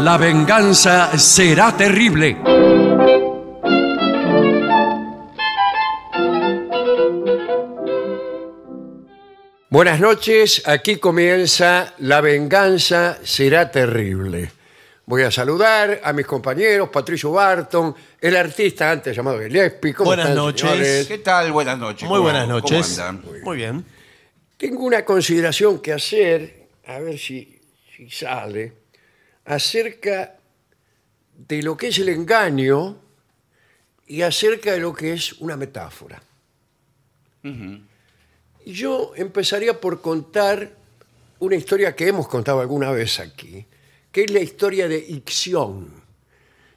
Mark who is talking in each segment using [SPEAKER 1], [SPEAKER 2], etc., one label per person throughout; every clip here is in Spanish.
[SPEAKER 1] La venganza será terrible. Buenas noches, aquí comienza La venganza será terrible. Voy a saludar a mis compañeros, Patricio Barton, el artista antes llamado Gillespie. ¿Cómo
[SPEAKER 2] Buenas
[SPEAKER 1] están,
[SPEAKER 2] noches.
[SPEAKER 1] señores?
[SPEAKER 3] ¿Qué tal? Buenas noches.
[SPEAKER 2] Muy
[SPEAKER 3] ¿Cómo-
[SPEAKER 2] buenas
[SPEAKER 3] cómo
[SPEAKER 2] noches.
[SPEAKER 3] andan?
[SPEAKER 2] Muy bien.
[SPEAKER 1] Tengo una consideración que hacer, a ver si, si sale, acerca de lo que es el engaño y acerca de lo que es una metáfora. Y Yo empezaría por contar una historia que hemos contado alguna vez aquí, que es la historia de Ixión.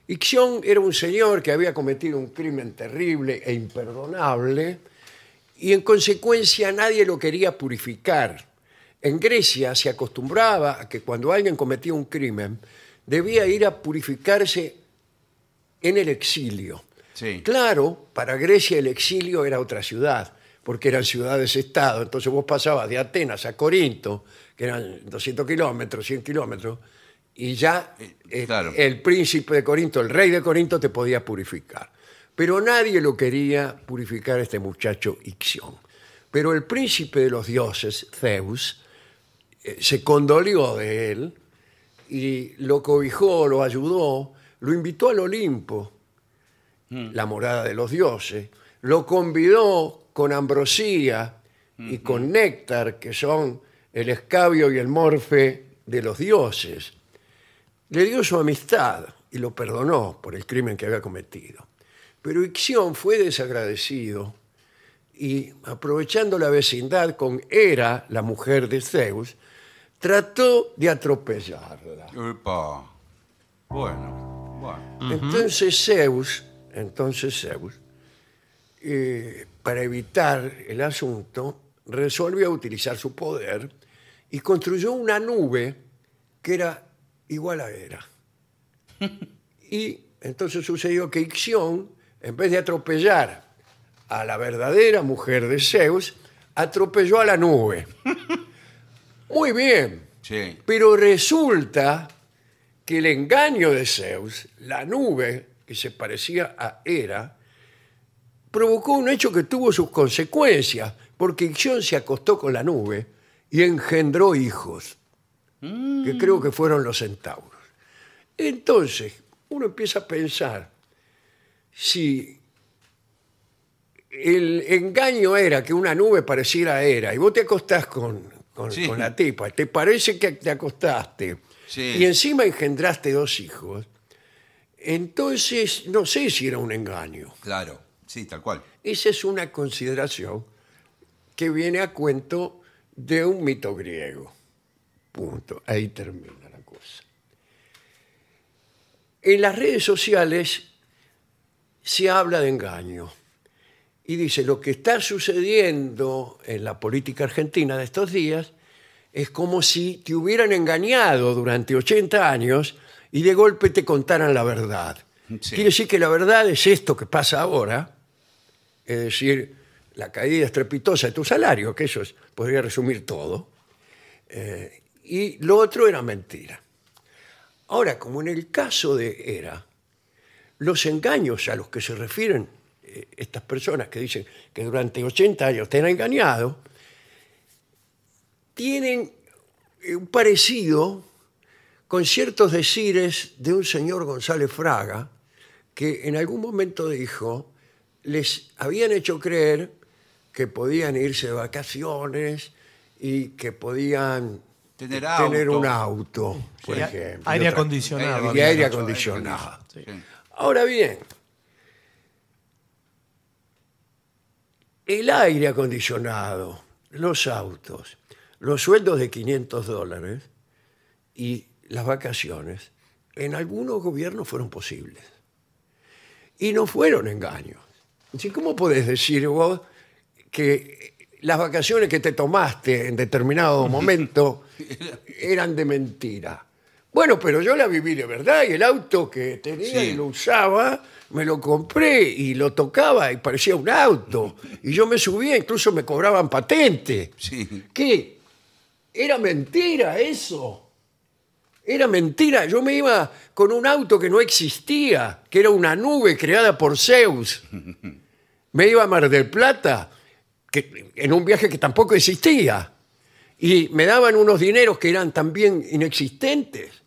[SPEAKER 1] Ixión era un señor que había cometido un crimen terrible e imperdonable y en consecuencia nadie lo quería purificar. En Grecia se acostumbraba a que cuando alguien cometía un crimen debía ir a purificarse en el exilio.
[SPEAKER 3] Sí.
[SPEAKER 1] Claro, para Grecia el exilio era otra ciudad, porque eran ciudades-estado. Entonces vos pasabas de Atenas a Corinto, que eran 200 kilómetros, 100 kilómetros, y ya eh,
[SPEAKER 3] claro.
[SPEAKER 1] el príncipe de Corinto, el rey de Corinto, te podía purificar. Pero nadie lo quería purificar a este muchacho Ixión. Pero el príncipe de los dioses, Zeus, eh, se condolió de él y lo cobijó, lo ayudó, lo invitó al Olimpo la morada de los dioses, lo convidó con ambrosía y con néctar, que son el escabio y el morfe de los dioses. Le dio su amistad y lo perdonó por el crimen que había cometido. Pero Ixión fue desagradecido y, aprovechando la vecindad con Hera, la mujer de Zeus, trató de atropellarla.
[SPEAKER 3] Upa. Bueno, bueno.
[SPEAKER 1] Entonces Zeus, entonces Zeus, eh, para evitar el asunto, resolvió utilizar su poder y construyó una nube que era igual a Hera. Y entonces sucedió que Ixión, en vez de atropellar a la verdadera mujer de Zeus, atropelló a la nube. Muy bien.
[SPEAKER 3] Sí.
[SPEAKER 1] Pero resulta que el engaño de Zeus, la nube que se parecía a Hera, provocó un hecho que tuvo sus consecuencias, porque Ixión se acostó con la nube y engendró hijos, que creo que fueron los centauros. Entonces, uno empieza a pensar si el engaño era que una nube pareciera a Hera, y vos te acostás con, con-
[SPEAKER 3] Sí.
[SPEAKER 1] con la tipa, te parece que te acostaste,
[SPEAKER 3] Sí.
[SPEAKER 1] y encima engendraste dos hijos, entonces no sé si era un engaño.
[SPEAKER 3] Claro. Sí, tal cual.
[SPEAKER 1] Esa es una consideración que viene a cuento de un mito griego. Punto. Ahí termina la cosa. En las redes sociales se habla de engaño y dice lo que está sucediendo en la política argentina de estos días es como si te hubieran engañado durante 80 años y de golpe te contaran la verdad.
[SPEAKER 3] Sí.
[SPEAKER 1] Quiere decir que la verdad es esto que pasa ahora, es decir, la caída estrepitosa de tu salario, que eso es- podría resumir todo, Eh, y lo otro era mentira. Ahora, como en el caso de ERA, los engaños a los que se refieren eh, estas personas que dicen que durante 80 años te han engañado, tienen eh, un parecido con ciertos decires de un señor González Fraga, que en algún momento dijo, les habían hecho creer que podían irse de vacaciones y que podían
[SPEAKER 3] Tener auto.
[SPEAKER 1] un auto, por
[SPEAKER 2] Y a-
[SPEAKER 1] ejemplo. y
[SPEAKER 2] aire
[SPEAKER 1] otra-
[SPEAKER 2] acondicionado.
[SPEAKER 1] Y
[SPEAKER 3] había
[SPEAKER 1] aire
[SPEAKER 3] dicho,
[SPEAKER 1] acondicionado.
[SPEAKER 3] Sí.
[SPEAKER 1] Ahora bien, el aire acondicionado, los autos, los sueldos de 500 dólares y las vacaciones, en algunos gobiernos fueron posibles. Y no fueron engaños. Así, ¿Cómo podés decir vos que las vacaciones que te tomaste en determinado momento eran de mentira? Bueno, pero yo la viví de verdad y el auto que tenía
[SPEAKER 3] Sí.
[SPEAKER 1] y lo usaba, me lo compré y lo tocaba y parecía un auto. Y yo me subía, incluso me cobraban patente.
[SPEAKER 3] Sí.
[SPEAKER 1] ¿Qué? ¿Era mentira eso? Era mentira, yo me iba con un auto que no existía, que era una nube creada por Zeus. Me iba a Mar del Plata, que, en un viaje que tampoco existía. Y me daban unos dineros que eran también inexistentes.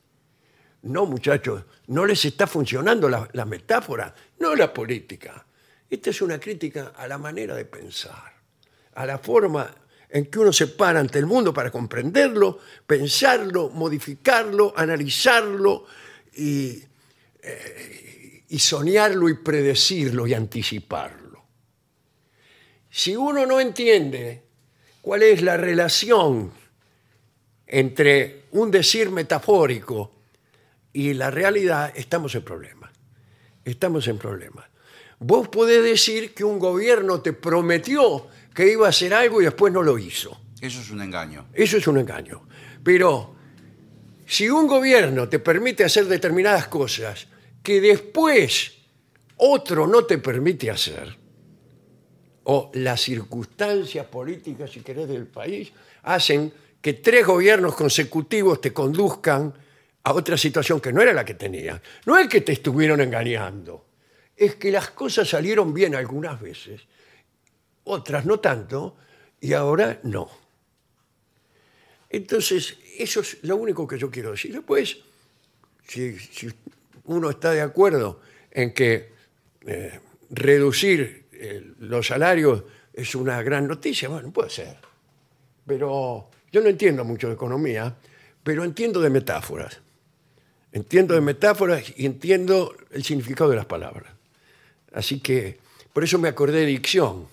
[SPEAKER 1] No, muchachos, no les está funcionando la, la metáfora, no la política. Esta es una crítica a la manera de pensar, a la forma en que uno se para ante el mundo para comprenderlo, pensarlo, modificarlo, analizarlo y, eh, y soñarlo y predecirlo y anticiparlo. Si uno no entiende cuál es la relación entre un decir metafórico y la realidad, estamos en problemas. Estamos en problemas. Vos podés decir que un gobierno te prometió que iba a hacer algo y después no lo hizo.
[SPEAKER 3] Eso es un engaño.
[SPEAKER 1] Eso es un engaño. Pero si un gobierno te permite hacer determinadas cosas que después otro no te permite hacer, o las circunstancias políticas, si querés, del país, hacen que tres gobiernos consecutivos te conduzcan a otra situación que no era la que tenías. No es que te estuvieron engañando, es que las cosas salieron bien algunas veces otras no tanto, y ahora no. Entonces, eso es lo único que yo quiero decir. Después, si, si uno está de acuerdo en que eh, reducir eh, los salarios es una gran noticia, bueno, puede ser. Pero yo no entiendo mucho de economía, pero entiendo de metáforas. Entiendo de metáforas y entiendo el significado de las palabras. Así que, por eso me acordé de dicción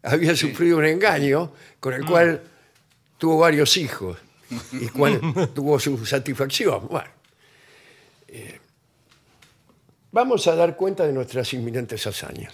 [SPEAKER 1] había sufrido un engaño con el cual tuvo varios hijos y cual tuvo su satisfacción. Bueno, eh, vamos a dar cuenta de nuestras inminentes hazañas.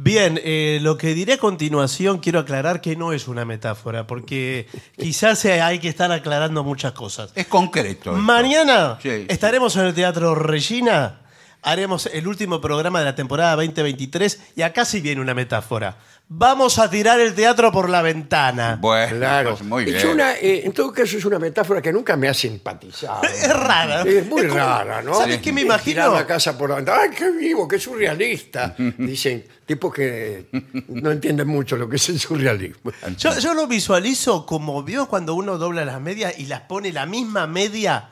[SPEAKER 2] Bien, eh, lo que diré a continuación quiero aclarar que no es una metáfora, porque quizás hay que estar aclarando muchas cosas.
[SPEAKER 3] Es concreto. esto.
[SPEAKER 2] Mañana
[SPEAKER 3] Sí.
[SPEAKER 2] estaremos en el Teatro Regina, haremos el último programa de la temporada 2023 y acá sí viene una metáfora. Vamos a tirar el teatro por la ventana.
[SPEAKER 3] Bueno,
[SPEAKER 1] Claro.
[SPEAKER 3] pues muy
[SPEAKER 1] Es
[SPEAKER 3] bien.
[SPEAKER 1] una, eh, en todo caso, es una metáfora que nunca me ha simpatizado.
[SPEAKER 2] Es rara.
[SPEAKER 1] Es muy
[SPEAKER 2] como-
[SPEAKER 1] rara, ¿no?
[SPEAKER 2] ¿Sabes qué me
[SPEAKER 1] Eh,
[SPEAKER 2] imagino?
[SPEAKER 1] tirar la casa por la ventana. ¡Ay, qué vivo, qué surrealista! Dicen, tipos que no entienden mucho lo que es el surrealismo.
[SPEAKER 2] Yo, yo lo visualizo como vio cuando uno dobla las medias y las pone la misma media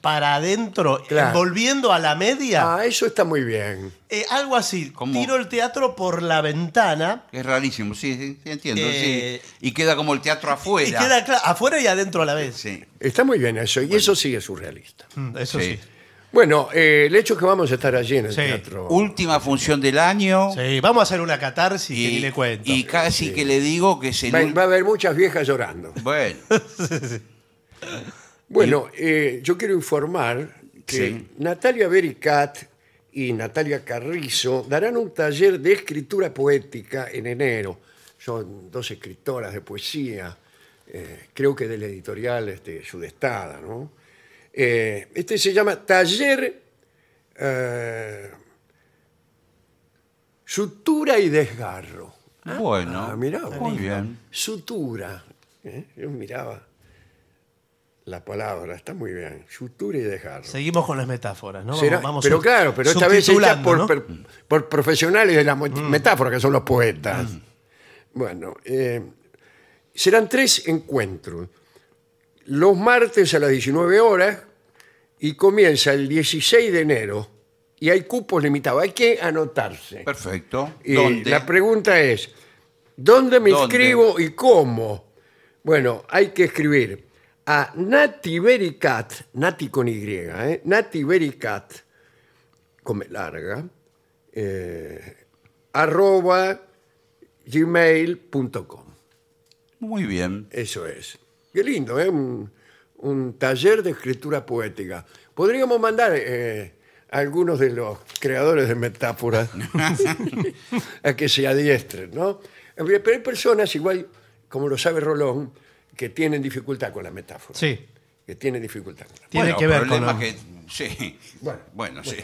[SPEAKER 2] para adentro,
[SPEAKER 1] Claro.
[SPEAKER 2] envolviendo a la media.
[SPEAKER 1] Ah, eso está muy bien.
[SPEAKER 2] Eh, algo así.
[SPEAKER 3] ¿Cómo?
[SPEAKER 2] Tiro el teatro por la ventana
[SPEAKER 3] Es rarísimo, sí, sí, sí, entiendo.
[SPEAKER 2] Eh,
[SPEAKER 3] sí. Y queda como el teatro afuera.
[SPEAKER 2] y queda cla- afuera y adentro a la vez.
[SPEAKER 3] Sí.
[SPEAKER 1] Está muy bien eso, y eso sí es surrealista.
[SPEAKER 2] Mm, Eso sí.
[SPEAKER 3] Sí.
[SPEAKER 2] sí.
[SPEAKER 1] Bueno, eh, el hecho es que vamos a estar allí en el
[SPEAKER 2] Sí.
[SPEAKER 1] teatro.
[SPEAKER 3] Última función del año.
[SPEAKER 2] vamos a hacer una catarsis que ni
[SPEAKER 3] Y,
[SPEAKER 2] le cuento.
[SPEAKER 3] y casi que le digo que se...
[SPEAKER 1] Va, va a haber muchas viejas llorando.
[SPEAKER 3] Bueno,
[SPEAKER 1] Bueno, eh, yo quiero informar que
[SPEAKER 3] Sí.
[SPEAKER 1] Natalia Bericat y Natalia Carrizo darán un taller de escritura poética en enero. Son dos escritoras de poesía, eh, creo que de la editorial este, Sudestada, ¿no? Eh, este se llama Taller eh, Sutura y Desgarro.
[SPEAKER 3] bueno.
[SPEAKER 1] Ah, mirá,
[SPEAKER 3] muy
[SPEAKER 1] bueno.
[SPEAKER 3] bien.
[SPEAKER 1] Sutura. ¿eh? Yo miraba la palabra, está muy bien. Sutura y desgarro.
[SPEAKER 2] Seguimos con las metáforas, ¿no?
[SPEAKER 1] Será-
[SPEAKER 2] Vamos- vamos
[SPEAKER 1] pero
[SPEAKER 2] sub-
[SPEAKER 1] claro, pero esta vez hecha
[SPEAKER 2] subtitulando,
[SPEAKER 1] por,
[SPEAKER 2] ¿no? Mm.
[SPEAKER 1] per-
[SPEAKER 3] Mm.
[SPEAKER 1] por profesionales de la mo- metáfora, que son los poetas.
[SPEAKER 3] Mm.
[SPEAKER 1] Bueno, eh, serán tres encuentros. Los martes a las 19 horas y comienza el 16 de enero. Y hay cupos limitados, hay que anotarse.
[SPEAKER 3] Perfecto.
[SPEAKER 1] Y
[SPEAKER 3] ¿Dónde?
[SPEAKER 1] la pregunta es, ¿dónde me
[SPEAKER 3] ¿Dónde?
[SPEAKER 1] inscribo y cómo? Bueno, hay que escribir a Nati Bericat, Nati con Y, ¿eh? Nati Bericat, come larga, eh, arroba gmail.com.
[SPEAKER 3] Muy bien.
[SPEAKER 1] Eso es. Qué lindo, ¿eh? Un, un taller de escritura poética. Podríamos mandar eh, a algunos de los creadores de metáforas a que se adiestren, ¿no? Pero hay personas, igual, como lo sabe Rolón, que tienen dificultad con la metáfora.
[SPEAKER 2] Sí.
[SPEAKER 1] Que tienen dificultad con la
[SPEAKER 2] Tiene
[SPEAKER 3] Bueno,
[SPEAKER 2] que ver con...
[SPEAKER 3] problema que- sí.
[SPEAKER 1] Bueno,
[SPEAKER 3] Bueno, sí.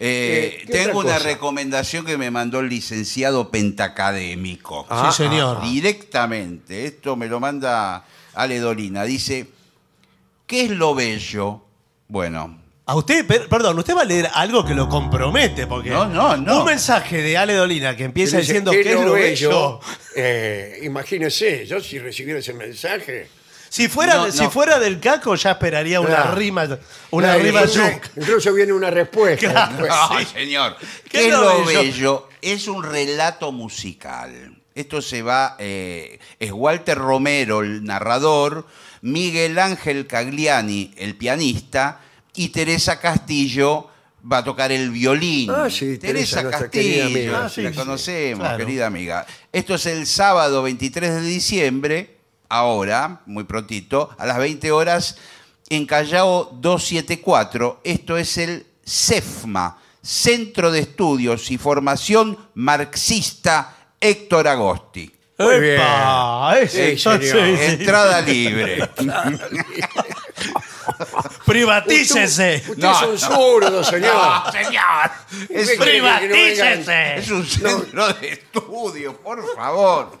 [SPEAKER 1] Eh,
[SPEAKER 3] Eh,
[SPEAKER 1] ¿qué
[SPEAKER 3] tengo
[SPEAKER 1] otra
[SPEAKER 3] una
[SPEAKER 1] cosa?
[SPEAKER 3] recomendación que me mandó el licenciado pentacadémico.
[SPEAKER 1] Ah,
[SPEAKER 2] sí, señor.
[SPEAKER 3] Directamente. Esto me lo manda Ale Dolina. Dice, ¿qué es lo bello? Bueno,
[SPEAKER 2] A usted, per- perdón, usted va a leer algo que lo compromete, porque
[SPEAKER 3] No, no, no.
[SPEAKER 2] un mensaje de Ale Dolina que empieza
[SPEAKER 1] Dice,
[SPEAKER 2] diciendo
[SPEAKER 1] "Qué
[SPEAKER 2] que es lo bello.
[SPEAKER 1] eh, imagínese, yo si recibiera ese mensaje.
[SPEAKER 2] Si fuera,
[SPEAKER 3] No,
[SPEAKER 2] si
[SPEAKER 3] no.
[SPEAKER 2] fuera del caco, ya esperaría una
[SPEAKER 1] Claro.
[SPEAKER 2] rima, una
[SPEAKER 1] Claro,
[SPEAKER 2] rima
[SPEAKER 1] incluso-
[SPEAKER 2] yuc.
[SPEAKER 1] Incluso viene una respuesta.
[SPEAKER 2] Claro.
[SPEAKER 1] después.
[SPEAKER 3] No,
[SPEAKER 2] Pues Sí.
[SPEAKER 3] señor.
[SPEAKER 2] ¿Qué
[SPEAKER 3] ¿Qué es
[SPEAKER 2] es
[SPEAKER 3] lo
[SPEAKER 2] lo bello?
[SPEAKER 3] bello? Es un relato musical. Esto se va. eh, es Walter Romero, el narrador, Miguel Ángel Cagliani, el pianista, y Teresa Castillo va a tocar el violín.
[SPEAKER 1] Ah, sí, Teresa, nuestra querida
[SPEAKER 3] Castillo,
[SPEAKER 1] amiga.
[SPEAKER 2] Ah, sí,
[SPEAKER 3] la
[SPEAKER 2] sí,
[SPEAKER 3] conocemos,
[SPEAKER 2] claro.
[SPEAKER 3] querida amiga. Esto es el sábado 23 de diciembre, ahora, muy prontito, a las 20 horas, en Callao 274. Esto es el CEFMA, Centro de Estudios y Formación Marxista Héctor Agosti.
[SPEAKER 1] Muy bien.
[SPEAKER 2] ¡Epa! Ese,
[SPEAKER 1] Sí, señor. Eh,
[SPEAKER 2] sí, sí.
[SPEAKER 3] Entrada libre.
[SPEAKER 2] Privatícese.
[SPEAKER 1] Usted
[SPEAKER 3] No,
[SPEAKER 1] es un
[SPEAKER 3] no.
[SPEAKER 1] zurdo, señor.
[SPEAKER 3] No, señor. Es,
[SPEAKER 1] Usted quiere que no vengan-
[SPEAKER 3] es
[SPEAKER 2] ¡Privatícese!
[SPEAKER 3] un centro de estudio, por favor.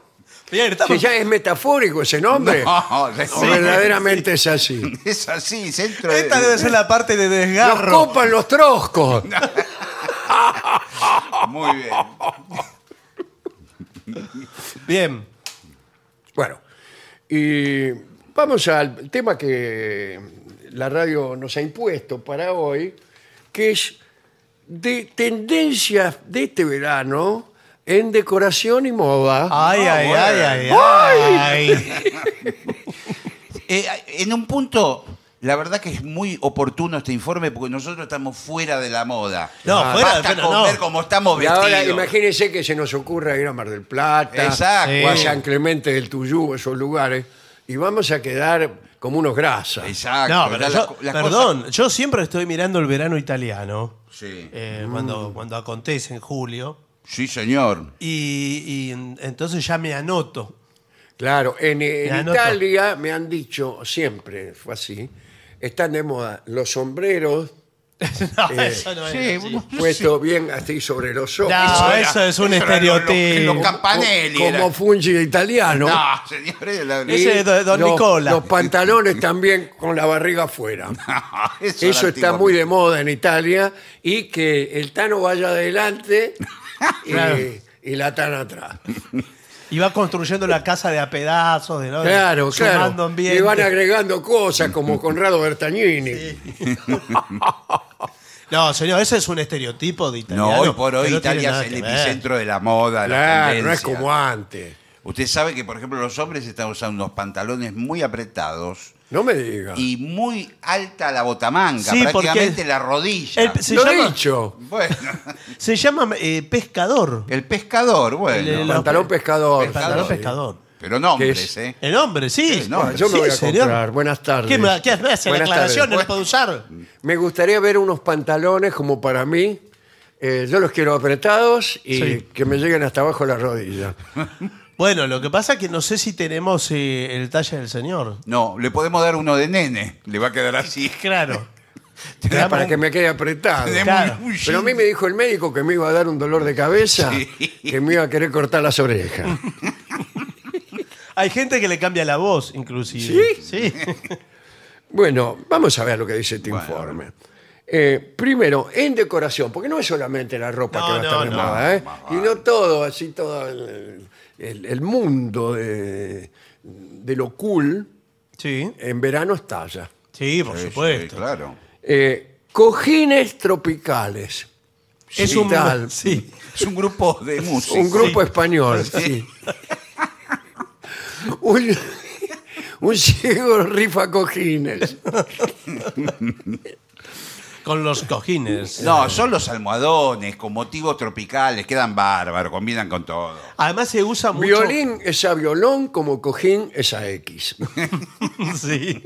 [SPEAKER 2] Bien,
[SPEAKER 1] Que
[SPEAKER 2] estamos-
[SPEAKER 1] ya es metafórico ese nombre.
[SPEAKER 3] No,
[SPEAKER 1] o
[SPEAKER 3] sí.
[SPEAKER 1] verdaderamente es así.
[SPEAKER 3] Es así, centro de-
[SPEAKER 2] Esta debe ser la parte de
[SPEAKER 1] Nos
[SPEAKER 2] desgarro.
[SPEAKER 1] copan los troscos.
[SPEAKER 3] Muy bien.
[SPEAKER 2] Bien.
[SPEAKER 1] Bueno, y vamos al tema que la radio nos ha impuesto para hoy, que es de tendencias de este verano en decoración y moda.
[SPEAKER 2] Ay,
[SPEAKER 3] Ah,
[SPEAKER 2] ay,
[SPEAKER 3] bueno.
[SPEAKER 2] ay, ay, ay.
[SPEAKER 3] Eh, en un punto, la verdad que es muy oportuno este informe porque nosotros estamos fuera de la moda. Ah,
[SPEAKER 2] No, fuera,
[SPEAKER 3] Basta
[SPEAKER 2] fuera,
[SPEAKER 3] con
[SPEAKER 2] no.
[SPEAKER 3] ver cómo estamos
[SPEAKER 1] y
[SPEAKER 3] vestidos.
[SPEAKER 1] ahora imagínense que se nos ocurra ir a Mar del Plata
[SPEAKER 3] Exacto.
[SPEAKER 1] o a
[SPEAKER 2] Sí.
[SPEAKER 1] San Clemente del Tuyú, esos lugares, y vamos a quedar como unos grasas.
[SPEAKER 3] Exacto.
[SPEAKER 2] No, pero
[SPEAKER 3] ya
[SPEAKER 2] yo,
[SPEAKER 3] las- las
[SPEAKER 2] perdón, yo siempre estoy mirando el verano italiano,
[SPEAKER 3] cosas- Sí.
[SPEAKER 2] eh,
[SPEAKER 1] Mm.
[SPEAKER 2] cuando, cuando acontece en julio,
[SPEAKER 3] Sí, señor.
[SPEAKER 2] y, y en- entonces ya me anoto.
[SPEAKER 1] Claro, en, en
[SPEAKER 2] anoto.
[SPEAKER 1] Italia me han dicho siempre, fue así, están de moda los sombreros
[SPEAKER 2] No,
[SPEAKER 1] Eh,
[SPEAKER 2] eso no es
[SPEAKER 3] sí,
[SPEAKER 2] así.
[SPEAKER 3] bueno.
[SPEAKER 1] puestos bien así sobre los ojos.
[SPEAKER 2] Ah, No,
[SPEAKER 1] Como-
[SPEAKER 2] Pues, eso, es un
[SPEAKER 3] eso era lo- lo-
[SPEAKER 2] estereotipo.
[SPEAKER 3] lo- Campanelli
[SPEAKER 1] Como,
[SPEAKER 3] era.
[SPEAKER 1] fungi italiano.
[SPEAKER 3] No, señores. la-
[SPEAKER 1] Y
[SPEAKER 2] Ese es do- don
[SPEAKER 1] los-
[SPEAKER 2] Nicola.
[SPEAKER 1] Los pantalones también con la barriga afuera.
[SPEAKER 3] eso
[SPEAKER 1] Eso
[SPEAKER 3] era
[SPEAKER 1] está
[SPEAKER 3] antiguo.
[SPEAKER 1] muy de moda en Italia y que el Tano vaya adelante y,
[SPEAKER 2] Claro.
[SPEAKER 1] y la Tana atrás.
[SPEAKER 2] Y va construyendo la casa de a pedazos, de ¿no?
[SPEAKER 1] Claro,
[SPEAKER 2] sumando
[SPEAKER 1] claro.
[SPEAKER 2] ambiente.
[SPEAKER 1] Y van agregando cosas como Conrado Bertagnini.
[SPEAKER 2] No, señor, ese es un estereotipo de
[SPEAKER 3] No,
[SPEAKER 2] italiano.
[SPEAKER 3] hoy por hoy
[SPEAKER 2] que no tiene
[SPEAKER 3] Italia
[SPEAKER 2] nada
[SPEAKER 3] es
[SPEAKER 2] que
[SPEAKER 3] el
[SPEAKER 2] ver.
[SPEAKER 3] epicentro de la moda. la
[SPEAKER 1] Claro, no es
[SPEAKER 3] tendencia.
[SPEAKER 1] como antes.
[SPEAKER 3] Usted sabe que, por ejemplo, los hombres están usando unos pantalones muy apretados
[SPEAKER 1] No me digas.
[SPEAKER 3] y muy alta la botamanga,
[SPEAKER 2] Sí, porque-
[SPEAKER 3] prácticamente la rodilla.
[SPEAKER 2] El- se
[SPEAKER 1] Lo he
[SPEAKER 2] llama-
[SPEAKER 1] dicho.
[SPEAKER 3] Bueno.
[SPEAKER 2] Se llama eh, pescador.
[SPEAKER 3] El pescador, bueno.
[SPEAKER 2] El- el-
[SPEAKER 1] Pantalón pescador.
[SPEAKER 2] Pantalón
[SPEAKER 3] pescador.
[SPEAKER 2] pescador.
[SPEAKER 3] Pero nombres,
[SPEAKER 1] Que es-
[SPEAKER 3] ¿eh?
[SPEAKER 2] El hombre, sí.
[SPEAKER 3] Sí, no,
[SPEAKER 1] Bueno, yo me
[SPEAKER 2] Sí,
[SPEAKER 1] voy a
[SPEAKER 2] señor.
[SPEAKER 1] comprar. Buenas tardes.
[SPEAKER 2] ¿Qué, me- qué hace la
[SPEAKER 1] Buenas
[SPEAKER 2] aclaración? ¿No
[SPEAKER 1] tardes.
[SPEAKER 2] lo puedo usar?
[SPEAKER 1] Me gustaría ver unos pantalones como para mí. Eh, yo los quiero apretados y
[SPEAKER 2] Sí.
[SPEAKER 1] que me lleguen hasta abajo la rodilla.
[SPEAKER 2] Bueno, lo que pasa es que no sé si tenemos eh, el talle del señor.
[SPEAKER 3] No, le podemos dar uno de nene. Le va a quedar así.
[SPEAKER 2] Claro.
[SPEAKER 1] Era
[SPEAKER 2] Tenemos-
[SPEAKER 1] para que me quede apretado.
[SPEAKER 3] Tenemos
[SPEAKER 2] Claro.
[SPEAKER 3] un jean.
[SPEAKER 1] Pero a mí me dijo el médico que me iba a dar un dolor de cabeza, que me iba a querer cortar las orejas.
[SPEAKER 2] Hay gente que le cambia la voz, inclusive. ¿Sí?
[SPEAKER 1] Bueno, vamos a ver lo que dice este
[SPEAKER 3] Bueno.
[SPEAKER 1] informe. Eh, primero, en decoración, porque no es solamente la ropa
[SPEAKER 2] No,
[SPEAKER 1] que va a
[SPEAKER 2] no,
[SPEAKER 1] estar de
[SPEAKER 2] no.
[SPEAKER 1] moda, ¿eh?
[SPEAKER 3] Más
[SPEAKER 1] y no todo, así todo el, el- el mundo de, de lo cool
[SPEAKER 2] Sí.
[SPEAKER 1] en verano estalla.
[SPEAKER 2] Sí, por
[SPEAKER 3] Sí, sí,
[SPEAKER 2] supuesto.
[SPEAKER 3] claro.
[SPEAKER 1] Eh, cojines tropicales.
[SPEAKER 2] Es
[SPEAKER 1] ¿Qué
[SPEAKER 2] un
[SPEAKER 1] tal?
[SPEAKER 2] Sí.
[SPEAKER 3] Es un grupo de música.
[SPEAKER 1] un grupo español, sí. un, un ciego rifa cojines.
[SPEAKER 2] Con los cojines.
[SPEAKER 3] No, son los almohadones con motivos tropicales. Quedan bárbaros, combinan con todo.
[SPEAKER 2] Además se usa mucho.
[SPEAKER 1] Violín es a violón como cojín es a X.
[SPEAKER 2] sí.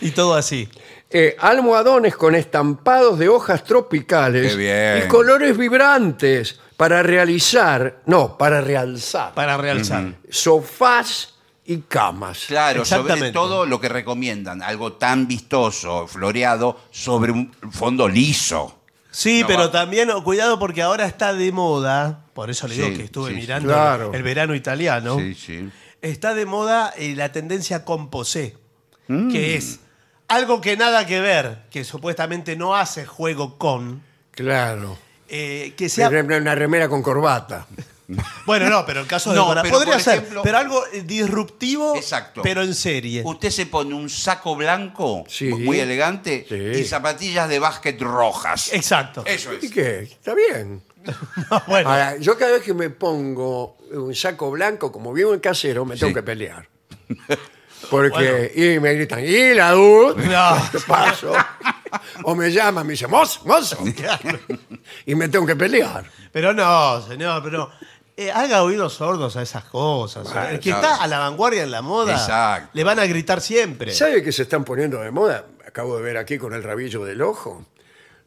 [SPEAKER 2] y todo así.
[SPEAKER 1] Eh, almohadones con estampados de hojas tropicales
[SPEAKER 3] Qué bien.
[SPEAKER 1] y colores vibrantes para realizar, no, para realzar
[SPEAKER 2] Para realzar.
[SPEAKER 1] sofás y camas.
[SPEAKER 3] Claro, sobre
[SPEAKER 2] Exactamente.
[SPEAKER 3] todo lo que recomiendan. Algo tan vistoso, floreado, sobre un fondo liso.
[SPEAKER 2] Sí,
[SPEAKER 3] No,
[SPEAKER 2] pero
[SPEAKER 3] va-
[SPEAKER 2] también, oh, cuidado porque ahora está de moda. Por eso le digo
[SPEAKER 3] Sí,
[SPEAKER 2] que estuve
[SPEAKER 3] sí, sí.
[SPEAKER 2] mirando
[SPEAKER 1] Claro.
[SPEAKER 2] el verano italiano.
[SPEAKER 3] Sí, sí.
[SPEAKER 1] Mm.
[SPEAKER 2] Está de moda eh, la tendencia composé, que es algo que nada que ver, que supuestamente no hace juego con,
[SPEAKER 1] Claro.
[SPEAKER 2] eh, que sea...
[SPEAKER 1] Una una remera con corbata.
[SPEAKER 2] Bueno, no, pero el caso de
[SPEAKER 3] No,
[SPEAKER 2] Conan
[SPEAKER 3] pero
[SPEAKER 2] podría
[SPEAKER 3] por
[SPEAKER 2] ser,
[SPEAKER 3] ejemplo-
[SPEAKER 2] pero algo eh, disruptivo,
[SPEAKER 3] Exacto.
[SPEAKER 2] pero en serie.
[SPEAKER 3] Usted se pone un saco blanco,
[SPEAKER 1] Sí.
[SPEAKER 3] muy elegante,
[SPEAKER 1] Sí.
[SPEAKER 3] y zapatillas de básquet rojas.
[SPEAKER 2] Exacto.
[SPEAKER 3] Eso
[SPEAKER 1] ¿Y
[SPEAKER 3] es.
[SPEAKER 1] qué? Está bien.
[SPEAKER 2] No, bueno,
[SPEAKER 1] Ahora, yo cada vez que me pongo un saco blanco, como vivo en casero, me tengo
[SPEAKER 3] Sí.
[SPEAKER 1] que pelear. Porque y me gritan, ¿y la DUD?
[SPEAKER 2] No.
[SPEAKER 1] ¿Qué paso? o me llaman, me dicen, mozo, mozo. y me tengo que pelear.
[SPEAKER 2] pero no, señor, pero eh, haga oídos sordos a esas cosas.
[SPEAKER 3] Bueno,
[SPEAKER 2] el que
[SPEAKER 3] claro.
[SPEAKER 2] está a la vanguardia en la moda,
[SPEAKER 3] Exacto.
[SPEAKER 2] le van a gritar siempre.
[SPEAKER 1] ¿Sabe que se están poniendo de moda? Acabo de ver aquí con el rabillo del ojo.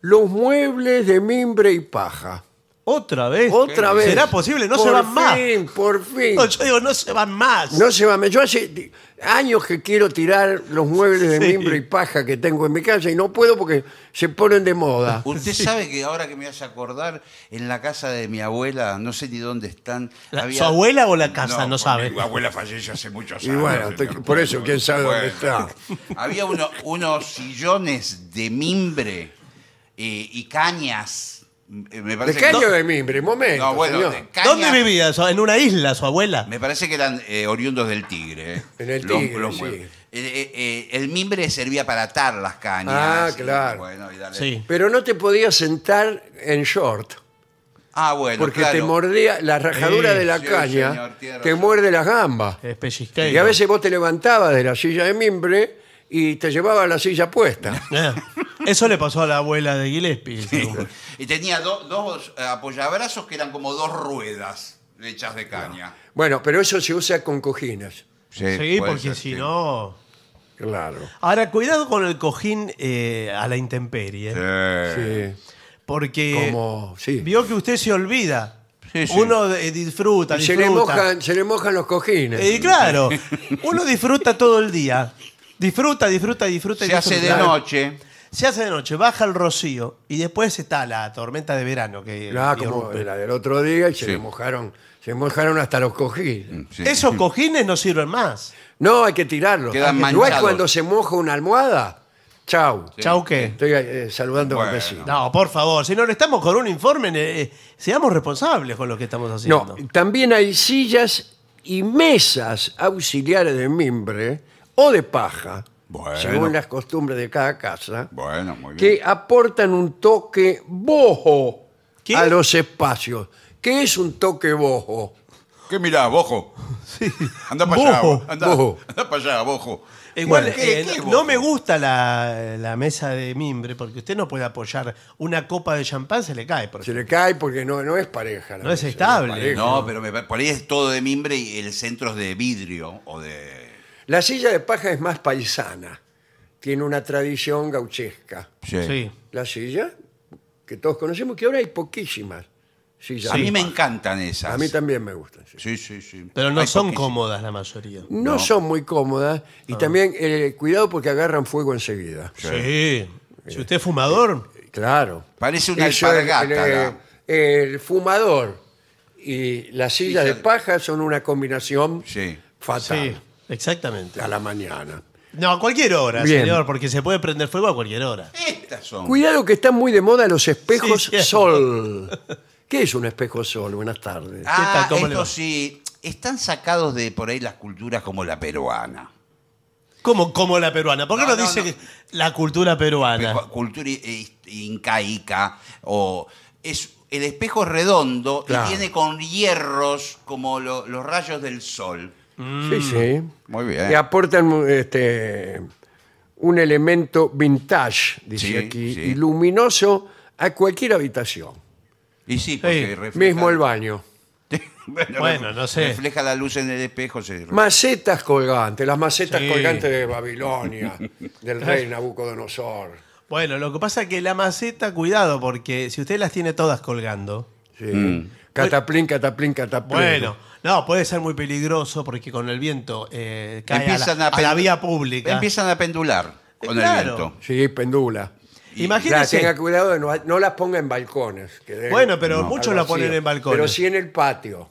[SPEAKER 1] Los muebles de mimbre y paja.
[SPEAKER 2] Otra vez.
[SPEAKER 1] Otra vez.
[SPEAKER 2] ¿Será posible? No se
[SPEAKER 1] Por
[SPEAKER 2] van más.
[SPEAKER 1] fin, Por fin,
[SPEAKER 2] No, yo digo, no se van más.
[SPEAKER 1] No se va. Yo hace di- años que quiero tirar los muebles de mimbre y paja que tengo en mi casa y no puedo porque se ponen de moda.
[SPEAKER 3] Usted sabe que ahora que me hace acordar, en la casa de mi abuela, no sé ni dónde están.
[SPEAKER 2] La- ¿Su abuela o la casa? No
[SPEAKER 3] porque
[SPEAKER 2] sabe.
[SPEAKER 3] Mi abuela falleció hace muchos
[SPEAKER 1] Y
[SPEAKER 3] años.
[SPEAKER 1] bueno, te-
[SPEAKER 3] señor.
[SPEAKER 1] por eso quién sabe dónde
[SPEAKER 3] Bueno.
[SPEAKER 1] está.
[SPEAKER 3] Había uno- unos sillones de mimbre eh, y cañas. Eh, Me
[SPEAKER 1] ¿De
[SPEAKER 3] parece
[SPEAKER 1] qué año
[SPEAKER 3] que,
[SPEAKER 1] de mimbre? Momento,
[SPEAKER 3] No, bueno,
[SPEAKER 1] señor.
[SPEAKER 3] de caña-
[SPEAKER 2] ¿Dónde vivía? eso? ¿En una isla, su abuela?
[SPEAKER 3] Me parece que eran eh, oriundos del Tigre. eh.
[SPEAKER 1] En el
[SPEAKER 3] Los-
[SPEAKER 1] Tigre,
[SPEAKER 3] los
[SPEAKER 1] sí.
[SPEAKER 3] muebles. El, eh, eh, el mimbre servía para atar las cañas.
[SPEAKER 1] Ah,
[SPEAKER 3] y,
[SPEAKER 1] claro.
[SPEAKER 3] bueno, y darle-
[SPEAKER 2] Sí.
[SPEAKER 1] Pero no te podías sentar en short
[SPEAKER 3] Ah, bueno,
[SPEAKER 1] porque
[SPEAKER 3] claro.
[SPEAKER 1] te mordía la rajadura
[SPEAKER 2] Sí,
[SPEAKER 1] de la
[SPEAKER 3] sí,
[SPEAKER 1] caña,
[SPEAKER 3] señor, tiene
[SPEAKER 1] te
[SPEAKER 3] razón.
[SPEAKER 1] muerde las gambas.
[SPEAKER 2] Es pellizquero.
[SPEAKER 1] Y a veces vos te levantabas de la silla de mimbre y te llevaba la silla puesta.
[SPEAKER 2] Eh, Eso le pasó a la abuela de Gillespie. seguro.
[SPEAKER 3] Y tenía do- dos eh, apoyabrazos que eran como dos ruedas hechas de caña.
[SPEAKER 1] Bueno, pero eso se usa con cojines.
[SPEAKER 2] Sí,
[SPEAKER 3] puede
[SPEAKER 2] porque
[SPEAKER 3] ser,
[SPEAKER 2] si
[SPEAKER 3] sí.
[SPEAKER 2] no...
[SPEAKER 1] Claro.
[SPEAKER 2] Ahora, cuidado con el cojín eh, a la intemperie. eh,
[SPEAKER 3] Sí.
[SPEAKER 1] Sí.
[SPEAKER 2] Porque
[SPEAKER 1] Como, sí.
[SPEAKER 2] vio que usted se olvida.
[SPEAKER 3] Sí, sí.
[SPEAKER 2] Uno eh, disfruta,
[SPEAKER 1] se le,
[SPEAKER 2] disfruta.
[SPEAKER 1] mojan, se le mojan los cojines.
[SPEAKER 2] Eh, claro, uno disfruta todo el día. Disfruta, disfruta, disfruta. y
[SPEAKER 3] Se hace de
[SPEAKER 2] disfruta.
[SPEAKER 3] noche.
[SPEAKER 2] Se hace de noche, baja el rocío y después está la tormenta de verano que
[SPEAKER 1] Ah,
[SPEAKER 2] que
[SPEAKER 1] como
[SPEAKER 2] irrumpe.
[SPEAKER 1] la del otro día y se
[SPEAKER 3] Sí. Mm.
[SPEAKER 1] le mojaron, se mojaron hasta los cojines.
[SPEAKER 3] Sí.
[SPEAKER 2] Esos cojines no sirven más.
[SPEAKER 1] No, hay que tirarlos.
[SPEAKER 3] Quedan
[SPEAKER 1] Igual
[SPEAKER 3] manchados.
[SPEAKER 1] cuando se moja una almohada, chau.
[SPEAKER 2] Chau que.
[SPEAKER 1] Estoy eh, saludando al
[SPEAKER 3] Bueno.
[SPEAKER 1] vecino.
[SPEAKER 2] No, por favor, si no estamos con un informe, eh, eh, seamos responsables con lo que estamos haciendo.
[SPEAKER 1] No, también hay sillas y mesas auxiliares de mimbre o de paja,
[SPEAKER 3] Bueno.
[SPEAKER 1] según las costumbres de cada casa,
[SPEAKER 3] Bueno, muy bien.
[SPEAKER 1] que aportan un toque bojo
[SPEAKER 2] ¿Qué?
[SPEAKER 1] a los espacios. ¿Qué es un toque bojo?
[SPEAKER 3] ¿Qué mirás, bojo? Anda para allá,
[SPEAKER 2] Bojo,
[SPEAKER 3] bo- anda,
[SPEAKER 1] bojo.
[SPEAKER 3] anda para allá, bojo.
[SPEAKER 2] Igual,
[SPEAKER 3] Bueno, ¿qué-
[SPEAKER 2] eh,
[SPEAKER 3] qué
[SPEAKER 2] no
[SPEAKER 3] bojo?
[SPEAKER 2] me gusta la, la mesa de mimbre porque usted no puede apoyar una copa de champán, se le cae. Por
[SPEAKER 1] Se
[SPEAKER 2] ejemplo.
[SPEAKER 1] le cae porque no, no es pareja. la
[SPEAKER 2] No es
[SPEAKER 1] mesa,
[SPEAKER 2] estable.
[SPEAKER 1] pareja.
[SPEAKER 3] No, pero me pa- por ahí es todo de mimbre y el centro es de vidrio o de.
[SPEAKER 1] La silla de paja es más paisana. Tiene una tradición gauchesca.
[SPEAKER 2] Sí.
[SPEAKER 1] La silla, que todos conocemos, que ahora hay poquísimas sillas.
[SPEAKER 3] A
[SPEAKER 1] de
[SPEAKER 3] mí me
[SPEAKER 1] paja.
[SPEAKER 3] encantan esas.
[SPEAKER 1] A mí también me gustan. sí.
[SPEAKER 3] Sí, sí, sí.
[SPEAKER 2] Pero no
[SPEAKER 3] Hay
[SPEAKER 2] son
[SPEAKER 3] poquísimas.
[SPEAKER 2] cómodas la mayoría.
[SPEAKER 1] No,
[SPEAKER 3] No.
[SPEAKER 1] son muy cómodas y
[SPEAKER 2] Ah.
[SPEAKER 1] también eh, cuidado porque agarran fuego enseguida.
[SPEAKER 2] Sí. Si usted es fumador,
[SPEAKER 1] Claro.
[SPEAKER 3] Parece una
[SPEAKER 1] Eso, el-
[SPEAKER 3] alpargata,
[SPEAKER 1] El, eh, el fumador y la silla
[SPEAKER 3] Sí,
[SPEAKER 1] de
[SPEAKER 3] ya-
[SPEAKER 1] paja son una combinación
[SPEAKER 3] Sí.
[SPEAKER 1] fatal
[SPEAKER 2] sí, exactamente.
[SPEAKER 1] a la mañana.
[SPEAKER 2] No, a cualquier hora,
[SPEAKER 1] Bien.
[SPEAKER 2] señor, porque se puede prender fuego a cualquier hora.
[SPEAKER 3] Estas son.
[SPEAKER 1] Cuidado que están muy de moda los espejos
[SPEAKER 2] Sí, cierto.
[SPEAKER 1] sol. ¿Qué es un espejo sol? Buenas tardes.
[SPEAKER 3] Ah,
[SPEAKER 2] tal? ¿Cómo le
[SPEAKER 3] estos
[SPEAKER 2] va?
[SPEAKER 3] sí. Están sacados de por ahí las culturas como la peruana.
[SPEAKER 2] ¿Cómo, cómo la peruana? ¿Por qué no,
[SPEAKER 3] No, no,
[SPEAKER 2] dice
[SPEAKER 3] no.
[SPEAKER 2] que la cultura peruana?
[SPEAKER 3] Espejo- cultura i- i- incaica o es el espejo es redondo
[SPEAKER 1] Claro.
[SPEAKER 3] y tiene con hierros como lo- los rayos del sol.
[SPEAKER 1] Sí, sí.
[SPEAKER 3] Muy
[SPEAKER 1] Que aportan este, un elemento vintage, dice
[SPEAKER 3] Sí,
[SPEAKER 1] aquí,
[SPEAKER 3] sí.
[SPEAKER 1] y luminoso a cualquier habitación.
[SPEAKER 3] Y sí, porque
[SPEAKER 2] Sí.
[SPEAKER 3] refleja-
[SPEAKER 1] Mismo el baño.
[SPEAKER 3] bueno,
[SPEAKER 2] Bueno,
[SPEAKER 3] ref-
[SPEAKER 2] no sé.
[SPEAKER 3] Refleja la luz en el espejo. se-
[SPEAKER 1] Macetas colgantes, las macetas
[SPEAKER 2] Sí.
[SPEAKER 1] colgantes de Babilonia, del rey Nabucodonosor.
[SPEAKER 2] Bueno, lo que pasa es que la maceta, cuidado, porque si usted las tiene todas colgando.
[SPEAKER 1] Sí. Cataplín, cataplín, cataplín.
[SPEAKER 2] Bueno, no, puede ser muy peligroso porque con el viento eh, cae
[SPEAKER 3] Empiezan
[SPEAKER 2] a, la, a la
[SPEAKER 3] pendu-
[SPEAKER 2] vía pública.
[SPEAKER 3] Empiezan a pendular
[SPEAKER 2] Eh,
[SPEAKER 3] con
[SPEAKER 2] claro.
[SPEAKER 3] el viento.
[SPEAKER 1] Sí, pendula. Claro,
[SPEAKER 2] Imagínese.
[SPEAKER 1] tenga cuidado de no, no las ponga en balcones. que deben-
[SPEAKER 2] Bueno, pero
[SPEAKER 1] al
[SPEAKER 2] muchos la
[SPEAKER 1] vacío.
[SPEAKER 2] ponen en balcones.
[SPEAKER 1] Pero sí en el patio.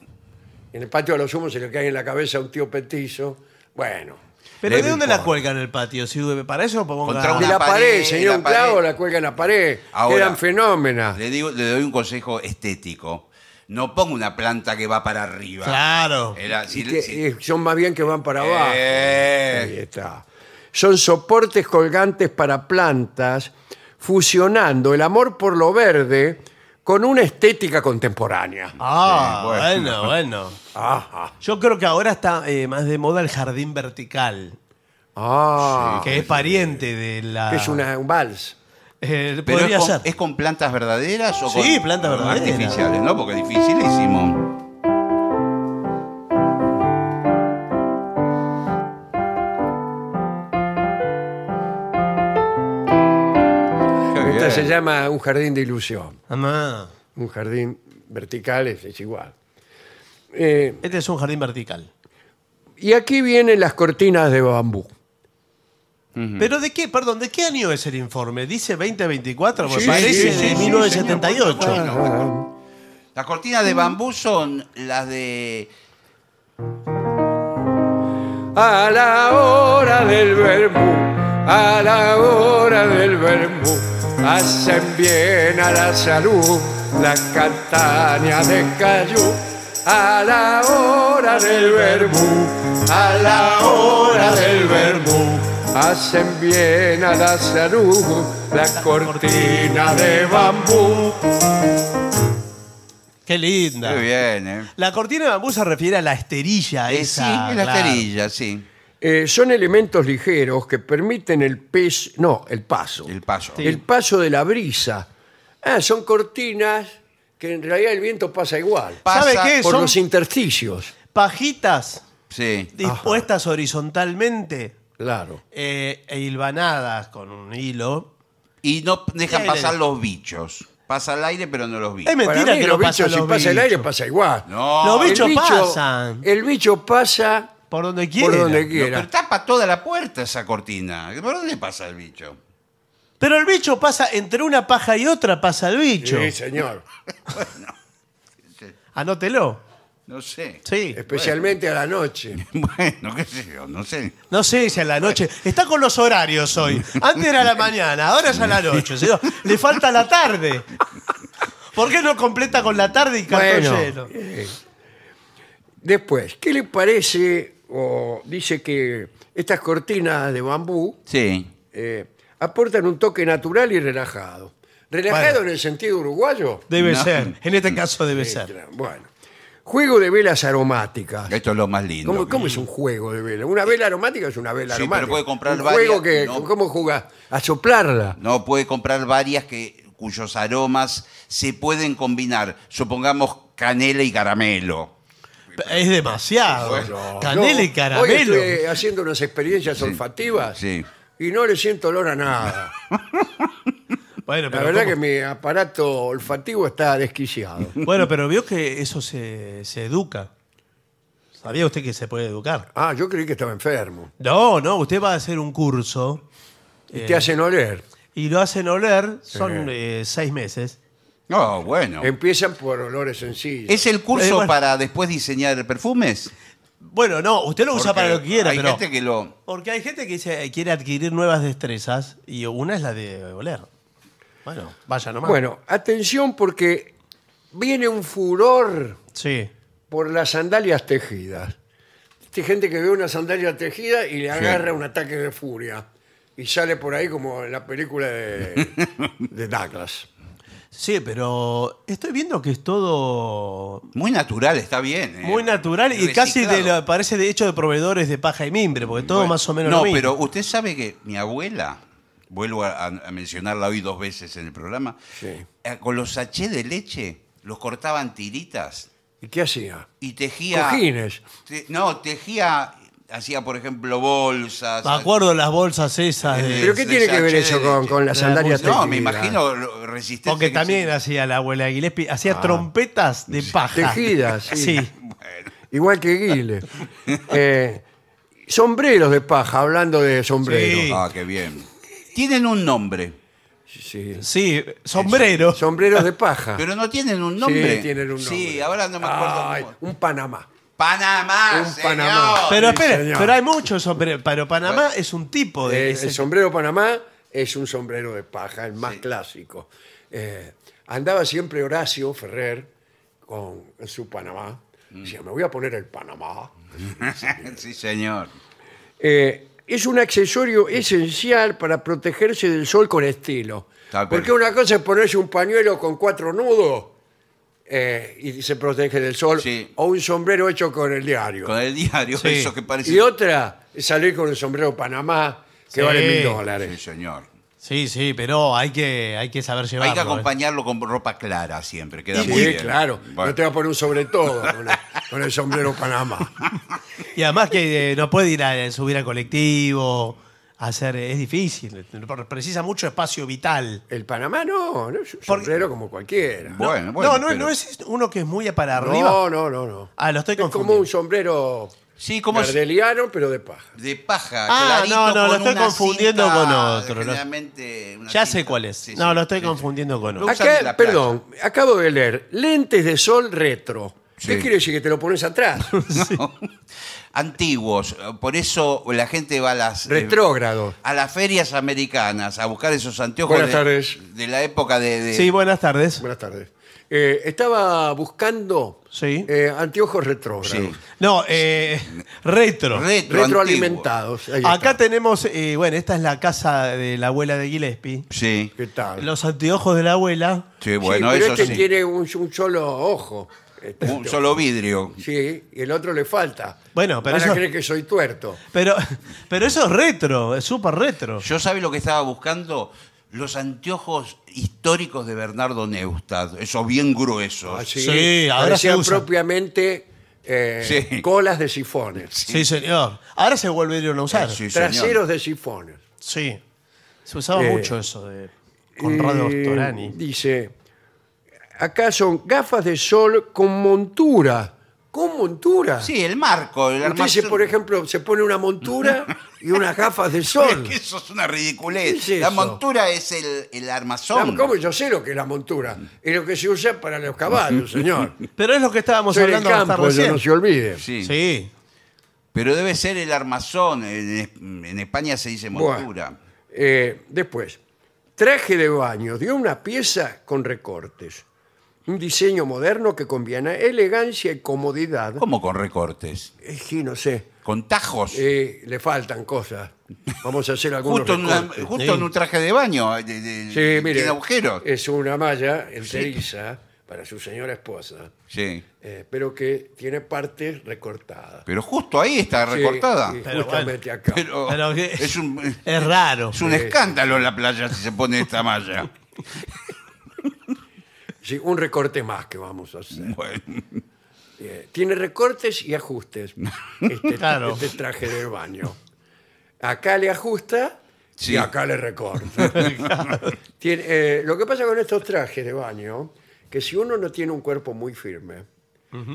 [SPEAKER 1] En el patio a los humos se le cae en la cabeza a un tío petizo. Bueno,
[SPEAKER 2] ¿Pero
[SPEAKER 3] No
[SPEAKER 2] de dónde
[SPEAKER 3] importa.
[SPEAKER 2] la cuelga en el patio? Si para eso pongo
[SPEAKER 3] Contra
[SPEAKER 1] De
[SPEAKER 3] una
[SPEAKER 1] la pared,
[SPEAKER 3] pared,
[SPEAKER 1] señor,
[SPEAKER 3] la
[SPEAKER 1] un clavo,
[SPEAKER 3] pared.
[SPEAKER 1] la cuelga en la pared.
[SPEAKER 3] Ahora-
[SPEAKER 1] Eran fenómenas.
[SPEAKER 3] Le, digo, le doy un consejo estético. No ponga una planta que va para arriba.
[SPEAKER 2] Claro.
[SPEAKER 3] Era-
[SPEAKER 1] Y
[SPEAKER 3] si-
[SPEAKER 1] que
[SPEAKER 3] si-
[SPEAKER 1] eh, son más bien que van para abajo.
[SPEAKER 3] Eh.
[SPEAKER 1] Ahí está. Son soportes colgantes para plantas, fusionando el amor por lo verde con una estética contemporánea.
[SPEAKER 2] Ah,
[SPEAKER 3] Sí, bueno.
[SPEAKER 2] bueno, bueno.
[SPEAKER 1] Ajá.
[SPEAKER 2] Yo creo que ahora está eh, más de moda el jardín vertical,
[SPEAKER 1] Ah,
[SPEAKER 2] que es pariente de la...
[SPEAKER 1] que es una, un vals.
[SPEAKER 2] Eh,
[SPEAKER 3] ¿Pero
[SPEAKER 2] podría
[SPEAKER 3] es con,
[SPEAKER 2] ser.
[SPEAKER 3] es con plantas verdaderas o
[SPEAKER 2] Sí,
[SPEAKER 3] con
[SPEAKER 2] plantas verdaderas.
[SPEAKER 3] artificiales? ¿no? Porque es dificilísimo. Qué
[SPEAKER 1] Esta
[SPEAKER 3] bien.
[SPEAKER 1] se llama un jardín de ilusión.
[SPEAKER 2] Ah,
[SPEAKER 1] Un jardín vertical es, es igual. Eh,
[SPEAKER 2] este es un jardín vertical.
[SPEAKER 1] y aquí vienen las cortinas de bambú.
[SPEAKER 3] Mm.
[SPEAKER 2] ¿Pero de qué? Perdón, ¿de qué año es el informe? ¿Dice 2024? Me
[SPEAKER 1] Sí,
[SPEAKER 2] parece
[SPEAKER 1] sí, sí,
[SPEAKER 2] de
[SPEAKER 1] sí,
[SPEAKER 2] 1978.
[SPEAKER 1] Ah,
[SPEAKER 3] Las cortinas de bambú son las de.
[SPEAKER 1] A la hora del vermú, a la hora del vermú, hacen bien a la salud las castañas de cayú. A la hora del vermú, a la hora del vermú, hacen bien a la salud las cortinas de bambú.
[SPEAKER 2] Qué linda.
[SPEAKER 3] Muy bien, ¿eh?
[SPEAKER 2] La cortina de bambú se refiere a la esterilla
[SPEAKER 3] Eh, sí,
[SPEAKER 2] esa.
[SPEAKER 3] es la
[SPEAKER 2] claro.
[SPEAKER 3] esterilla, sí.
[SPEAKER 1] Eh, son elementos ligeros que permiten el peso, no, el paso.
[SPEAKER 3] El paso.
[SPEAKER 2] Sí.
[SPEAKER 1] el paso de la brisa. Ah, son cortinas que en realidad el viento pasa igual.
[SPEAKER 3] Pasa
[SPEAKER 2] ¿Sabe qué?
[SPEAKER 1] por
[SPEAKER 2] eh, Son
[SPEAKER 1] los intersticios,
[SPEAKER 2] pajitas
[SPEAKER 3] Sí.
[SPEAKER 2] dispuestas horizontalmente
[SPEAKER 1] claro.
[SPEAKER 2] eh, e hilvanadas con un hilo.
[SPEAKER 3] Y no dejan
[SPEAKER 2] Aire.
[SPEAKER 3] pasar los bichos. Pasa el aire, pero no los bichos.
[SPEAKER 2] Es mentira
[SPEAKER 1] Para mí
[SPEAKER 2] que
[SPEAKER 1] los
[SPEAKER 2] no
[SPEAKER 1] bichos,
[SPEAKER 2] pasan
[SPEAKER 1] si
[SPEAKER 2] los
[SPEAKER 1] pasa el
[SPEAKER 2] bichos.
[SPEAKER 1] aire, pasa igual.
[SPEAKER 3] No,
[SPEAKER 2] Los
[SPEAKER 1] El
[SPEAKER 2] bichos
[SPEAKER 1] bicho-
[SPEAKER 2] pasan.
[SPEAKER 1] El bicho pasa
[SPEAKER 2] Por donde quiera.
[SPEAKER 1] por donde
[SPEAKER 3] No, pero
[SPEAKER 1] quiera.
[SPEAKER 3] tapa toda la puerta esa cortina. ¿Por dónde pasa el bicho?
[SPEAKER 2] Pero el bicho pasa entre una paja y otra, pasa el bicho.
[SPEAKER 1] Sí, señor.
[SPEAKER 2] Anótelo.
[SPEAKER 3] No sé.
[SPEAKER 2] Sí.
[SPEAKER 1] Especialmente a la noche.
[SPEAKER 3] Bueno, qué sé yo, no sé.
[SPEAKER 2] No sé si a la noche. Está con los horarios hoy. Antes era a la mañana, ahora es a la noche. señor. Le falta la tarde. ¿Por qué no completa con la tarde y cartón
[SPEAKER 1] Bueno,
[SPEAKER 2] lleno?
[SPEAKER 1] eh, después, ¿qué le parece? O dice que estas cortinas de bambú
[SPEAKER 3] Sí.
[SPEAKER 1] eh, aportan un toque natural y relajado. Relajado
[SPEAKER 2] Bueno.
[SPEAKER 1] en el sentido uruguayo. Eh,
[SPEAKER 2] Debe
[SPEAKER 3] No.
[SPEAKER 2] ser. En este caso debe ser.
[SPEAKER 1] Claro, Bueno. Juego de velas aromáticas.
[SPEAKER 3] Esto es lo más lindo.
[SPEAKER 1] ¿Cómo, cómo es un juego de vela? Una vela aromática es una vela
[SPEAKER 3] Sí, pero
[SPEAKER 1] aromática.
[SPEAKER 3] puede comprar
[SPEAKER 1] un
[SPEAKER 3] varias,
[SPEAKER 1] juego que,
[SPEAKER 3] ¿no?
[SPEAKER 1] ¿cómo jugás? A soplarla.
[SPEAKER 3] No, puede comprar varias que, cuyos aromas se pueden combinar. Supongamos canela y caramelo.
[SPEAKER 2] Es demasiado.
[SPEAKER 1] Bueno,
[SPEAKER 2] Canela y
[SPEAKER 1] yo Hoy
[SPEAKER 2] caramelo.
[SPEAKER 1] estoy haciendo unas experiencias olfativas
[SPEAKER 3] sí.
[SPEAKER 1] y no le siento olor a nada. La
[SPEAKER 2] Bueno, pero
[SPEAKER 1] verdad que
[SPEAKER 2] ¿cómo?
[SPEAKER 1] mi aparato olfativo está desquiciado.
[SPEAKER 2] Bueno, pero vio que eso se, se educa. ¿Sabía usted que se puede educar?
[SPEAKER 1] Ah, yo creí que estaba enfermo.
[SPEAKER 2] No, no, usted va a hacer un curso
[SPEAKER 1] Y
[SPEAKER 3] Eh.
[SPEAKER 1] te hacen oler.
[SPEAKER 2] y lo hacen oler, son
[SPEAKER 1] Sí.
[SPEAKER 2] eh, seis meses.
[SPEAKER 3] No, bueno.
[SPEAKER 1] Empiezan por olores sencillos.
[SPEAKER 3] ¿Es el curso
[SPEAKER 2] Eh, bueno.
[SPEAKER 3] para después diseñar perfumes?
[SPEAKER 2] Bueno, no, usted lo usa
[SPEAKER 3] Porque
[SPEAKER 2] para lo que quiera,
[SPEAKER 3] hay
[SPEAKER 2] pero.
[SPEAKER 3] gente que lo...
[SPEAKER 2] Porque hay gente que dice, eh, quiere adquirir nuevas destrezas y una es la de oler. Bueno, vaya nomás.
[SPEAKER 1] Bueno, atención porque viene un furor
[SPEAKER 2] Sí.
[SPEAKER 1] por las sandalias tejidas. Hay gente que ve una sandalia tejida y le agarra un ataque de furia. Y sale por ahí como en la película de, de Douglas.
[SPEAKER 2] Sí, pero estoy viendo que es todo
[SPEAKER 3] Muy natural, está bien. ¿eh?
[SPEAKER 2] muy natural y casi de
[SPEAKER 3] Reciclado.
[SPEAKER 2] la- parece de hecho de proveedores de paja y mimbre, porque todo
[SPEAKER 3] Bueno,
[SPEAKER 2] más o menos
[SPEAKER 3] No,
[SPEAKER 2] lo mismo.
[SPEAKER 3] pero usted sabe que mi abuela, vuelvo a, a mencionarla hoy dos veces en el programa,
[SPEAKER 1] Sí.
[SPEAKER 3] eh, con los sachets de leche los cortaban tiritas
[SPEAKER 1] ¿Y qué hacía?
[SPEAKER 3] y tejía.
[SPEAKER 1] Cojines.
[SPEAKER 3] te- no, tejía, hacía por ejemplo bolsas.
[SPEAKER 2] Me acuerdo las bolsas
[SPEAKER 3] Eh,
[SPEAKER 2] esas de-
[SPEAKER 1] ¿Pero qué
[SPEAKER 3] de
[SPEAKER 1] tiene que ver
[SPEAKER 3] sachet
[SPEAKER 1] eso
[SPEAKER 3] de
[SPEAKER 1] con,
[SPEAKER 3] leche.
[SPEAKER 1] con las
[SPEAKER 2] La
[SPEAKER 1] sandalias
[SPEAKER 2] música.
[SPEAKER 1] tejidas?
[SPEAKER 3] No, me imagino lo- resistencia.
[SPEAKER 2] Porque
[SPEAKER 3] que
[SPEAKER 2] también
[SPEAKER 3] se-
[SPEAKER 2] hacía la abuela Gillespie, hacía
[SPEAKER 3] Ah.
[SPEAKER 2] trompetas de paja.
[SPEAKER 1] Tejidas, sí.
[SPEAKER 2] Sí.
[SPEAKER 3] Bueno,
[SPEAKER 1] Igual que Guile. Eh, sombreros de paja, hablando de sombreros.
[SPEAKER 2] Sí.
[SPEAKER 3] Ah, qué bien. Tienen un nombre,
[SPEAKER 1] Sí.
[SPEAKER 2] Sí, sombrero.
[SPEAKER 1] Sombreros de paja.
[SPEAKER 3] pero no tienen un nombre.
[SPEAKER 1] Sí, tienen un nombre.
[SPEAKER 3] Sí, ahora no me acuerdo.
[SPEAKER 1] Ay,
[SPEAKER 3] cómo.
[SPEAKER 1] un Panamá.
[SPEAKER 3] Panamá,
[SPEAKER 1] Un
[SPEAKER 3] señor.
[SPEAKER 1] Panamá.
[SPEAKER 2] Pero
[SPEAKER 1] Sí,
[SPEAKER 2] espere,
[SPEAKER 1] señor.
[SPEAKER 2] pero hay muchos hombres. Pero Panamá es un tipo de.
[SPEAKER 1] Eh,
[SPEAKER 2] es-
[SPEAKER 1] el sombrero Panamá es un sombrero de paja, el más clásico. Eh, andaba siempre Horacio Ferrer con su Panamá.
[SPEAKER 3] Mm.
[SPEAKER 1] Decía, me voy a poner el Panamá.
[SPEAKER 3] sí, señor.
[SPEAKER 1] Eh, es un accesorio esencial para protegerse del sol con estilo.
[SPEAKER 3] Está
[SPEAKER 1] Porque
[SPEAKER 3] bien.
[SPEAKER 1] una cosa es ponerse un pañuelo con cuatro nudos eh, y se protege del sol,
[SPEAKER 3] Sí.
[SPEAKER 1] o un sombrero hecho con el diario.
[SPEAKER 3] Con el diario,
[SPEAKER 2] Sí.
[SPEAKER 3] eso que parece.
[SPEAKER 1] Y otra es salir con un sombrero Panamá que
[SPEAKER 2] Sí.
[SPEAKER 1] vale mil
[SPEAKER 3] Sí,
[SPEAKER 1] dólares.
[SPEAKER 3] señor.
[SPEAKER 2] Sí, sí, pero hay que, hay que saber llevarlo.
[SPEAKER 3] Hay que
[SPEAKER 2] ¿eh?
[SPEAKER 3] acompañarlo con ropa clara siempre, queda
[SPEAKER 1] Sí,
[SPEAKER 3] muy bien.
[SPEAKER 1] claro.
[SPEAKER 3] Bueno,
[SPEAKER 1] No te va a poner un sobre todo con el, con el sombrero Panamá.
[SPEAKER 2] Y además que eh, no puede ir a subir al colectivo, hacer. eh, Es difícil. Precisa mucho espacio vital.
[SPEAKER 1] El Panamá no, no es un sombrero como cualquiera.
[SPEAKER 3] No, Bueno, bueno,
[SPEAKER 2] no, no,
[SPEAKER 3] pero-
[SPEAKER 2] no es uno que es muy para arriba.
[SPEAKER 1] No, no, no, no.
[SPEAKER 2] Ah, lo estoy
[SPEAKER 1] es como
[SPEAKER 2] confundiendo.
[SPEAKER 1] un sombrero
[SPEAKER 3] Sí, como es-
[SPEAKER 1] gardeliano, pero de paja.
[SPEAKER 3] de paja.
[SPEAKER 2] Ah,
[SPEAKER 3] clarito,
[SPEAKER 2] no, no, lo
[SPEAKER 3] con
[SPEAKER 2] estoy
[SPEAKER 3] una
[SPEAKER 2] confundiendo
[SPEAKER 3] cinta,
[SPEAKER 2] con otro, ¿no?
[SPEAKER 3] generalmente una
[SPEAKER 2] Ya sé
[SPEAKER 3] cinta.
[SPEAKER 2] cuál es.
[SPEAKER 3] Sí,
[SPEAKER 2] no,
[SPEAKER 3] sí,
[SPEAKER 2] lo estoy
[SPEAKER 3] sí, sí.
[SPEAKER 2] confundiendo con
[SPEAKER 3] Lo
[SPEAKER 2] otro.
[SPEAKER 3] usan en
[SPEAKER 1] Acá,
[SPEAKER 3] la playa.
[SPEAKER 1] perdón, acabo de leer lentes de sol retro. ¿Qué
[SPEAKER 3] Sí.
[SPEAKER 1] quiere decir que te lo pones atrás?
[SPEAKER 3] Antiguos, por eso la gente va a las eh,
[SPEAKER 1] Retrógrado.
[SPEAKER 3] a las ferias americanas a buscar esos anteojos
[SPEAKER 1] Buenas
[SPEAKER 3] de,
[SPEAKER 1] tardes.
[SPEAKER 3] de la época de, de-
[SPEAKER 2] Sí, buenas tardes.
[SPEAKER 1] Buenas tardes. Eh, estaba buscando
[SPEAKER 2] Sí.
[SPEAKER 1] eh, anteojos retrógrados.
[SPEAKER 3] Sí.
[SPEAKER 2] No, eh, retro.
[SPEAKER 3] retro,
[SPEAKER 1] Retroalimentados. Ahí
[SPEAKER 2] Acá
[SPEAKER 1] está.
[SPEAKER 2] tenemos, eh, bueno, esta es la casa de la abuela de Gillespie.
[SPEAKER 3] antiguo. Sí,
[SPEAKER 1] ¿Qué tal?
[SPEAKER 2] Los anteojos de la abuela.
[SPEAKER 3] sí,
[SPEAKER 1] Sí,
[SPEAKER 3] bueno,
[SPEAKER 1] pero
[SPEAKER 3] eso
[SPEAKER 1] este
[SPEAKER 3] sí.
[SPEAKER 1] tiene un, un solo ojo. Este,
[SPEAKER 3] Un solo vidrio.
[SPEAKER 1] Sí, y el otro le falta.
[SPEAKER 2] Bueno, pero
[SPEAKER 1] Van a
[SPEAKER 2] eso-
[SPEAKER 1] creer que soy tuerto.
[SPEAKER 2] Pero, pero eso es retro, es súper retro.
[SPEAKER 3] Yo sabía lo que estaba buscando. Los anteojos históricos de Bernardo Neustadt, esos bien gruesos.
[SPEAKER 1] Así
[SPEAKER 2] Sí, ahora se
[SPEAKER 1] parecían
[SPEAKER 2] usa.
[SPEAKER 1] propiamente eh,
[SPEAKER 3] Sí.
[SPEAKER 1] colas de sifones,
[SPEAKER 2] Sí, señor. Ahora se volvieron a usar.
[SPEAKER 3] Sí,
[SPEAKER 2] Sí.
[SPEAKER 3] señor.
[SPEAKER 1] traseros de sifones.
[SPEAKER 2] Se usaba
[SPEAKER 1] Eh,
[SPEAKER 2] mucho eso de Conrado
[SPEAKER 1] Eh,
[SPEAKER 2] Storani.
[SPEAKER 1] Dice, acá son gafas de sol con montura. ¿Con montura?
[SPEAKER 3] Sí, el marco, el
[SPEAKER 1] Usted, se,
[SPEAKER 3] armazón.
[SPEAKER 1] por ejemplo, se pone una montura y unas gafas de
[SPEAKER 3] Es
[SPEAKER 1] sol.
[SPEAKER 3] que eso es una ridiculez.
[SPEAKER 1] ¿Qué es
[SPEAKER 3] la
[SPEAKER 1] eso?
[SPEAKER 3] montura es el, el armazón.
[SPEAKER 1] ¿Cómo? Yo sé lo que es la montura. Es lo que se usa para los caballos, señor.
[SPEAKER 2] Pero es lo que estábamos
[SPEAKER 1] Soy del
[SPEAKER 2] hablando hasta
[SPEAKER 1] campo, yo
[SPEAKER 2] recién.
[SPEAKER 1] no se olvide.
[SPEAKER 3] Sí.
[SPEAKER 2] Sí.
[SPEAKER 3] Pero debe ser el armazón. En, en España se dice
[SPEAKER 1] Bueno,
[SPEAKER 3] montura.
[SPEAKER 1] eh, después, traje de baño de una pieza con recortes. Un diseño moderno que combina elegancia y comodidad.
[SPEAKER 3] ¿Cómo con recortes?
[SPEAKER 1] Es que no sé,
[SPEAKER 3] ¿Con tajos?
[SPEAKER 1] eh, le faltan cosas. Vamos a hacer algunos
[SPEAKER 3] justo en, una-
[SPEAKER 1] recortes.
[SPEAKER 3] justo en un traje de baño. eh, de- de-
[SPEAKER 1] Sí,
[SPEAKER 3] que
[SPEAKER 1] mire, eh,
[SPEAKER 3] Tiene agujeros.
[SPEAKER 1] es una malla enteriza para su señora esposa,
[SPEAKER 3] Sí.
[SPEAKER 1] eh, pero que tiene partes recortadas.
[SPEAKER 3] Pero justo ahí está
[SPEAKER 1] Sí,
[SPEAKER 3] recortada.
[SPEAKER 1] sí,
[SPEAKER 2] Pero
[SPEAKER 1] justamente acá.
[SPEAKER 3] Pero,
[SPEAKER 2] Pero que-
[SPEAKER 3] es un...
[SPEAKER 2] Es raro.
[SPEAKER 3] Es un escándalo en la playa si se pone esta malla.
[SPEAKER 1] Sí, un recorte más que vamos a hacer.
[SPEAKER 3] Bueno,
[SPEAKER 1] Eh, tiene recortes y ajustes. Este,
[SPEAKER 2] Claro.
[SPEAKER 1] este traje del baño. Acá le ajusta y
[SPEAKER 3] Sí.
[SPEAKER 1] acá le recorta. Tiene, eh, lo que pasa con estos trajes de baño, que si uno no tiene un cuerpo muy firme,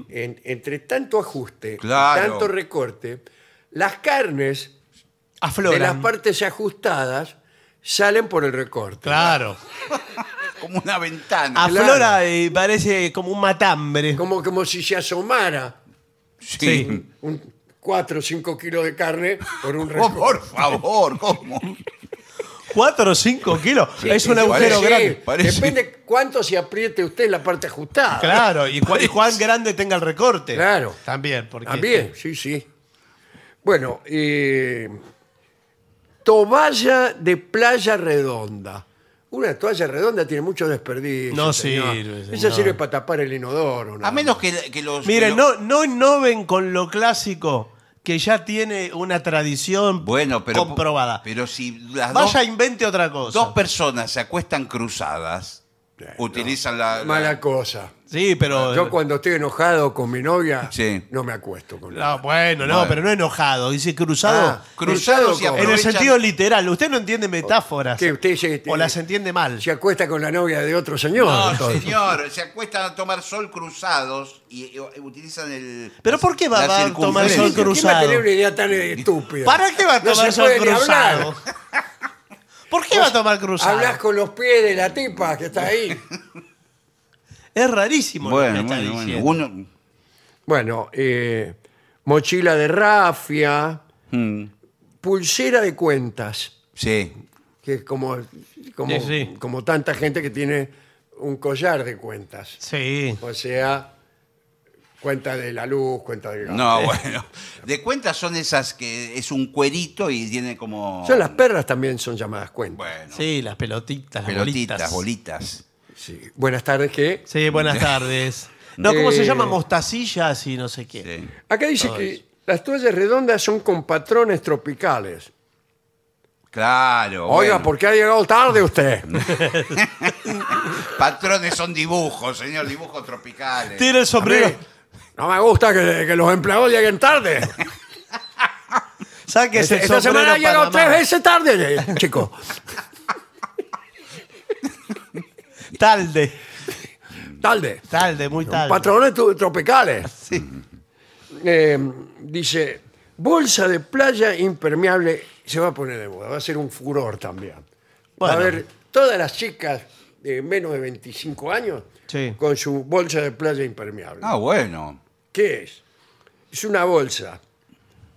[SPEAKER 1] en- entre tanto ajuste, y
[SPEAKER 3] Claro.
[SPEAKER 1] tanto recorte, las carnes de las
[SPEAKER 2] Afloran.
[SPEAKER 1] partes ajustadas salen por el recorte.
[SPEAKER 2] Claro.
[SPEAKER 3] como una ventana.
[SPEAKER 2] Aflora y parece como un matambre.
[SPEAKER 1] Como, como si se asomara
[SPEAKER 3] Sí.
[SPEAKER 2] sí.
[SPEAKER 1] un 4 o 5 kilos de carne por un
[SPEAKER 3] Oh,
[SPEAKER 1] recorte.
[SPEAKER 3] por favor, ¿cómo?
[SPEAKER 2] Cuatro o cinco kilos. es un
[SPEAKER 1] Sí,
[SPEAKER 2] agujero
[SPEAKER 1] sí,
[SPEAKER 2] grande.
[SPEAKER 3] parece.
[SPEAKER 1] Depende cuánto se apriete usted en la parte ajustada.
[SPEAKER 2] Claro, y, cua- y cuán grande tenga el recorte.
[SPEAKER 1] Claro.
[SPEAKER 2] También, porque. este-
[SPEAKER 1] También, sí, sí. Bueno, eh, toalla de playa redonda. Una toalla redonda tiene mucho desperdicio.
[SPEAKER 2] No
[SPEAKER 1] señor.
[SPEAKER 2] sirve, señor.
[SPEAKER 1] Esa sirve para tapar el inodoro. nada
[SPEAKER 3] A menos
[SPEAKER 1] más.
[SPEAKER 3] que, la- que los. que
[SPEAKER 2] Miren,
[SPEAKER 3] los-
[SPEAKER 2] no, no innoven con lo clásico, que ya tiene una tradición
[SPEAKER 3] Bueno, pero.
[SPEAKER 2] comprobada.
[SPEAKER 3] Pero si las dos,
[SPEAKER 2] Vaya, invente otra cosa.
[SPEAKER 3] dos personas se acuestan cruzadas, utilizan la. la-
[SPEAKER 1] Mala cosa.
[SPEAKER 2] sí, pero.
[SPEAKER 1] Yo cuando estoy enojado con mi novia,
[SPEAKER 3] Sí.
[SPEAKER 1] no me acuesto con
[SPEAKER 2] No,
[SPEAKER 1] ella.
[SPEAKER 2] bueno, no,
[SPEAKER 3] Bueno.
[SPEAKER 2] pero no enojado. Dice cruzado.
[SPEAKER 1] Ah,
[SPEAKER 3] Cruzados y
[SPEAKER 1] ¿cómo?
[SPEAKER 2] en el
[SPEAKER 3] aprovechan-
[SPEAKER 2] sentido literal. Usted no entiende metáforas.
[SPEAKER 1] ¿Qué? Usted se-
[SPEAKER 2] o las entiende mal.
[SPEAKER 1] Se acuesta con la novia de otro señor.
[SPEAKER 3] No,
[SPEAKER 1] entonces.
[SPEAKER 3] señor, se acuestan a tomar sol cruzados y, y utilizan el.
[SPEAKER 2] ¿Pero por qué va-
[SPEAKER 3] la
[SPEAKER 2] va a tomar
[SPEAKER 3] circunferencia.
[SPEAKER 2] sol
[SPEAKER 1] ¿Quién va a
[SPEAKER 2] cruzado?
[SPEAKER 1] tener una idea tan estúpida?
[SPEAKER 2] ¿Para qué va a
[SPEAKER 1] No
[SPEAKER 2] tomar
[SPEAKER 1] se
[SPEAKER 2] sol
[SPEAKER 1] puede ni hablar.
[SPEAKER 2] cruzado? ¿Por qué va a tomar cruzado?
[SPEAKER 1] Hablas con los pies de la tipa que está ahí.
[SPEAKER 2] Es rarísimo lo que
[SPEAKER 3] Bueno,
[SPEAKER 2] está
[SPEAKER 3] bueno, bueno.
[SPEAKER 2] diciendo.
[SPEAKER 3] Uno,
[SPEAKER 1] Bueno, eh, mochila de rafia,
[SPEAKER 3] Mm,
[SPEAKER 1] pulsera de cuentas,
[SPEAKER 3] sí.
[SPEAKER 1] que es como, como,
[SPEAKER 2] Sí, sí.
[SPEAKER 1] como tanta gente que tiene un collar de cuentas.
[SPEAKER 2] Sí.
[SPEAKER 1] O sea, cuenta de la luz, cuenta del gas.
[SPEAKER 3] No, bueno. De cuentas son esas que es un cuerito y tiene como.
[SPEAKER 1] Son las perras también son llamadas cuentas.
[SPEAKER 3] Bueno,
[SPEAKER 2] Sí, las pelotitas, las
[SPEAKER 3] pelotitas,
[SPEAKER 2] bolitas.
[SPEAKER 3] bolitas.
[SPEAKER 1] Sí. Buenas tardes, ¿qué?
[SPEAKER 2] Sí, buenas tardes. No, ¿cómo
[SPEAKER 1] Eh,
[SPEAKER 2] se llama? Mostacillas y no sé qué.
[SPEAKER 3] Sí.
[SPEAKER 1] Acá dice que las toallas redondas son con patrones tropicales.
[SPEAKER 3] Claro.
[SPEAKER 1] Oiga,
[SPEAKER 3] bueno.
[SPEAKER 1] ¿por qué ha llegado tarde usted?
[SPEAKER 3] Patrones son dibujos, señor, dibujos tropicales.
[SPEAKER 2] Tira el sombrero,
[SPEAKER 1] No me gusta que, que los empleados lleguen tarde.
[SPEAKER 2] saque
[SPEAKER 1] Esta
[SPEAKER 2] ese
[SPEAKER 1] esta
[SPEAKER 2] sombrero
[SPEAKER 1] semana ha llegado
[SPEAKER 2] Panamá.
[SPEAKER 1] tres veces tarde, eh, chico.
[SPEAKER 2] Talde,
[SPEAKER 1] Tarde.
[SPEAKER 2] talde, muy talde.
[SPEAKER 1] Patrones tu- tropicales. Eh, dice, bolsa de playa impermeable se va a poner de moda, va a ser un furor también. Va a
[SPEAKER 2] Bueno.
[SPEAKER 1] haber todas las chicas de menos de 25 años
[SPEAKER 2] Sí.
[SPEAKER 1] con su bolsa de playa impermeable.
[SPEAKER 3] Ah, bueno.
[SPEAKER 1] ¿Qué es? Es una bolsa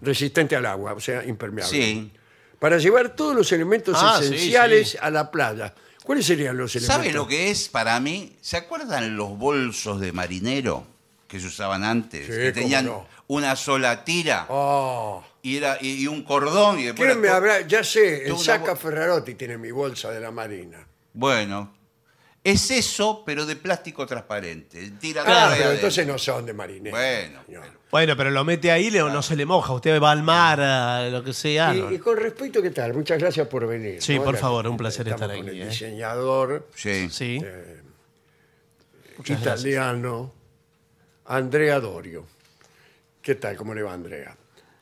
[SPEAKER 1] resistente al agua, o sea, impermeable.
[SPEAKER 3] Sí.
[SPEAKER 1] Para llevar todos los elementos
[SPEAKER 2] Ah, sí,
[SPEAKER 1] esenciales
[SPEAKER 2] sí.
[SPEAKER 1] a la playa. ¿Cuáles serían los elementos?
[SPEAKER 3] ¿Sabe lo que es para mí? ¿Se acuerdan los bolsos de marinero que se usaban antes?
[SPEAKER 1] Sí,
[SPEAKER 3] que
[SPEAKER 1] cómo
[SPEAKER 3] tenían
[SPEAKER 1] no.
[SPEAKER 3] una sola tira
[SPEAKER 1] Oh.
[SPEAKER 3] y, era, y, y un cordón. Y después
[SPEAKER 1] ¿Quién me
[SPEAKER 3] era to-
[SPEAKER 1] habrá? Ya sé, el
[SPEAKER 3] Toda una
[SPEAKER 1] Saca
[SPEAKER 3] bo-
[SPEAKER 1] Ferrarotti tiene mi bolsa de la Marina.
[SPEAKER 3] Bueno, es eso, pero de plástico transparente. Tira todo
[SPEAKER 1] Ah,
[SPEAKER 3] ahí
[SPEAKER 1] pero
[SPEAKER 3] adentro.
[SPEAKER 1] entonces no son de marinero.
[SPEAKER 3] Bueno,
[SPEAKER 1] señor.
[SPEAKER 2] Bueno, pero lo mete ahí, Leo, no se le moja. Usted va al mar, a lo que sea.
[SPEAKER 1] Y-
[SPEAKER 2] no.
[SPEAKER 1] y, con respecto, ¿qué tal? Muchas gracias por venir.
[SPEAKER 2] Sí, por
[SPEAKER 1] La-
[SPEAKER 2] favor, un placer
[SPEAKER 1] estamos
[SPEAKER 2] estar
[SPEAKER 1] con
[SPEAKER 2] aquí,
[SPEAKER 1] El
[SPEAKER 2] eh.
[SPEAKER 1] diseñador
[SPEAKER 3] Sí.
[SPEAKER 2] Sí.
[SPEAKER 1] italiano Andrea Dorio. ¿Qué tal? ¿Cómo le va, Andrea?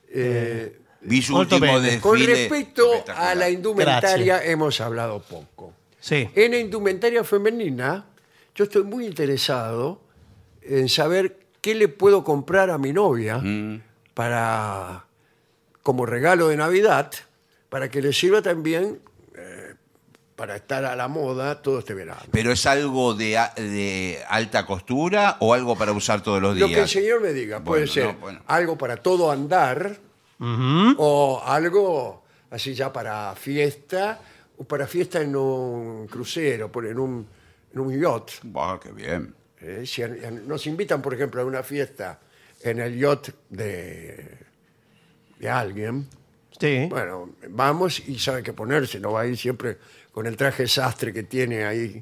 [SPEAKER 1] Eh,
[SPEAKER 3] Vi su
[SPEAKER 2] Molto
[SPEAKER 3] último
[SPEAKER 2] bene.
[SPEAKER 3] desfile.
[SPEAKER 1] con respecto a
[SPEAKER 3] espectacular.
[SPEAKER 1] la indumentaria, hemos hablado poco.
[SPEAKER 2] Sí.
[SPEAKER 1] En la indumentaria femenina, yo estoy muy interesado en saber qué le puedo comprar a mi novia
[SPEAKER 3] Mm.
[SPEAKER 1] para como regalo de Navidad, para que le sirva también eh, para estar a la moda todo este verano.
[SPEAKER 3] ¿Pero es algo de, a- de alta costura o algo para usar todos los
[SPEAKER 1] Lo
[SPEAKER 3] días?
[SPEAKER 1] que el señor me diga puede
[SPEAKER 3] Bueno,
[SPEAKER 1] ser
[SPEAKER 3] no, bueno.
[SPEAKER 1] algo para todo andar
[SPEAKER 2] Ujú.
[SPEAKER 1] o algo así ya para fiesta o para fiesta en un crucero, por- en un, en un yacht.
[SPEAKER 3] Bah, qué bien.
[SPEAKER 1] Eh, si a- a- nos invitan, por ejemplo, a una fiesta en el yacht de, de alguien,
[SPEAKER 2] Sí.
[SPEAKER 1] bueno, vamos y sabe qué ponerse, no va a ir siempre con el traje sastre que tiene ahí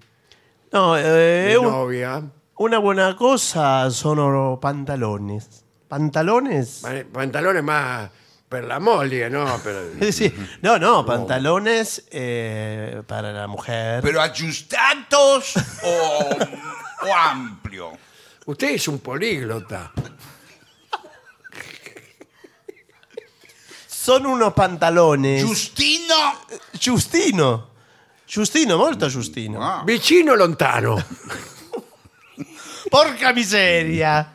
[SPEAKER 2] No,
[SPEAKER 1] mi
[SPEAKER 2] eh, un-
[SPEAKER 1] novia.
[SPEAKER 2] una buena cosa son oro- pantalones. ¿Pantalones?
[SPEAKER 1] Pa- Pantalones más perlamolia, ¿no? Pero,
[SPEAKER 2] Sí. No, no, pantalones eh, para la mujer.
[SPEAKER 3] ¿Pero ajustados o, o amplio?
[SPEAKER 1] usted es un políglota.
[SPEAKER 2] Son unos pantalones.
[SPEAKER 3] ¿Justino?
[SPEAKER 2] Justino. Justino, molto Justino.
[SPEAKER 3] Ah,
[SPEAKER 1] Vicino lontano.
[SPEAKER 2] Porca miseria.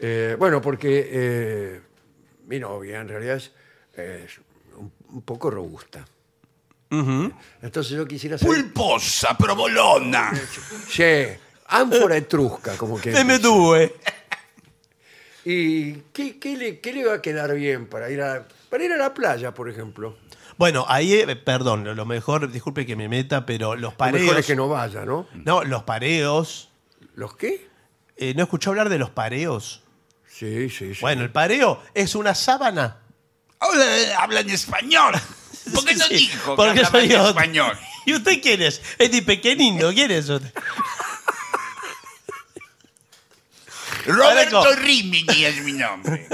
[SPEAKER 1] Eh, bueno, porque eh, mi novia en realidad es, es un, un poco robusta. Entonces yo quisiera saber
[SPEAKER 3] Pulposa, provolona.
[SPEAKER 1] Sí, ánfora etrusca, como que.
[SPEAKER 2] Deme due.
[SPEAKER 1] ¿Y qué, qué le, qué le va a quedar bien para ir a, para ir a la playa, por ejemplo?
[SPEAKER 2] Bueno, ahí, eh, perdón, lo- lo mejor, disculpe que me meta, pero los
[SPEAKER 1] Lo mejor es
[SPEAKER 2] pareos.
[SPEAKER 1] que no vaya, ¿no?
[SPEAKER 2] No, los pareos.
[SPEAKER 1] ¿Los qué?
[SPEAKER 2] Eh, ¿No escuchó hablar de los pareos?
[SPEAKER 1] Sí, sí, sí.
[SPEAKER 2] Bueno, el pareo es una sábana.
[SPEAKER 3] Habla- Hablan español. ¿Por qué no
[SPEAKER 2] Sí,
[SPEAKER 3] dijo
[SPEAKER 2] porque
[SPEAKER 3] que hablaban
[SPEAKER 2] soy otro.
[SPEAKER 3] español?
[SPEAKER 2] ¿Y usted quién es? Es de pequeñino, ¿quién es usted?
[SPEAKER 3] Roberto
[SPEAKER 2] Parezco.
[SPEAKER 3] Rimini es mi nombre.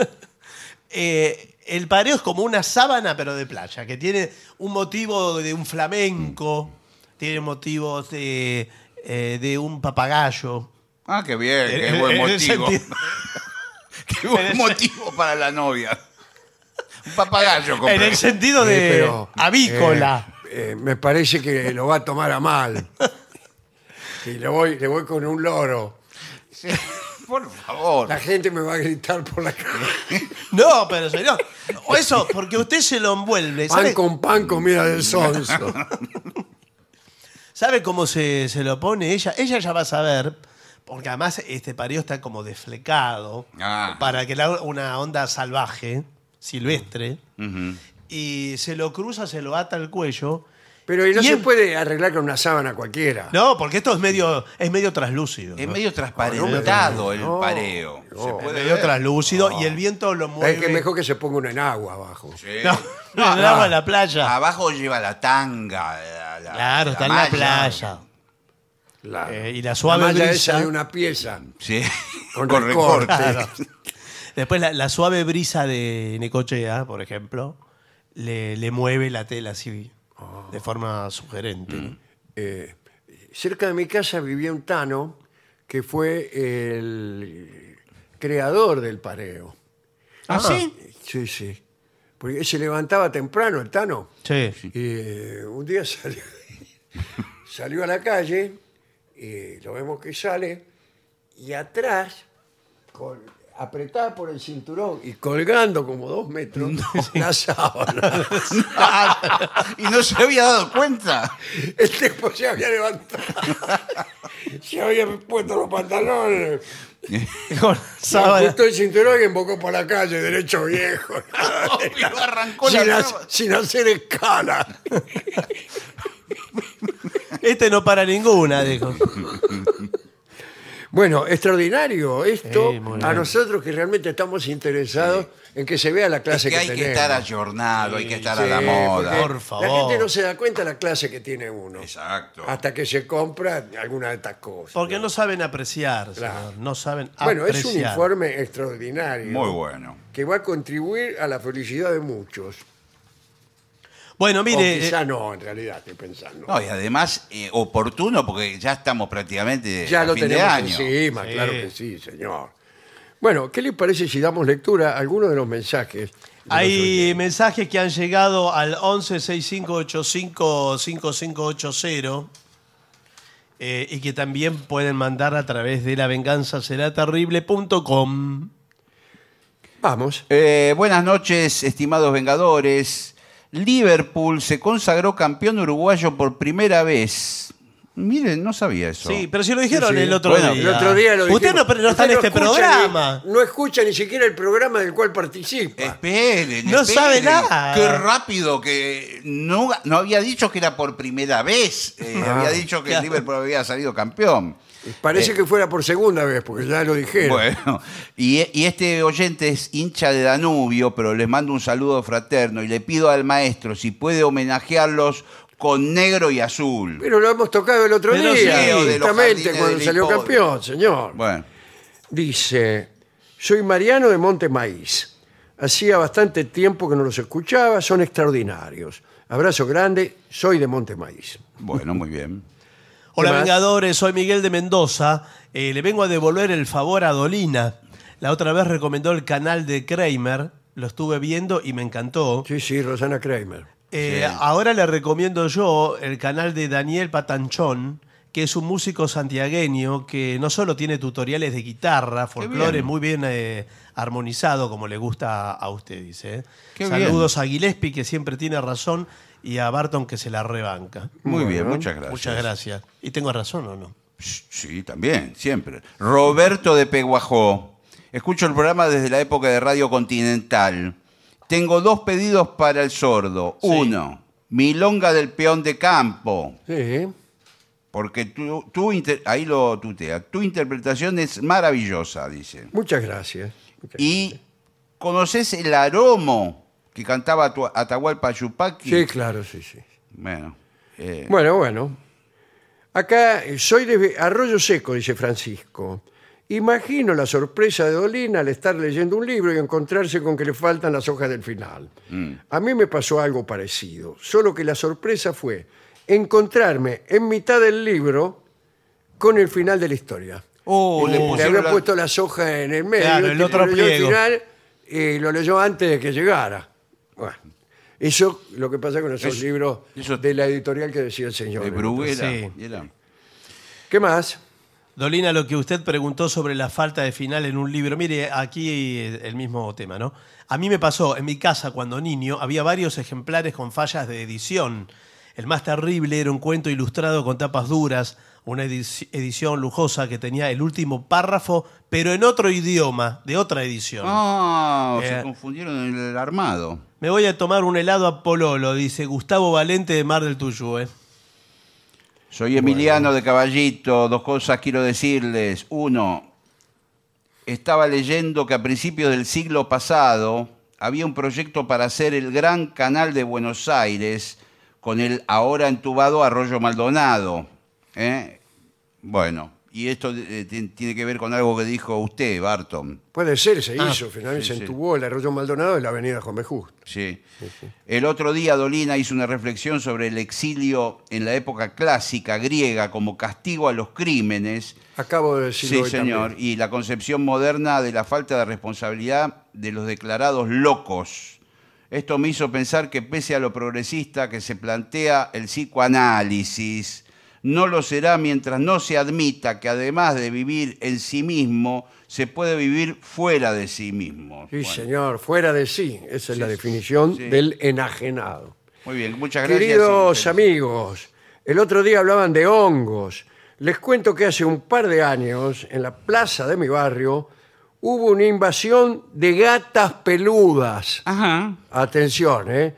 [SPEAKER 2] Eh, el pareo es como una sábana, pero de playa, que tiene un motivo de un flamenco, tiene motivos de, eh, de un papagayo.
[SPEAKER 3] Ah, qué bien,
[SPEAKER 2] En-
[SPEAKER 3] qué
[SPEAKER 2] en- en
[SPEAKER 3] buen
[SPEAKER 2] el
[SPEAKER 3] motivo.
[SPEAKER 2] sentido-
[SPEAKER 3] Qué
[SPEAKER 2] en
[SPEAKER 3] buen
[SPEAKER 2] el-
[SPEAKER 3] motivo para la novia. Un papagayo compré.
[SPEAKER 2] En el sentido
[SPEAKER 1] Sí,
[SPEAKER 2] de
[SPEAKER 1] Eh, pero,
[SPEAKER 2] avícola.
[SPEAKER 1] eh, eh, me parece que lo va a tomar a mal. Y le voy, le voy con un loro.
[SPEAKER 3] Sí, Por favor.
[SPEAKER 1] La gente me va a gritar por la calle.
[SPEAKER 2] No, pero señor. O eso, porque usted se lo envuelve.
[SPEAKER 1] Pan
[SPEAKER 2] ¿Sabe,
[SPEAKER 1] con pan, comida del sonso.
[SPEAKER 2] sabe cómo se, se lo pone ella? Ella ya va a saber, Porque además este pareo está como desflecado
[SPEAKER 3] Ah.
[SPEAKER 2] para que la- una onda salvaje, silvestre,
[SPEAKER 3] Ujú.
[SPEAKER 2] y se lo cruza, se lo ata al cuello.
[SPEAKER 1] Pero y no
[SPEAKER 2] Y
[SPEAKER 1] se
[SPEAKER 2] en-
[SPEAKER 1] puede arreglar con una sábana cualquiera.
[SPEAKER 2] No, porque esto es medio, es medio traslúcido.
[SPEAKER 3] Es
[SPEAKER 2] ¿no?
[SPEAKER 3] medio transparentado el
[SPEAKER 1] no,
[SPEAKER 3] pareo.
[SPEAKER 1] no.
[SPEAKER 3] Se puede
[SPEAKER 2] Es medio
[SPEAKER 3] ver.
[SPEAKER 2] traslúcido y el viento lo mueve.
[SPEAKER 1] es que mejor que se ponga uno en agua abajo.
[SPEAKER 3] Sí.
[SPEAKER 2] No, no, en el agua de la playa.
[SPEAKER 3] Abajo lleva la tanga. la- Ah, la-
[SPEAKER 2] Claro, está en la
[SPEAKER 3] malla.
[SPEAKER 2] playa.
[SPEAKER 1] Claro.
[SPEAKER 2] Eh, y la suave
[SPEAKER 1] malla
[SPEAKER 2] brisa.
[SPEAKER 1] esa de una pieza
[SPEAKER 3] Sí.
[SPEAKER 1] con,
[SPEAKER 3] Con
[SPEAKER 1] recorte.
[SPEAKER 3] recorte.
[SPEAKER 2] Claro. Después la, la suave brisa de Necochea, por ejemplo, le, le mueve la tela así,
[SPEAKER 1] Ah.
[SPEAKER 2] de forma sugerente.
[SPEAKER 1] Eh, cerca de mi casa vivía un tano que fue el creador del pareo.
[SPEAKER 3] ¿Ah, sí?
[SPEAKER 1] Sí, sí. Porque se levantaba temprano el tano.
[SPEAKER 2] Sí.
[SPEAKER 1] Y eh, un día salió, salió a la calle, y lo vemos que sale, y atrás, con- apretada por el cinturón y colgando como dos metros, la sábana.
[SPEAKER 3] y no se había dado cuenta.
[SPEAKER 1] El tipo se había levantado, se había puesto los pantalones,
[SPEAKER 2] Con
[SPEAKER 1] se
[SPEAKER 2] sábana.
[SPEAKER 1] ajustó el cinturón y embocó para la calle, derecho viejo.
[SPEAKER 3] Obvio, arrancó la
[SPEAKER 1] sin, ha-
[SPEAKER 3] sábana.
[SPEAKER 1] sin hacer escala.
[SPEAKER 2] Este no para ninguna, dijo.
[SPEAKER 1] Bueno, extraordinario esto
[SPEAKER 2] Sí, muy
[SPEAKER 1] a
[SPEAKER 2] bien.
[SPEAKER 1] nosotros que realmente estamos interesados en que se vea la
[SPEAKER 3] Es
[SPEAKER 1] clase
[SPEAKER 3] que hay que
[SPEAKER 1] tenemos.
[SPEAKER 3] estar ayornado, hay que estar a
[SPEAKER 1] Sí,
[SPEAKER 3] la moda.
[SPEAKER 1] porque
[SPEAKER 2] Por
[SPEAKER 1] La
[SPEAKER 2] favor.
[SPEAKER 1] gente no se da cuenta de la clase que tiene uno.
[SPEAKER 3] Exacto.
[SPEAKER 2] Ah,
[SPEAKER 1] Hasta que se compra alguna de estas cosas.
[SPEAKER 2] Porque no saben apreciar, señor,
[SPEAKER 1] Claro.
[SPEAKER 2] No saben
[SPEAKER 1] bueno, es un
[SPEAKER 2] apreciar.
[SPEAKER 1] informe extraordinario.
[SPEAKER 3] Muy bueno.
[SPEAKER 1] Que va a contribuir a la felicidad de muchos.
[SPEAKER 2] Bueno, mire.
[SPEAKER 1] o
[SPEAKER 2] eh,
[SPEAKER 1] quizá no, en realidad, estoy pensando.
[SPEAKER 3] No, y además eh, oportuno porque ya estamos prácticamente
[SPEAKER 1] ya
[SPEAKER 3] a
[SPEAKER 1] lo
[SPEAKER 3] fin de
[SPEAKER 1] tenemos
[SPEAKER 3] año.
[SPEAKER 1] encima,
[SPEAKER 2] Sí.
[SPEAKER 1] claro que sí, señor. Bueno, ¿qué le parece si damos lectura a alguno de los mensajes? de los
[SPEAKER 2] eh, Hay
[SPEAKER 1] oyentes?
[SPEAKER 2] mensajes que han llegado al 1165855580 eh, y que también pueden mandar a través de lavenganzaseraterrible.com.
[SPEAKER 1] Vamos.
[SPEAKER 3] Eh, buenas noches, estimados Vengadores. Liverpool se consagró campeón uruguayo por primera vez. Miren, no sabía eso.
[SPEAKER 2] Sí, pero si lo dijeron
[SPEAKER 1] Sí, sí.
[SPEAKER 2] el otro
[SPEAKER 3] Bueno,
[SPEAKER 2] día.
[SPEAKER 1] El otro día lo
[SPEAKER 2] Usted no,
[SPEAKER 1] dijimos.
[SPEAKER 2] pero no está en
[SPEAKER 1] Usted
[SPEAKER 2] este
[SPEAKER 1] escucha ni-
[SPEAKER 2] programa. Eh,
[SPEAKER 1] no escucha ni siquiera el programa del cual participa.
[SPEAKER 3] Esperen,
[SPEAKER 2] No
[SPEAKER 3] esperen.
[SPEAKER 2] sabe nada.
[SPEAKER 3] Qué rápido que no, no había dicho que era por primera vez. Eh, había dicho que el
[SPEAKER 2] Ah. Claro.
[SPEAKER 3] Liverpool había salido campeón.
[SPEAKER 2] eh.
[SPEAKER 1] Parece que fuera por segunda vez, porque ya lo dijeron.
[SPEAKER 3] Bueno, y, y este oyente es hincha de Danubio, pero les mando un saludo fraterno y le pido al maestro si puede homenajearlos con negro y azul.
[SPEAKER 1] Pero lo hemos tocado el otro
[SPEAKER 2] Pero
[SPEAKER 1] día,
[SPEAKER 2] sí, o de
[SPEAKER 3] los
[SPEAKER 1] justamente
[SPEAKER 3] jardines
[SPEAKER 1] cuando
[SPEAKER 3] del
[SPEAKER 1] salió
[SPEAKER 3] hipódromo.
[SPEAKER 1] campeón, señor.
[SPEAKER 3] Bueno,
[SPEAKER 1] Dice, soy Mariano de Montemaíz. Hacía bastante tiempo que no los escuchaba, son extraordinarios. Abrazo grande, soy de Montemaíz.
[SPEAKER 3] bueno, muy bien.
[SPEAKER 2] Hola
[SPEAKER 1] ¿Qué más?
[SPEAKER 2] Vengadores, soy Miguel de Mendoza. Eh, le vengo a devolver el favor a Dolina. La otra vez recomendó el canal de Kramer. Lo estuve viendo y me encantó.
[SPEAKER 1] Sí, sí, Rosana Kramer.
[SPEAKER 2] Eh, Ahora le recomiendo yo el canal de Daniel Patanchón, que es un músico santiagueño que no solo tiene tutoriales de guitarra, folclore
[SPEAKER 3] bien.
[SPEAKER 2] muy bien eh, armonizado, como le gusta a usted, dice. ¿eh?
[SPEAKER 3] Qué
[SPEAKER 2] Saludos a Gillespie, que siempre tiene razón, y a Barton, que se la rebanca.
[SPEAKER 3] Muy bien, muchas gracias.
[SPEAKER 2] Muchas gracias. ¿Y tengo razón o no?
[SPEAKER 3] Sí, también, siempre. Roberto de Peguajó. Escucho el programa desde la época de Radio Continental. Tengo dos pedidos para el sordo.
[SPEAKER 2] Sí.
[SPEAKER 3] Uno, Milonga del Peón de Campo.
[SPEAKER 1] Sí.
[SPEAKER 3] Porque tú, tú inter- ahí lo tutea. Tu interpretación es maravillosa, dice.
[SPEAKER 1] Muchas gracias. Muchas
[SPEAKER 3] Y conoces el aromo que cantaba Atua- Atahualpa Yupanqui.
[SPEAKER 1] gracias. Sí, claro, sí, sí.
[SPEAKER 3] Bueno, eh,
[SPEAKER 1] Bueno, bueno. Acá eh, soy de Arroyo Seco, dice Francisco. Imagino la sorpresa de Dolina al estar leyendo un libro y encontrarse con que le faltan las hojas del final. A mí me pasó algo parecido, solo que la sorpresa fue encontrarme en mitad del libro con el final de la historia.
[SPEAKER 3] oh, le
[SPEAKER 1] le
[SPEAKER 2] Eh,
[SPEAKER 3] pusieron
[SPEAKER 1] había
[SPEAKER 3] la-
[SPEAKER 1] puesto las hojas en el medio,
[SPEAKER 2] Claro, el
[SPEAKER 1] tipo
[SPEAKER 2] otro
[SPEAKER 1] leyó
[SPEAKER 2] pliego.
[SPEAKER 1] final y lo leyó antes de que llegara. Bueno, eso lo que pasa con esos
[SPEAKER 3] Eso-
[SPEAKER 1] libros
[SPEAKER 3] eso-
[SPEAKER 1] de la editorial que decía el señor.
[SPEAKER 3] de Bruguera.
[SPEAKER 2] Sí.
[SPEAKER 3] Era-
[SPEAKER 1] ¿Qué más?
[SPEAKER 2] Dolina, lo que usted preguntó sobre la falta de final en un libro, mire, aquí eh, el mismo tema, ¿no? A mí me pasó, en mi casa cuando niño, había varios ejemplares con fallas de edición. El más terrible era un cuento ilustrado con tapas duras, una edici- edición lujosa que tenía el último párrafo, pero en otro idioma, de otra edición.
[SPEAKER 3] Ah,
[SPEAKER 2] Eh.
[SPEAKER 3] se confundieron en el armado.
[SPEAKER 2] Me voy a tomar un helado a Pololo, dice Gustavo Valente de Mar del Tuyú. ¿eh?
[SPEAKER 3] Soy Emiliano de Caballito, dos cosas quiero decirles. Uno, estaba leyendo que a principios del siglo pasado había un proyecto para hacer el gran canal de Buenos Aires con el ahora entubado Arroyo Maldonado. ¿eh? Bueno, y esto eh, ti- tiene que ver con algo que dijo usted, Barton.
[SPEAKER 1] Puede ser, se
[SPEAKER 2] Ah,
[SPEAKER 1] hizo, finalmente
[SPEAKER 3] sí,
[SPEAKER 1] se
[SPEAKER 3] sí.
[SPEAKER 1] entubó el arroyo Maldonado de la avenida Juan B. Justo.
[SPEAKER 3] Sí. El otro día Dolina hizo una reflexión sobre el exilio en la época clásica griega como castigo a los crímenes.
[SPEAKER 1] Acabo de
[SPEAKER 3] Sí,
[SPEAKER 1] decirlo hoy
[SPEAKER 3] señor.
[SPEAKER 1] también.
[SPEAKER 3] Y la concepción moderna de la falta de responsabilidad de los declarados locos. Esto me hizo pensar que pese a lo progresista que se plantea el psicoanálisis, no lo será mientras no se admita que además de vivir en sí mismo, se puede vivir fuera de sí mismo.
[SPEAKER 1] Sí,
[SPEAKER 3] Bueno,
[SPEAKER 1] señor, fuera de sí. Esa es la
[SPEAKER 3] sí,
[SPEAKER 1] definición
[SPEAKER 3] sí.
[SPEAKER 1] del enajenado.
[SPEAKER 3] Muy bien, muchas gracias.
[SPEAKER 1] Queridos
[SPEAKER 3] Interes-
[SPEAKER 1] amigos, el otro día hablaban de hongos. Les cuento que hace un par de años, en la plaza de mi barrio, hubo una invasión de gatas peludas.
[SPEAKER 3] Ajá.
[SPEAKER 1] Atención, ¿eh?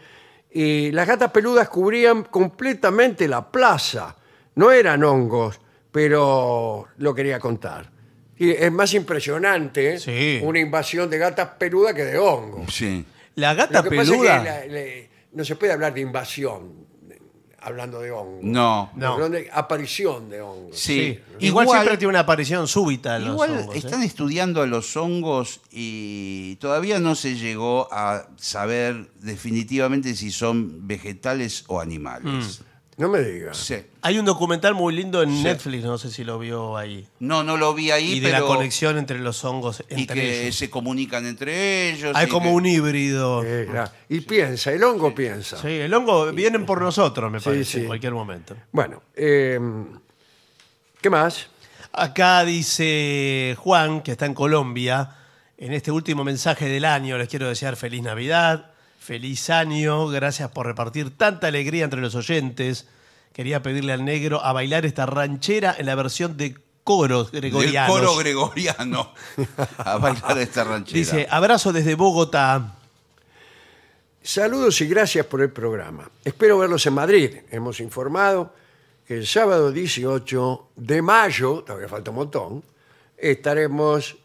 [SPEAKER 1] Y las gatas peludas cubrían completamente la plaza. No eran hongos, pero lo quería contar. Y es más impresionante ¿eh?
[SPEAKER 2] Sí.
[SPEAKER 1] una invasión de gatas peludas que de hongos.
[SPEAKER 3] Sí.
[SPEAKER 2] La
[SPEAKER 1] Lo
[SPEAKER 2] gata
[SPEAKER 1] que pasa es que
[SPEAKER 2] peluda.
[SPEAKER 1] la- le- no se puede hablar de invasión eh, hablando de hongos.
[SPEAKER 3] No.
[SPEAKER 2] No.
[SPEAKER 1] Hablando de aparición de hongos.
[SPEAKER 3] Sí.
[SPEAKER 2] Igual, siempre tiene una aparición súbita. en los
[SPEAKER 3] Igual
[SPEAKER 2] hongos, ¿eh?
[SPEAKER 3] están estudiando a los hongos y todavía no se llegó a saber definitivamente si son vegetales o animales.
[SPEAKER 2] Mm.
[SPEAKER 1] No me digas.
[SPEAKER 3] Sí.
[SPEAKER 2] Hay un documental muy lindo en Netflix, no sé si lo vio ahí.
[SPEAKER 3] No, no lo vi ahí,
[SPEAKER 2] y de la
[SPEAKER 3] pero
[SPEAKER 2] conexión entre los hongos
[SPEAKER 3] y
[SPEAKER 2] entre
[SPEAKER 3] que
[SPEAKER 2] ellos.
[SPEAKER 3] se comunican entre ellos.
[SPEAKER 2] Hay
[SPEAKER 3] y
[SPEAKER 2] como
[SPEAKER 3] que-
[SPEAKER 2] un híbrido.
[SPEAKER 1] Eh, claro. y piensa, el hongo piensa.
[SPEAKER 2] Sí, el hongo vienen por nosotros, me
[SPEAKER 1] Sí,
[SPEAKER 2] parece,
[SPEAKER 1] sí.
[SPEAKER 2] en cualquier momento.
[SPEAKER 1] Bueno, eh, ¿qué más?
[SPEAKER 2] Acá dice Juan, que está en Colombia, en este último mensaje del año les quiero desear feliz Navidad, feliz año, gracias por repartir tanta alegría entre los oyentes. Quería pedirle al negro a bailar esta ranchera en la versión de coros
[SPEAKER 3] del
[SPEAKER 2] gregorianos.
[SPEAKER 3] coro gregoriano a bailar esta ranchera.
[SPEAKER 2] dice, abrazo desde Bogotá.
[SPEAKER 1] Saludos y gracias por el programa. Espero verlos en Madrid. Hemos informado que el sábado 18 de mayo, todavía falta un montón, estaremos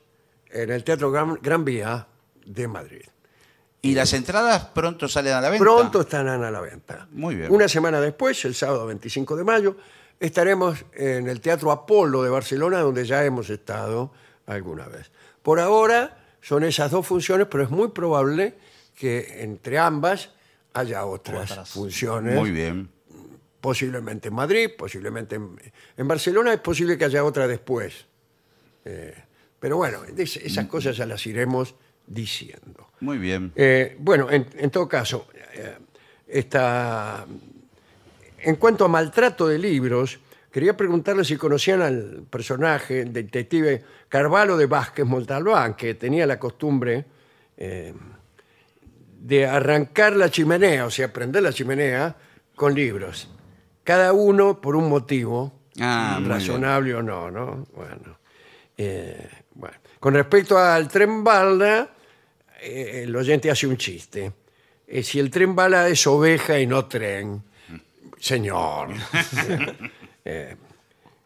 [SPEAKER 1] en el Teatro Gran, Gran Vía de Madrid.
[SPEAKER 2] eh,
[SPEAKER 3] y las entradas pronto salen a la venta.
[SPEAKER 1] Pronto estarán a la venta.
[SPEAKER 3] Muy bien.
[SPEAKER 1] Una semana después, el sábado 25 de mayo, estaremos en el Teatro Apolo de Barcelona, donde ya hemos estado alguna vez. Por ahora son esas dos funciones, pero es muy probable que entre ambas haya otras,
[SPEAKER 2] Otras. ¿eh?
[SPEAKER 1] funciones.
[SPEAKER 3] Muy bien.
[SPEAKER 1] Posiblemente en Madrid, posiblemente en, en Barcelona, es posible que haya otra después. Eh, pero bueno, es-
[SPEAKER 3] Mm.
[SPEAKER 1] esas cosas ya las iremos diciendo.
[SPEAKER 3] Muy bien.
[SPEAKER 1] Eh, bueno, en, en todo caso, eh, esta- en cuanto a maltrato de libros, quería preguntarle si conocían al personaje, el detective Carvalho de Vázquez Montalbán, que tenía la costumbre eh, de arrancar la chimenea, o sea, prender la chimenea con libros, cada uno por un motivo
[SPEAKER 3] Ah, muy bien.
[SPEAKER 1] razonable o no, ¿no? Bueno. Eh, bueno. Con respecto al tren bala, eh, el oyente hace un chiste. Eh, si el tren bala es oveja y no tren, señor. Eh,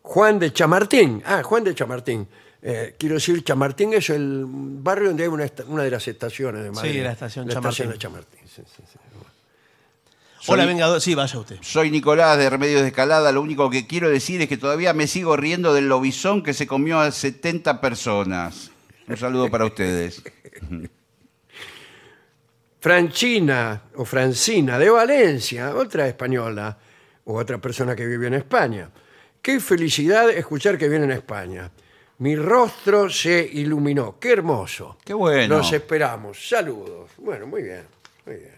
[SPEAKER 1] Juan de Chamartín. Ah, Juan de Chamartín. Eh, quiero decir, Chamartín es el barrio donde hay una, esta- una de las estaciones de Madrid.
[SPEAKER 2] la estación
[SPEAKER 1] de Chamartín. sí, sí, sí.
[SPEAKER 2] Hola,
[SPEAKER 3] Soy-
[SPEAKER 2] Vengador. Sí, vaya usted.
[SPEAKER 3] Soy Nicolás de Remedios de Escalada. Lo único que quiero decir es que todavía me sigo riendo del lobizón que se comió a 70 personas. Un saludo para ustedes.
[SPEAKER 1] Franchina o Francina de Valencia, otra española o otra persona que vive en España. Qué felicidad escuchar que vienen a España. Mi rostro se iluminó. Qué hermoso.
[SPEAKER 3] Qué bueno.
[SPEAKER 1] Los esperamos. Saludos. Bueno, muy bien. Muy bien.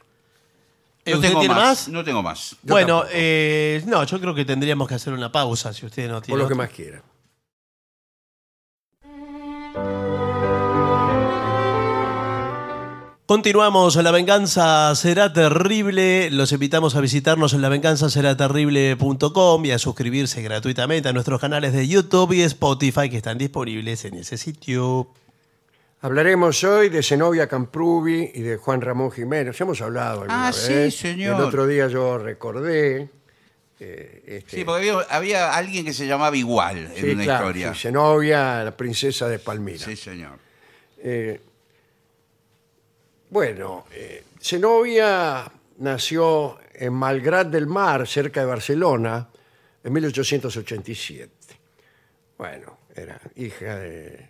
[SPEAKER 2] Eh, ¿Usted tiene más?
[SPEAKER 3] No tengo más.
[SPEAKER 1] Yo
[SPEAKER 2] bueno,
[SPEAKER 1] tampoco.
[SPEAKER 2] eh, no, yo creo que tendríamos que hacer una pausa si usted no tiene.
[SPEAKER 1] Por lo que
[SPEAKER 2] otra.
[SPEAKER 1] más quiera.
[SPEAKER 2] Continuamos en La Venganza Será Terrible. Los invitamos a visitarnos en lavenganzaseraterrible.com y a suscribirse gratuitamente a nuestros canales de YouTube y Spotify que están disponibles en ese sitio.
[SPEAKER 1] Hablaremos hoy de Zenobia Camprubi y de Juan Ramón Jiménez. Ya hemos hablado alguna
[SPEAKER 3] Ah, sí,
[SPEAKER 1] vez.
[SPEAKER 3] señor.
[SPEAKER 1] El otro día yo recordé. eh, este,
[SPEAKER 3] Sí, porque había, había alguien que se llamaba igual en
[SPEAKER 1] sí,
[SPEAKER 3] una
[SPEAKER 1] claro,
[SPEAKER 3] historia.
[SPEAKER 1] sí, Zenobia, la princesa de Palmira.
[SPEAKER 3] Sí, señor.
[SPEAKER 1] Eh, bueno, eh, Zenobia nació en Malgrat del Mar, cerca de Barcelona, en 1887. Bueno, era hija de,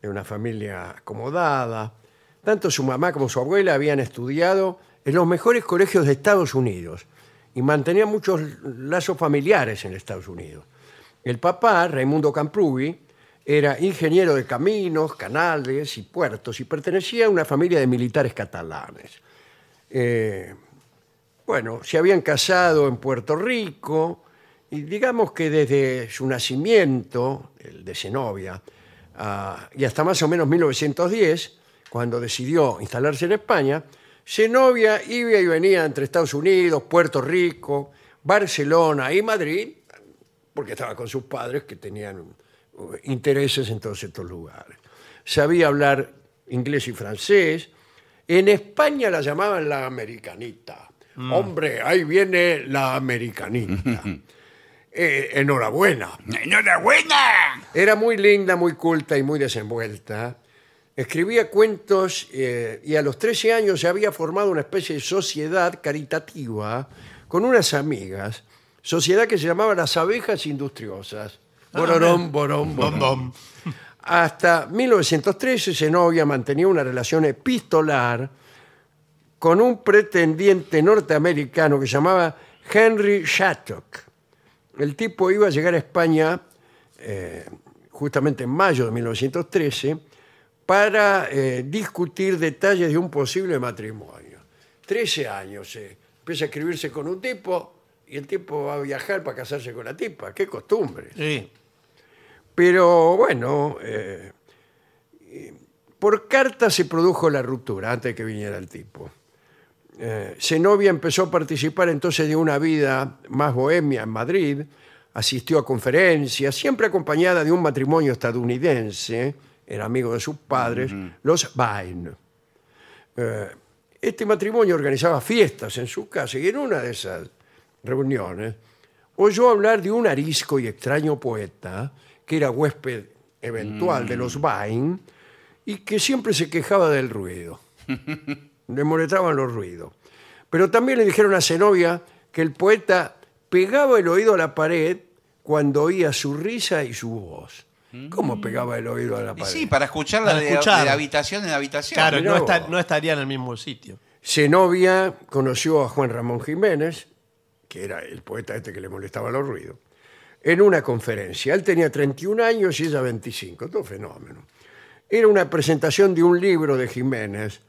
[SPEAKER 1] de una familia acomodada. Tanto su mamá como su abuela habían estudiado en los mejores colegios de Estados Unidos y mantenían muchos lazos familiares en Estados Unidos. El papá, Raimundo Camprubi, era ingeniero de caminos, canales y puertos y pertenecía a una familia de militares catalanes. Eh, bueno, se habían casado en Puerto Rico y digamos que desde su nacimiento, el de Zenobia, ah, y hasta más o menos 1910, cuando decidió instalarse en España, Zenobia iba y venía entre Estados Unidos, Puerto Rico, Barcelona y Madrid, porque estaba con sus padres que tenían eh, intereses en todos estos lugares. Sabía hablar inglés y francés. En España la llamaban la americanita. Hombre, ahí viene la americanita. Eh, enhorabuena.
[SPEAKER 3] ¡Enhorabuena!
[SPEAKER 1] Era muy linda, muy culta y muy desenvuelta. Escribía cuentos eh, y a los 13 años se había formado una especie de sociedad caritativa con unas amigas, sociedad que se llamaba Las Abejas Industriosas. Bororón, borón, borón. Hasta 1913 Zenobia mantenía una relación epistolar con un pretendiente norteamericano que se llamaba Henry Shattuck. El tipo iba a llegar a España eh, justamente en mayo de 1913 para eh, discutir detalles de un posible matrimonio. 13 años, eh, empieza a escribirse con un tipo y el tipo va a viajar para casarse con la tipa. ¡Qué costumbre!
[SPEAKER 2] Sí.
[SPEAKER 1] Pero bueno, eh, eh, por carta se produjo la ruptura antes de que viniera el tipo. Eh, Zenobia empezó a participar entonces de una vida más bohemia en Madrid, asistió a conferencias, siempre acompañada de un matrimonio estadounidense, era amigo de sus padres, los Bain. Eh, este matrimonio organizaba fiestas en su casa y en una de esas reuniones oyó hablar de un arisco y extraño poeta que era huésped eventual de
[SPEAKER 3] Mm.
[SPEAKER 1] los Bain y que siempre se quejaba del ruido. Le molestaban los ruidos. Pero también le dijeron a Zenobia que el poeta pegaba el oído a la pared cuando oía su risa y su voz. ¿Cómo pegaba el oído a la
[SPEAKER 3] Mm. Y
[SPEAKER 1] pared?
[SPEAKER 3] sí, para escucharla
[SPEAKER 2] Para
[SPEAKER 3] de,
[SPEAKER 2] escuchar.
[SPEAKER 3] de habitación en habitación.
[SPEAKER 2] Claro,
[SPEAKER 1] mirá
[SPEAKER 2] no, está-
[SPEAKER 1] vos.
[SPEAKER 2] no estaría en el mismo sitio.
[SPEAKER 1] Zenobia conoció a Juan Ramón Jiménez, que era el poeta este que le molestaba los ruidos, en una conferencia. Él tenía 31 años y ella 25, todo fenómeno. Era una presentación de un libro de Jiménez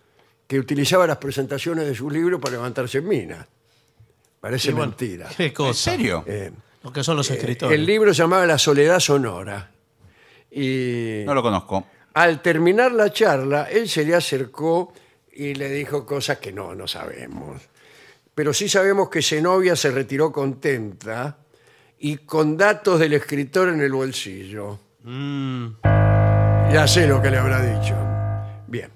[SPEAKER 1] que utilizaba las presentaciones de sus libros para levantarse en mina. Parece
[SPEAKER 2] Y bueno,
[SPEAKER 1] mentira.
[SPEAKER 2] ¿Qué cosa?
[SPEAKER 3] ¿En serio?
[SPEAKER 1] Eh,
[SPEAKER 2] Lo que son los escritores.
[SPEAKER 1] el libro se llamaba La Soledad Sonora. Y
[SPEAKER 3] No lo conozco.
[SPEAKER 1] al terminar la charla, él se le acercó y le dijo cosas que no, no sabemos. Pero sí sabemos que Zenobia se retiró contenta y con datos del escritor en el bolsillo.
[SPEAKER 2] Mm,
[SPEAKER 1] Ya sé lo que le habrá dicho. Bien.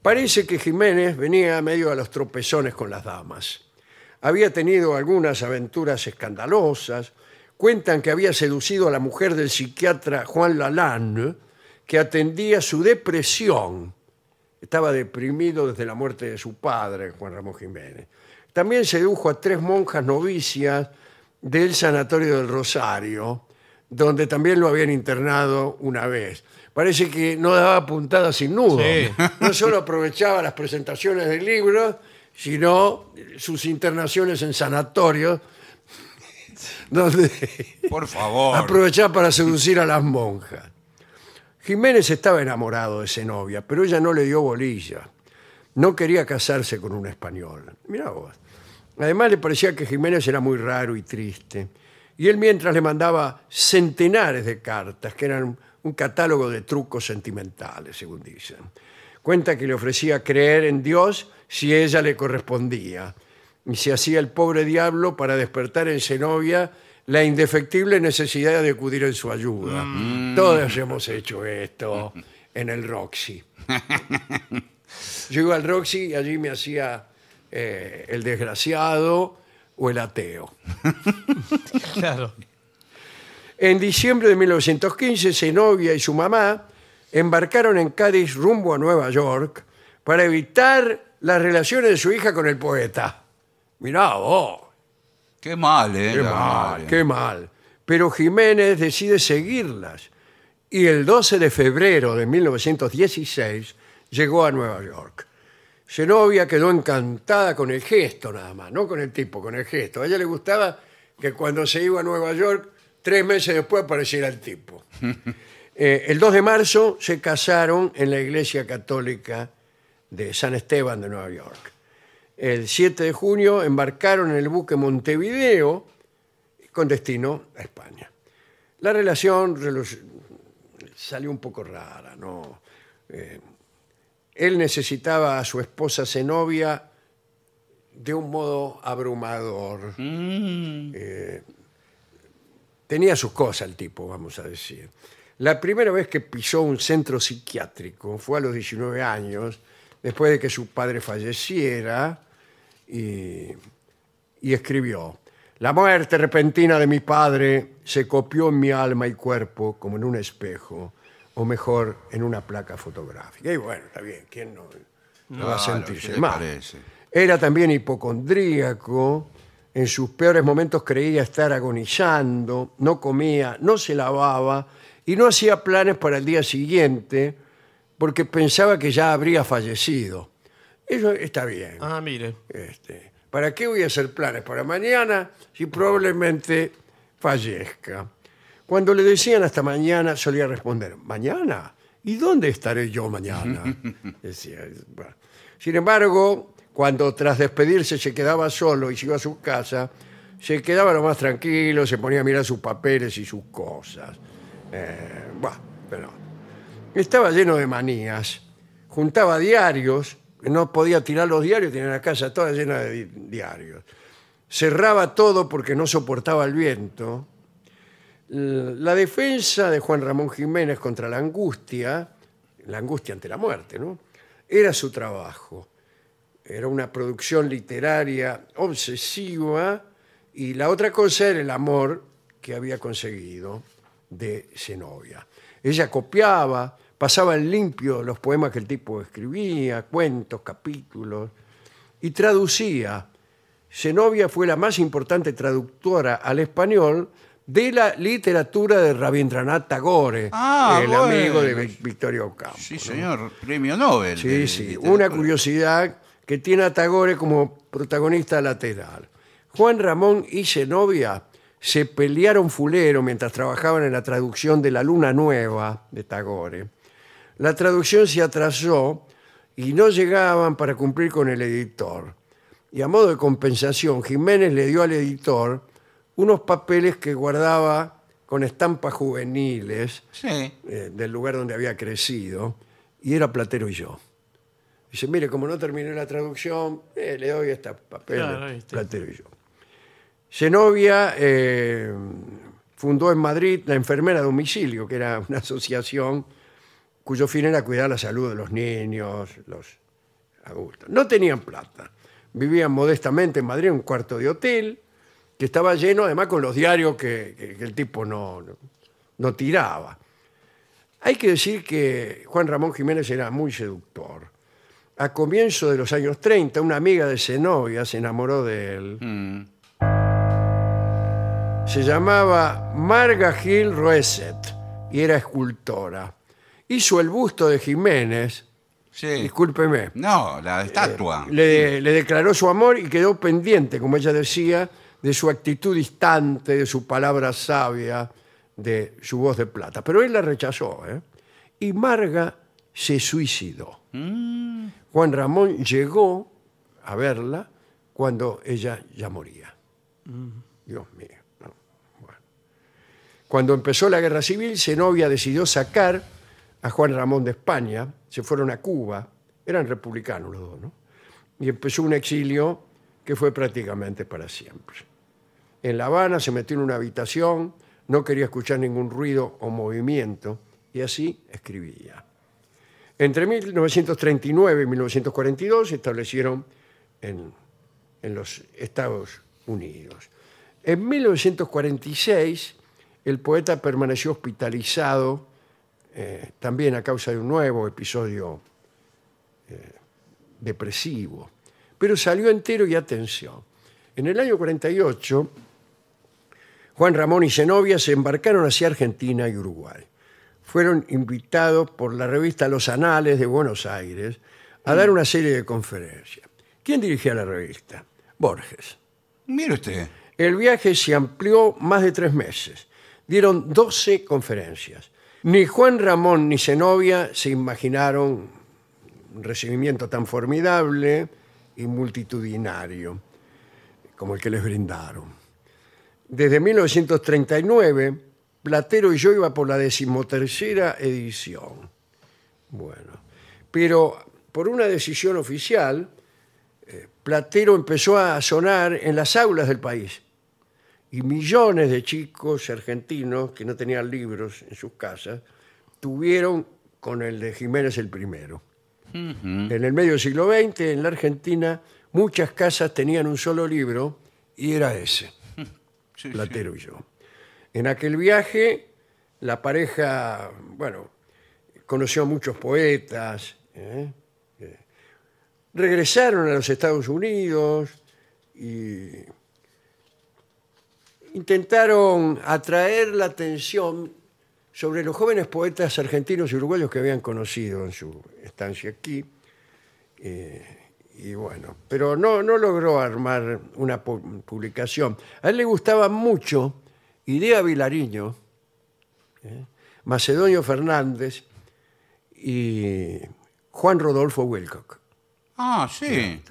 [SPEAKER 1] Parece que Jiménez venía medio a los tropezones con las damas. Había tenido algunas aventuras escandalosas. Cuentan que había seducido a la mujer del psiquiatra Juan Lalanne, que atendía su depresión. Estaba deprimido desde la muerte de su padre, Juan Ramón Jiménez. También sedujo a tres monjas novicias del Sanatorio del Rosario, donde también lo habían internado una vez. Parece que no daba puntadas sin nudo.
[SPEAKER 2] Sí.
[SPEAKER 1] No solo aprovechaba las presentaciones de libros, sino sus internaciones en sanatorios, donde
[SPEAKER 3] Por favor.
[SPEAKER 1] aprovechaba para seducir a las monjas. Jiménez estaba enamorado de Zenobia, pero ella no le dio bolilla. No quería casarse con un español. Mirá vos. Además le parecía que Jiménez era muy raro y triste. Y él mientras le mandaba centenares de cartas, que eran un catálogo de trucos sentimentales, según dicen. Cuenta que le ofrecía creer en Dios si ella le correspondía. Y se hacía el pobre diablo para despertar en Zenobia la indefectible necesidad de acudir en su ayuda. Todos hemos hecho esto en el Roxy. Yo iba al Roxy y allí me hacía eh, el desgraciado o el ateo.
[SPEAKER 2] Claro.
[SPEAKER 1] En diciembre de 1915, Zenobia y su mamá embarcaron en Cádiz rumbo a Nueva York para evitar las relaciones de su hija con el poeta. Mirá vos,
[SPEAKER 3] Qué mal, ¿eh?
[SPEAKER 1] qué
[SPEAKER 3] La
[SPEAKER 1] mal,
[SPEAKER 3] madre.
[SPEAKER 1] qué mal. Pero Jiménez decide seguirlas y el 12 de febrero de 1916 llegó a Nueva York. Zenobia quedó encantada con el gesto nada más, no con el tipo, con el gesto. A ella le gustaba que cuando se iba a Nueva York, tres meses después apareciera el tipo. Eh, el 2 de marzo se casaron en la iglesia católica de San Esteban de Nueva York. El 7 de junio embarcaron en el buque Montevideo con destino a España. La relación relu- salió un poco rara, ¿no? Eh, él necesitaba a su esposa Zenobia de un modo abrumador.
[SPEAKER 3] Mm.
[SPEAKER 1] Eh, tenía sus cosas el tipo, vamos a decir. La primera vez que pisó un centro psiquiátrico fue a los 19 años, después de que su padre falleciera, y, y escribió, La muerte repentina de mi padre se copió en mi alma y cuerpo como en un espejo, o mejor, en una placa fotográfica. Y bueno, está bien, ¿quién no, no va a
[SPEAKER 3] Claro,
[SPEAKER 1] sentirse
[SPEAKER 3] ¿qué le
[SPEAKER 1] mal?
[SPEAKER 3] parece?
[SPEAKER 1] Era también hipocondríaco. En sus peores momentos creía estar agonizando, no comía, no se lavaba y no hacía planes para el día siguiente porque pensaba que ya habría fallecido. Eso está bien.
[SPEAKER 2] Ah, mire.
[SPEAKER 1] Este, ¿Para qué voy a hacer planes para mañana si probablemente fallezca? Cuando le decían hasta mañana, solía responder, ¿mañana? ¿Y dónde estaré yo mañana? Decía, bueno. Sin embargo, cuando tras despedirse se quedaba solo y se iba a su casa, se quedaba lo más tranquilo, se ponía a mirar sus papeles y sus cosas. Eh, bueno, pero estaba lleno de manías. Juntaba diarios, no podía tirar los diarios, tenía la casa toda llena de di- diarios. Cerraba todo porque no soportaba el viento. L- La defensa de Juan Ramón Jiménez contra la angustia, la angustia ante la muerte, ¿no? Era su trabajo. Era una producción literaria obsesiva y la otra cosa era el amor que había conseguido de Zenobia. Ella copiaba, pasaba en limpio los poemas que el tipo escribía, cuentos, capítulos, y traducía. Zenobia fue la más importante traductora al español de la literatura de Rabindranath Tagore,
[SPEAKER 3] Ah,
[SPEAKER 1] el
[SPEAKER 3] bueno.
[SPEAKER 1] amigo de Vic- Victorio Ocampo.
[SPEAKER 3] Sí, señor, premio Nobel.
[SPEAKER 1] Sí,
[SPEAKER 3] de
[SPEAKER 1] sí.
[SPEAKER 3] literatura.
[SPEAKER 1] Una curiosidad que tiene a Tagore como protagonista lateral. Juan Ramón y Zenobia se pelearon fulero mientras trabajaban en la traducción de La Luna Nueva de Tagore. La traducción se atrasó y no llegaban para cumplir con el editor. Y a modo de compensación, Jiménez le dio al editor unos papeles que guardaba con estampas juveniles
[SPEAKER 3] Sí.
[SPEAKER 1] eh, del lugar donde había crecido, y era Platero y yo. Dice, mire, como no terminé la traducción, eh, le doy esta papel,
[SPEAKER 2] Claro, ahí está.
[SPEAKER 1] Platero y yo. Zenobia eh, fundó en Madrid la enfermera a domicilio, que era una asociación cuyo fin era cuidar la salud de los niños, los adultos. No tenían plata. Vivían modestamente en Madrid en un cuarto de hotel que estaba lleno, además, con los diarios que, que- que el tipo no- no- no tiraba. Hay que decir que Juan Ramón Jiménez era muy seductor. A comienzos de los años 30, una amiga de Zenobia se enamoró de él. Se llamaba Marga Gil Roeset y era escultora. Hizo el busto de Jiménez,
[SPEAKER 3] Sí.
[SPEAKER 1] discúlpeme,
[SPEAKER 3] No, la estatua.
[SPEAKER 1] Eh, le, le declaró su amor y quedó pendiente, como ella decía, de su actitud distante, de su palabra sabia, de su voz de plata. Pero él la rechazó, ¿eh? Y Marga se suicidó. Juan Ramón llegó a verla cuando ella ya moría. Dios mío. ¿no? Bueno. Cuando empezó la guerra civil, Zenobia decidió sacar a Juan Ramón de España, se fueron a Cuba eran republicanos los dos, ¿no? Y empezó un exilio que fue prácticamente para siempre. En La Habana se metió en una habitación, no quería escuchar ningún ruido o movimiento, y así escribía. Entre 1939 y 1942 se establecieron en, en los Estados Unidos. En 1946 el poeta permaneció hospitalizado eh, también a causa de un nuevo episodio eh, depresivo, pero salió entero y atención. En el año 48, Juan Ramón y Zenobia se embarcaron hacia Argentina y Uruguay. Fueron invitados por la revista Los Anales de Buenos Aires a dar una serie de conferencias. ¿Quién dirigía la revista? Borges.
[SPEAKER 3] Mire usted.
[SPEAKER 1] El viaje se amplió más de tres meses. Dieron 12 conferencias. Ni Juan Ramón ni Zenobia se imaginaron un recibimiento tan formidable y multitudinario como el que les brindaron. Desde 1939, Platero y yo iba por la decimotercera edición. Bueno, pero por una decisión oficial, eh, Platero empezó a sonar en las aulas del país. Y millones de chicos argentinos que no tenían libros en sus casas tuvieron con el de Jiménez el primero. En el medio del siglo XX, en la Argentina, muchas casas tenían un solo libro y era ese,
[SPEAKER 3] Sí,
[SPEAKER 1] Platero y yo. En aquel viaje, la pareja, bueno, conoció a muchos poetas, ¿eh? Eh, regresaron a los Estados Unidos y intentaron atraer la atención sobre los jóvenes poetas argentinos y uruguayos que habían conocido en su estancia aquí. Eh, y bueno, pero no, no logró armar una pu- publicación. A él le gustaba mucho Idea Vilariño, ¿eh? Macedonio Fernández y Juan Rodolfo Wilcock.
[SPEAKER 3] Ah, sí.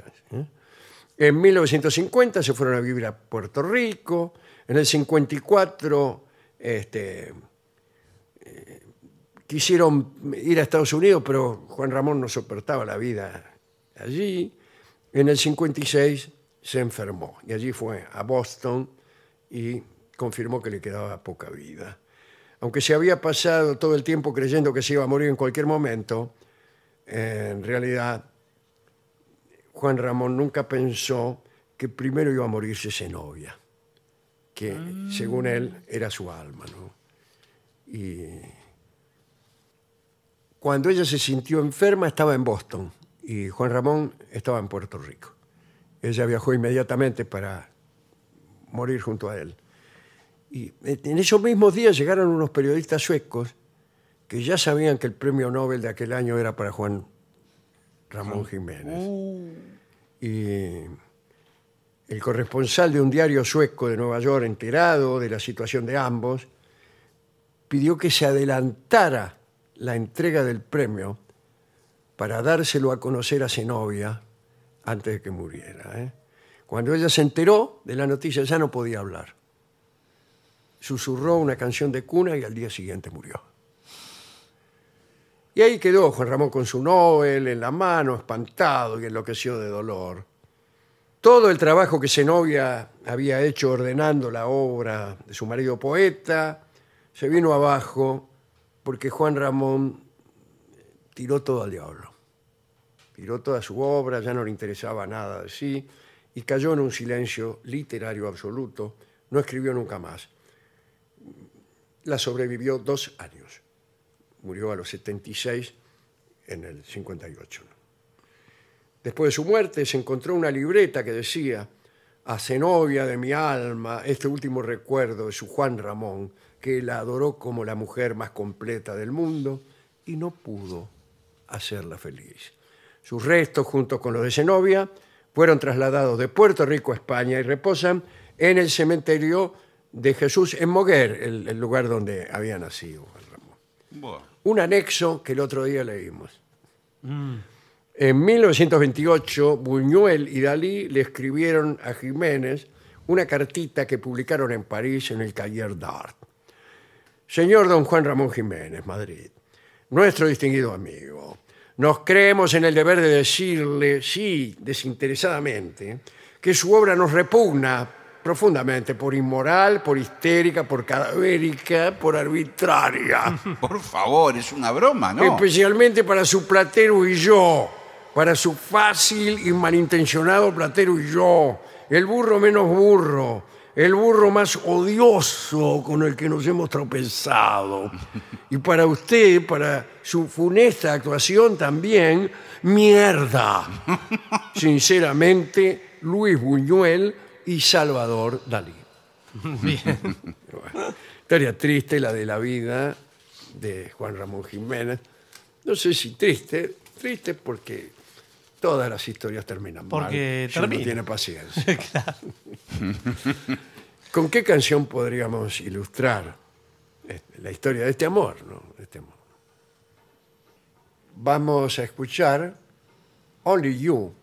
[SPEAKER 1] En 1950 se fueron a vivir a Puerto Rico. En el 54 este, eh, quisieron ir a Estados Unidos, pero Juan Ramón no soportaba la vida allí. En el 56 se enfermó y allí fue a Boston y confirmó que le quedaba poca vida. Aunque se había pasado todo el tiempo creyendo que se iba a morir en cualquier momento, eh, en realidad Juan Ramón nunca pensó que primero iba a morirse Zenobia, que según él era su alma. ¿no? Y cuando ella se sintió enferma estaba en Boston y Juan Ramón estaba en Puerto Rico. Ella viajó inmediatamente para morir junto a él. Y en esos mismos días llegaron unos periodistas suecos que ya sabían que el premio Nobel de aquel año era para Juan Ramón Jiménez y el corresponsal de un diario sueco de Nueva York, enterado de la situación de ambos, pidió que se adelantara la entrega del premio para dárselo a conocer a Zenobia antes de que muriera. ¿eh? Cuando ella se enteró de la noticia ya no podía hablar. Susurró una canción de cuna y al día siguiente murió. Y ahí quedó Juan Ramón con su Nobel en la mano, espantado y enloqueció de dolor. Todo el trabajo que Zenobia había hecho ordenando la obra de su marido poeta se vino abajo porque Juan Ramón tiró todo al diablo. Tiró toda su obra, ya no le interesaba nada de sí y cayó en un silencio literario absoluto. No escribió nunca más. La sobrevivió dos años murió a los 76 en el 58. Después de su muerte se encontró una libreta que decía a Zenobia de mi alma, este último recuerdo de su Juan Ramón, que la adoró como la mujer más completa del mundo y no pudo hacerla feliz. Sus restos, junto con los de Zenobia, fueron trasladados de Puerto Rico a España y reposan en el cementerio de Jesús en Moguer, el, el lugar donde había nacido Juan Ramón
[SPEAKER 3] Bueno.
[SPEAKER 1] un anexo que el otro día leímos. En 1928, Buñuel y Dalí le escribieron a Jiménez una cartita que publicaron en París en el Cahiers d'Art. Señor don Juan Ramón Jiménez, Madrid, nuestro distinguido amigo, nos creemos en el deber de decirle, sí, desinteresadamente, que su obra nos repugna profundamente por inmoral, por histérica, por cadavérica, por arbitraria.
[SPEAKER 3] Por favor, es una broma, ¿no?
[SPEAKER 1] Especialmente para su platero y yo, para su fácil y malintencionado platero y yo, el burro menos burro, el burro más odioso con el que nos hemos tropezado. Y para usted, para su funesta actuación también, mierda. Sinceramente, Luis Buñuel y Salvador Dalí.
[SPEAKER 2] Bien.
[SPEAKER 1] Bueno, historia triste, la de la vida de Juan Ramón Jiménez. No sé si triste, triste porque todas las historias terminan
[SPEAKER 2] Porque
[SPEAKER 1] mal. si uno
[SPEAKER 2] termina.
[SPEAKER 1] tiene paciencia. ¿Con qué canción podríamos ilustrar este, la historia de este amor, no? Este amor. Vamos a escuchar Only You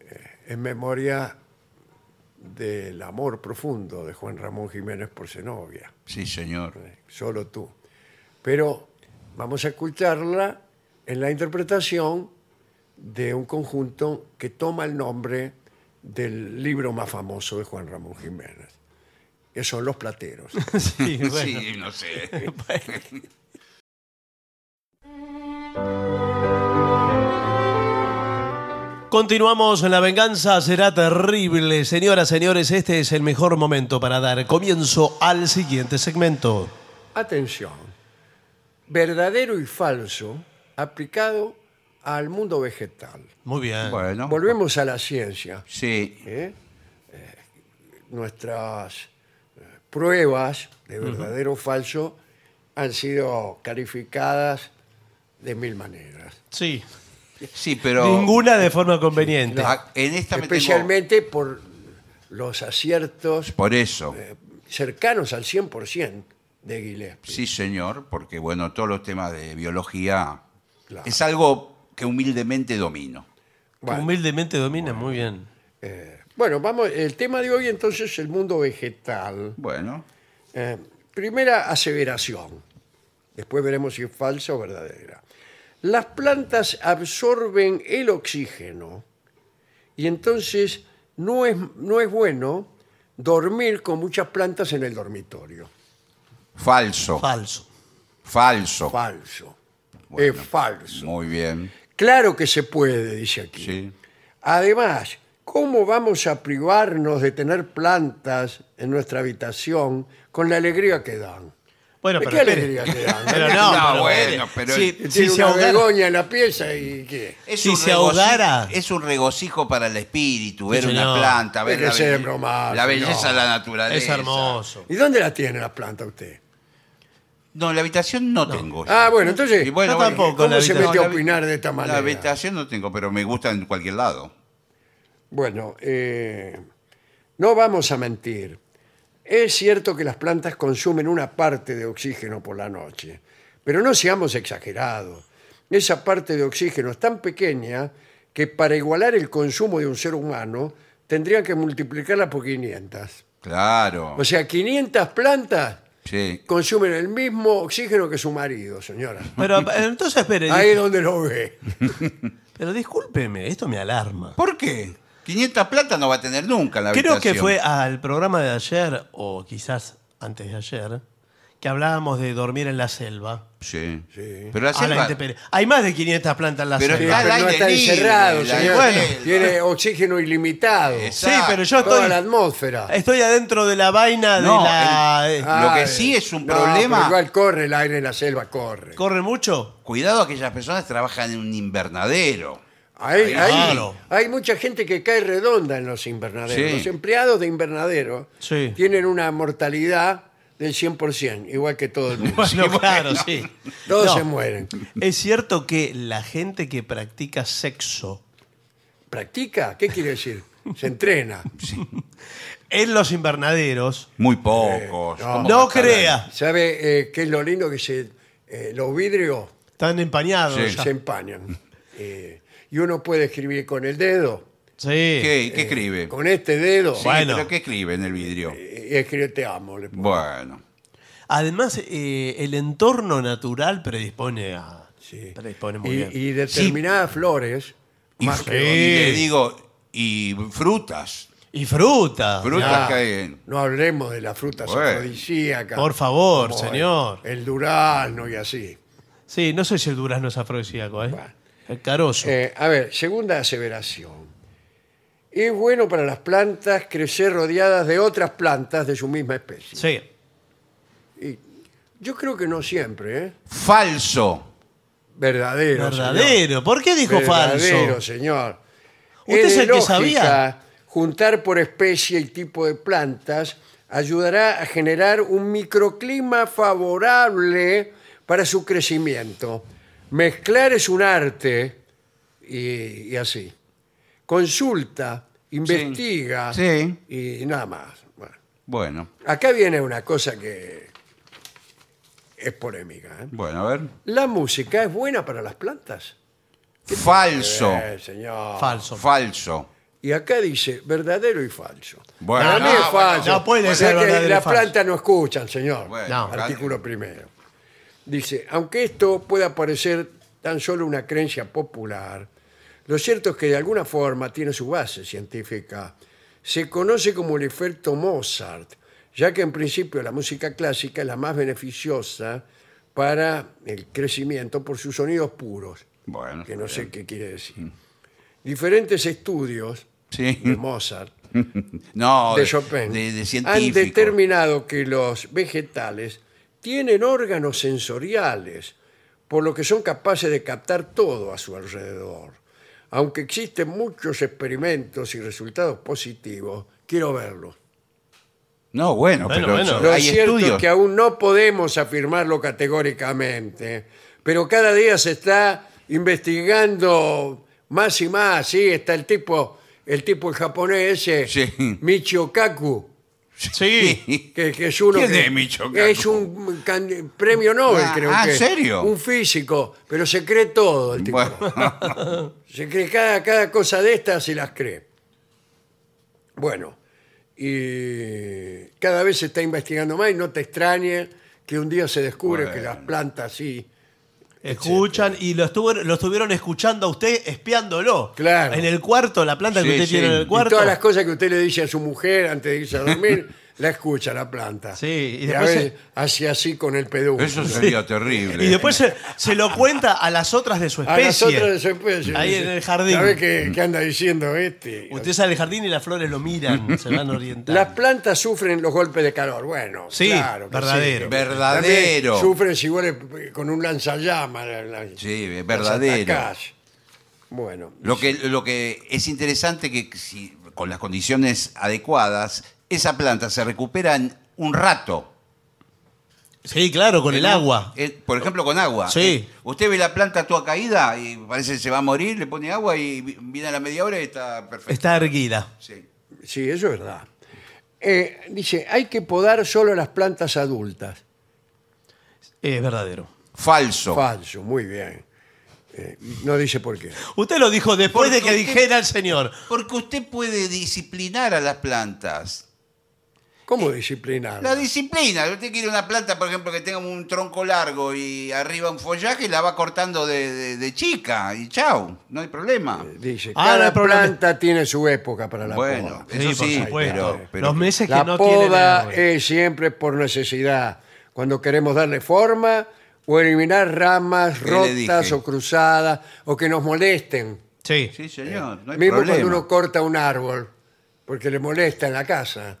[SPEAKER 1] eh, en memoria del amor profundo de Juan Ramón Jiménez por Zenobia
[SPEAKER 3] Sí, señor.
[SPEAKER 1] solo tú. Pero vamos a escucharla en la interpretación de un conjunto que toma el nombre del libro más famoso de Juan Ramón Jiménez, que son Los Plateros.
[SPEAKER 2] Sí, bueno.
[SPEAKER 3] Sí, no sé.
[SPEAKER 2] Continuamos en La Venganza Será Terrible. Señoras, señores, este es el mejor momento para dar comienzo al siguiente segmento.
[SPEAKER 1] Atención, verdadero y falso aplicado al mundo vegetal.
[SPEAKER 2] Muy bien.
[SPEAKER 3] Bueno.
[SPEAKER 1] Volvemos a la ciencia.
[SPEAKER 3] Sí,
[SPEAKER 1] ¿eh? Eh, nuestras eh, pruebas de verdadero o falso han sido calificadas de mil maneras.
[SPEAKER 2] Sí.
[SPEAKER 3] sí, pero
[SPEAKER 2] Ninguna de forma conveniente.
[SPEAKER 3] Ah, en esta me tengo-
[SPEAKER 1] Especialmente por los aciertos
[SPEAKER 3] Por eso.
[SPEAKER 1] Eh, cercanos al 100% de Gillespie.
[SPEAKER 3] Sí, señor, porque bueno, todos los temas de biología
[SPEAKER 1] Claro.
[SPEAKER 3] es algo que humildemente domino.
[SPEAKER 1] Bueno,
[SPEAKER 2] Humildemente domina, muy bien.
[SPEAKER 1] eh, bueno, vamos, el tema de hoy entonces es el mundo vegetal.
[SPEAKER 3] Bueno,
[SPEAKER 1] Eh, primera aseveración. Después veremos si es falsa o verdadera. Las plantas absorben el oxígeno y entonces no es, no es bueno dormir con muchas plantas en el dormitorio.
[SPEAKER 3] falso,
[SPEAKER 2] Falso.
[SPEAKER 3] falso.
[SPEAKER 1] Falso.
[SPEAKER 3] Bueno.
[SPEAKER 1] Es falso.
[SPEAKER 3] Muy bien,
[SPEAKER 1] Claro que se puede, dice aquí.
[SPEAKER 3] sí.
[SPEAKER 1] Además, ¿cómo vamos a privarnos de tener plantas en nuestra habitación con la alegría que dan?
[SPEAKER 2] Bueno,
[SPEAKER 1] ¿De
[SPEAKER 2] pero
[SPEAKER 1] qué
[SPEAKER 2] espere.
[SPEAKER 1] alegría que dan?
[SPEAKER 2] Pero no,
[SPEAKER 3] No,
[SPEAKER 2] pero
[SPEAKER 3] bueno,
[SPEAKER 2] espere.
[SPEAKER 3] pero-
[SPEAKER 2] Si-
[SPEAKER 1] Tiene
[SPEAKER 2] si se
[SPEAKER 1] una
[SPEAKER 2] ahogara-
[SPEAKER 1] begoña en la pieza y qué.
[SPEAKER 3] Es
[SPEAKER 2] Si
[SPEAKER 3] un
[SPEAKER 2] se
[SPEAKER 3] regocijo-
[SPEAKER 2] ahogara.
[SPEAKER 3] Es un regocijo para el espíritu, ver una
[SPEAKER 2] señor.
[SPEAKER 3] planta, ver
[SPEAKER 1] Deje
[SPEAKER 3] la,
[SPEAKER 1] de
[SPEAKER 3] belle-
[SPEAKER 1] bromar,
[SPEAKER 3] la belleza
[SPEAKER 1] señor.
[SPEAKER 3] de la naturaleza.
[SPEAKER 2] Es hermoso.
[SPEAKER 1] ¿Y dónde la tiene la planta usted?
[SPEAKER 3] No, la habitación no, tengo. yo.
[SPEAKER 1] Ah, bueno, entonces,
[SPEAKER 3] Pues Y bueno,
[SPEAKER 2] Yo
[SPEAKER 3] bueno,
[SPEAKER 2] tampoco,
[SPEAKER 1] ¿cómo
[SPEAKER 2] la
[SPEAKER 1] se
[SPEAKER 2] habitación-
[SPEAKER 1] mete a
[SPEAKER 3] la habi-
[SPEAKER 1] opinar de esta
[SPEAKER 3] La
[SPEAKER 1] manera?
[SPEAKER 3] habitación no tengo, pero me gusta en cualquier lado.
[SPEAKER 1] Bueno, eh, no vamos a mentir. Es cierto que las plantas consumen una parte de oxígeno por la noche, pero no seamos exagerados. Esa parte de oxígeno es tan pequeña que para igualar el consumo de un ser humano tendrían que multiplicarla por 500.
[SPEAKER 3] Claro.
[SPEAKER 1] O sea, 500 plantas
[SPEAKER 3] sí.
[SPEAKER 1] consumen el mismo oxígeno que su marido, señora.
[SPEAKER 2] Pero eh, entonces, espere.
[SPEAKER 1] Ahí es
[SPEAKER 2] dis-
[SPEAKER 1] donde lo ve.
[SPEAKER 2] Pero discúlpeme, esto me alarma.
[SPEAKER 3] ¿Por qué? 500 plantas no va a tener nunca en la
[SPEAKER 2] Creo
[SPEAKER 3] habitación.
[SPEAKER 2] que fue al programa de ayer, o quizás antes de ayer, que hablábamos de dormir en la selva.
[SPEAKER 3] Sí.
[SPEAKER 1] Sí.
[SPEAKER 3] Pero la
[SPEAKER 2] A Ah, la
[SPEAKER 3] selva-
[SPEAKER 2] intemperie. Hay más de 500 plantas en la
[SPEAKER 3] Pero
[SPEAKER 2] selva.
[SPEAKER 3] está- al
[SPEAKER 1] no
[SPEAKER 3] aire
[SPEAKER 1] está
[SPEAKER 3] libre,
[SPEAKER 1] encerrado,
[SPEAKER 3] al
[SPEAKER 1] señor.
[SPEAKER 3] aire libre.
[SPEAKER 1] Tiene oxígeno ilimitado.
[SPEAKER 3] Exacto.
[SPEAKER 2] Sí, pero yo
[SPEAKER 1] Toda
[SPEAKER 2] estoy,
[SPEAKER 1] la atmósfera.
[SPEAKER 2] estoy adentro de la vaina
[SPEAKER 3] No,
[SPEAKER 2] de la...
[SPEAKER 3] el-
[SPEAKER 2] eh,
[SPEAKER 3] Ah. Eh, lo que sí es un
[SPEAKER 1] no,
[SPEAKER 3] problema-
[SPEAKER 1] pero Igual corre el aire en la selva, corre.
[SPEAKER 2] ¿Corre mucho?
[SPEAKER 3] Cuidado, aquellas personas trabajan en un invernadero.
[SPEAKER 1] Hay, hay-
[SPEAKER 2] Claro.
[SPEAKER 1] hay mucha gente que cae redonda en los invernaderos.
[SPEAKER 3] Sí.
[SPEAKER 1] Los empleados de invernadero
[SPEAKER 2] Sí.
[SPEAKER 1] tienen una mortalidad del 100%, igual que todo el mundo.
[SPEAKER 2] Bueno, claro, sí.
[SPEAKER 1] Todos
[SPEAKER 2] No,
[SPEAKER 1] se mueren.
[SPEAKER 2] Es cierto que la gente que practica sexo
[SPEAKER 1] ¿Practica? ¿Qué quiere decir? Se entrena.
[SPEAKER 2] en los invernaderos,
[SPEAKER 3] Muy pocos.
[SPEAKER 1] Eh, no.
[SPEAKER 3] ¿Cómo
[SPEAKER 2] no
[SPEAKER 3] va a estar
[SPEAKER 2] crea,
[SPEAKER 1] ¿Sabe eh, qué es lo lindo que se, eh, los vidrios
[SPEAKER 2] están empañados
[SPEAKER 3] Sí.
[SPEAKER 2] ya.
[SPEAKER 1] se empañan? Eh, y uno puede escribir con el dedo,
[SPEAKER 2] Sí.
[SPEAKER 3] ahí? ¿Qué, qué escribe?
[SPEAKER 1] Eh, con este dedo,
[SPEAKER 3] Sí,
[SPEAKER 1] eh,
[SPEAKER 2] Bueno.
[SPEAKER 3] ¿Pero qué escribe en el vidrio?
[SPEAKER 1] y escribe te amo. le pongo.
[SPEAKER 3] Bueno.
[SPEAKER 2] Además, eh, el entorno natural predispone a,
[SPEAKER 1] sí.
[SPEAKER 2] Predispone muy
[SPEAKER 1] Y,
[SPEAKER 2] bien.
[SPEAKER 1] y determinadas flores,
[SPEAKER 3] Y,
[SPEAKER 1] más
[SPEAKER 3] fr-
[SPEAKER 1] que
[SPEAKER 3] y le
[SPEAKER 2] Sí.
[SPEAKER 3] digo, y frutas.
[SPEAKER 2] Y fruta.
[SPEAKER 3] Frutas
[SPEAKER 1] otras,
[SPEAKER 3] que hay en-
[SPEAKER 1] no hablemos de las frutas
[SPEAKER 3] Bueno.
[SPEAKER 1] afrodisíacas.
[SPEAKER 2] Por favor,
[SPEAKER 1] como el-
[SPEAKER 2] señor.
[SPEAKER 1] El durazno y así.
[SPEAKER 2] Sí, no sé si el durazno es afrodisíaco, ¿eh?
[SPEAKER 1] Bueno.
[SPEAKER 2] El carozo.
[SPEAKER 1] Eh, a ver, segunda aseveración. Es bueno para las plantas crecer rodeadas de otras plantas de su misma especie.
[SPEAKER 2] sí.
[SPEAKER 1] Y yo creo que no siempre, ¿eh?
[SPEAKER 3] Falso.
[SPEAKER 1] Verdadero. señor.
[SPEAKER 2] Verdadero. ¿Por qué dijo
[SPEAKER 1] Verdadero,
[SPEAKER 2] falso?
[SPEAKER 1] señor.
[SPEAKER 2] Usted es
[SPEAKER 1] de
[SPEAKER 2] el que
[SPEAKER 1] lógica,
[SPEAKER 2] sabía.
[SPEAKER 1] Juntar por especie y tipo de plantas ayudará a generar un microclima favorable para su crecimiento. Mezclar es un arte y, y así. Consulta, investiga
[SPEAKER 3] Sí.
[SPEAKER 1] y nada más. Bueno,
[SPEAKER 3] Bueno,
[SPEAKER 1] acá viene una cosa que es polémica. ¿eh?
[SPEAKER 3] bueno, a ver.
[SPEAKER 1] ¿La música es buena para las plantas?
[SPEAKER 3] Falso.
[SPEAKER 1] Eh, señor.
[SPEAKER 2] Falso.
[SPEAKER 3] Falso.
[SPEAKER 1] Y acá dice verdadero y falso.
[SPEAKER 3] Bueno.
[SPEAKER 1] Para mí
[SPEAKER 3] No,
[SPEAKER 1] es falso.
[SPEAKER 2] bueno, no puede
[SPEAKER 1] Porque
[SPEAKER 2] ser
[SPEAKER 1] es que
[SPEAKER 2] verdadero y
[SPEAKER 1] Las
[SPEAKER 2] falso.
[SPEAKER 1] plantas no escuchan, señor.
[SPEAKER 3] Bueno,
[SPEAKER 2] No.
[SPEAKER 1] Artículo primero. Dice, aunque esto pueda parecer tan solo una creencia popular, lo cierto es que de alguna forma tiene su base científica. Se conoce como el efecto Mozart, ya que en principio la música clásica es la más beneficiosa para el crecimiento por sus sonidos puros,
[SPEAKER 3] Bueno.
[SPEAKER 1] que no sé qué quiere decir. Diferentes estudios
[SPEAKER 3] Mm. Sí.
[SPEAKER 1] de Mozart
[SPEAKER 3] No,
[SPEAKER 1] de Chopin
[SPEAKER 3] De, de
[SPEAKER 1] han
[SPEAKER 3] científico.
[SPEAKER 1] determinado que los vegetales tienen órganos sensoriales, por lo que son capaces de captar todo a su alrededor. Aunque existen muchos experimentos y resultados positivos, quiero verlos.
[SPEAKER 3] No, bueno,
[SPEAKER 2] Bueno,
[SPEAKER 3] pero
[SPEAKER 2] bueno.
[SPEAKER 1] Lo
[SPEAKER 3] hay
[SPEAKER 1] cierto
[SPEAKER 3] estudios.
[SPEAKER 1] es que aún no podemos afirmarlo categóricamente, pero cada día se está investigando más y más. Sí, está el tipo, el tipo el japonés eh, ese,
[SPEAKER 3] Sí.
[SPEAKER 1] Michio Kaku.
[SPEAKER 2] Sí.
[SPEAKER 1] que, que es uno
[SPEAKER 3] ¿Quién
[SPEAKER 1] que-
[SPEAKER 3] es Micho Kaku?
[SPEAKER 1] es un can- premio Nobel,
[SPEAKER 3] Ah,
[SPEAKER 1] creo
[SPEAKER 3] ah,
[SPEAKER 1] que.
[SPEAKER 3] ¿en serio?
[SPEAKER 1] Un físico, pero se cree todo el tipo.
[SPEAKER 3] Bueno,
[SPEAKER 1] Se cree cada, cada cosa de estas se las cree. Bueno, y cada vez se está investigando más y no te extrañe que un día se descubre
[SPEAKER 3] Bueno.
[SPEAKER 1] que las plantas sí.
[SPEAKER 2] Escuchan y lo, estuvo- lo estuvieron escuchando a usted espiándolo.
[SPEAKER 1] Claro.
[SPEAKER 2] En el cuarto, la planta que
[SPEAKER 3] Sí,
[SPEAKER 2] usted
[SPEAKER 3] sí.
[SPEAKER 2] tiene en
[SPEAKER 3] Y
[SPEAKER 2] el
[SPEAKER 1] Y
[SPEAKER 2] cuarto.
[SPEAKER 1] todas las cosas que usted le dice a su mujer antes de irse a dormir, la escucha la planta.
[SPEAKER 2] Sí, y
[SPEAKER 1] y, a
[SPEAKER 2] después se-
[SPEAKER 1] veces hace así con el pedúnculo.
[SPEAKER 3] eso sería terrible.
[SPEAKER 2] Y después se, se lo cuenta a las otras de su
[SPEAKER 1] A
[SPEAKER 2] especie.
[SPEAKER 1] las otras de su especie.
[SPEAKER 2] Ah, Ahí en el jardín.
[SPEAKER 1] ¿Sabés qué, qué anda diciendo este?
[SPEAKER 2] Usted sale al jardín y las flores lo miran, se van orientando.
[SPEAKER 1] Las plantas sufren los golpes de calor. Bueno,
[SPEAKER 2] Sí,
[SPEAKER 1] claro. que
[SPEAKER 2] verdadero.
[SPEAKER 1] sí.
[SPEAKER 3] Verdadero.
[SPEAKER 1] También Sufren si huele con un lanzallamas. la- la-
[SPEAKER 3] Sí,
[SPEAKER 1] las
[SPEAKER 3] verdadero.
[SPEAKER 1] atacás. Bueno.
[SPEAKER 3] Lo que, lo que es interesante que si, con las condiciones adecuadas, esa planta se recupera en un rato.
[SPEAKER 2] Sí, claro, con el
[SPEAKER 3] En un-
[SPEAKER 2] agua.
[SPEAKER 3] eh, por ejemplo, con agua.
[SPEAKER 2] Sí.
[SPEAKER 3] Eh, usted ve la planta toda caída y parece que se va a morir, le pone agua y vi- viene a la media hora y está perfecto.
[SPEAKER 2] Está erguida.
[SPEAKER 3] Sí.
[SPEAKER 1] Sí, eso es verdad. Eh, dice, hay que podar solo las plantas adultas.
[SPEAKER 2] Es verdadero.
[SPEAKER 3] Falso.
[SPEAKER 1] Falso, muy bien. Eh, no dice por qué.
[SPEAKER 2] Usted lo dijo después
[SPEAKER 3] Porque
[SPEAKER 2] de que
[SPEAKER 3] usted-
[SPEAKER 2] dijera el señor.
[SPEAKER 3] Porque usted puede disciplinar a las plantas.
[SPEAKER 1] ¿Cómo disciplinar?
[SPEAKER 3] La disciplina. Usted quiere una planta, por ejemplo, que tenga un tronco largo y arriba un follaje, la va cortando de, de- de chica y chau, no hay problema.
[SPEAKER 1] Dice,
[SPEAKER 2] Ah, no hay
[SPEAKER 1] cada
[SPEAKER 2] problema.
[SPEAKER 1] planta tiene su época para la poda.
[SPEAKER 3] Bueno, eso sí, pero, pero-
[SPEAKER 2] Los meses que
[SPEAKER 1] la
[SPEAKER 2] no tienen
[SPEAKER 1] poda
[SPEAKER 2] agua.
[SPEAKER 1] es siempre por necesidad, cuando queremos darle forma o eliminar ramas
[SPEAKER 3] ¿Qué le
[SPEAKER 1] rotas
[SPEAKER 3] dije?
[SPEAKER 1] o cruzadas o que nos molesten.
[SPEAKER 2] Sí.
[SPEAKER 3] Sí, señor, no hay
[SPEAKER 1] Mismo
[SPEAKER 3] problema.
[SPEAKER 1] cuando uno corta un árbol porque le molesta en la casa,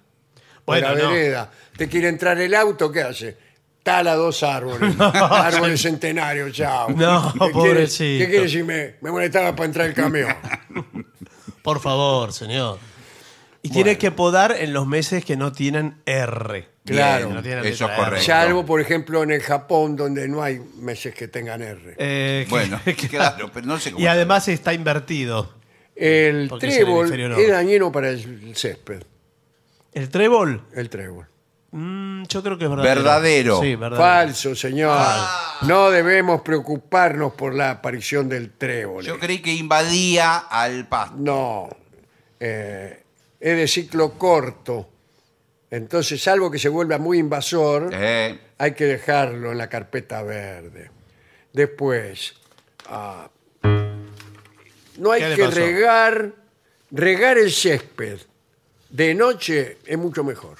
[SPEAKER 2] Bueno,
[SPEAKER 1] en la
[SPEAKER 2] no.
[SPEAKER 1] vereda. Te quiere entrar el auto, ¿qué hace? Tala dos árboles, árboles centenarios, chao.
[SPEAKER 2] No,
[SPEAKER 1] ¿Qué quiere-
[SPEAKER 2] pobrecito.
[SPEAKER 1] ¿Qué quiere si me, me molestaba para entrar el camión?
[SPEAKER 2] Por favor, señor. Y tiene que podar en los meses que no tienen R.
[SPEAKER 1] Claro,
[SPEAKER 2] Que no tienen
[SPEAKER 3] eso
[SPEAKER 2] letra
[SPEAKER 3] es correcto.
[SPEAKER 2] R.
[SPEAKER 1] Salvo, por ejemplo, en el Japón, donde no hay meses que tengan R.
[SPEAKER 2] Eh, que-
[SPEAKER 3] Bueno, claro, pero no sé cómo.
[SPEAKER 2] y además está invertido.
[SPEAKER 1] El
[SPEAKER 2] Porque es el
[SPEAKER 1] trébol
[SPEAKER 2] hemisferio
[SPEAKER 1] es
[SPEAKER 2] norte.
[SPEAKER 1] dañino para el césped,
[SPEAKER 2] El trébol,
[SPEAKER 1] el trébol.
[SPEAKER 2] mm, yo creo que es verdadero.
[SPEAKER 3] Verdadero.
[SPEAKER 2] Sí, verdadero.
[SPEAKER 1] Falso, señor.
[SPEAKER 2] Ah.
[SPEAKER 1] No debemos preocuparnos por la aparición del trébol.
[SPEAKER 3] Yo creí que invadía al pasto.
[SPEAKER 1] No. Eh, es de ciclo corto. Entonces, salvo que se vuelva muy invasor,
[SPEAKER 3] Eh,
[SPEAKER 1] hay que dejarlo en la carpeta verde. Después, ah, no hay
[SPEAKER 2] ¿Qué le
[SPEAKER 1] que
[SPEAKER 2] pasó?
[SPEAKER 1] regar, regar el césped. De noche es mucho mejor.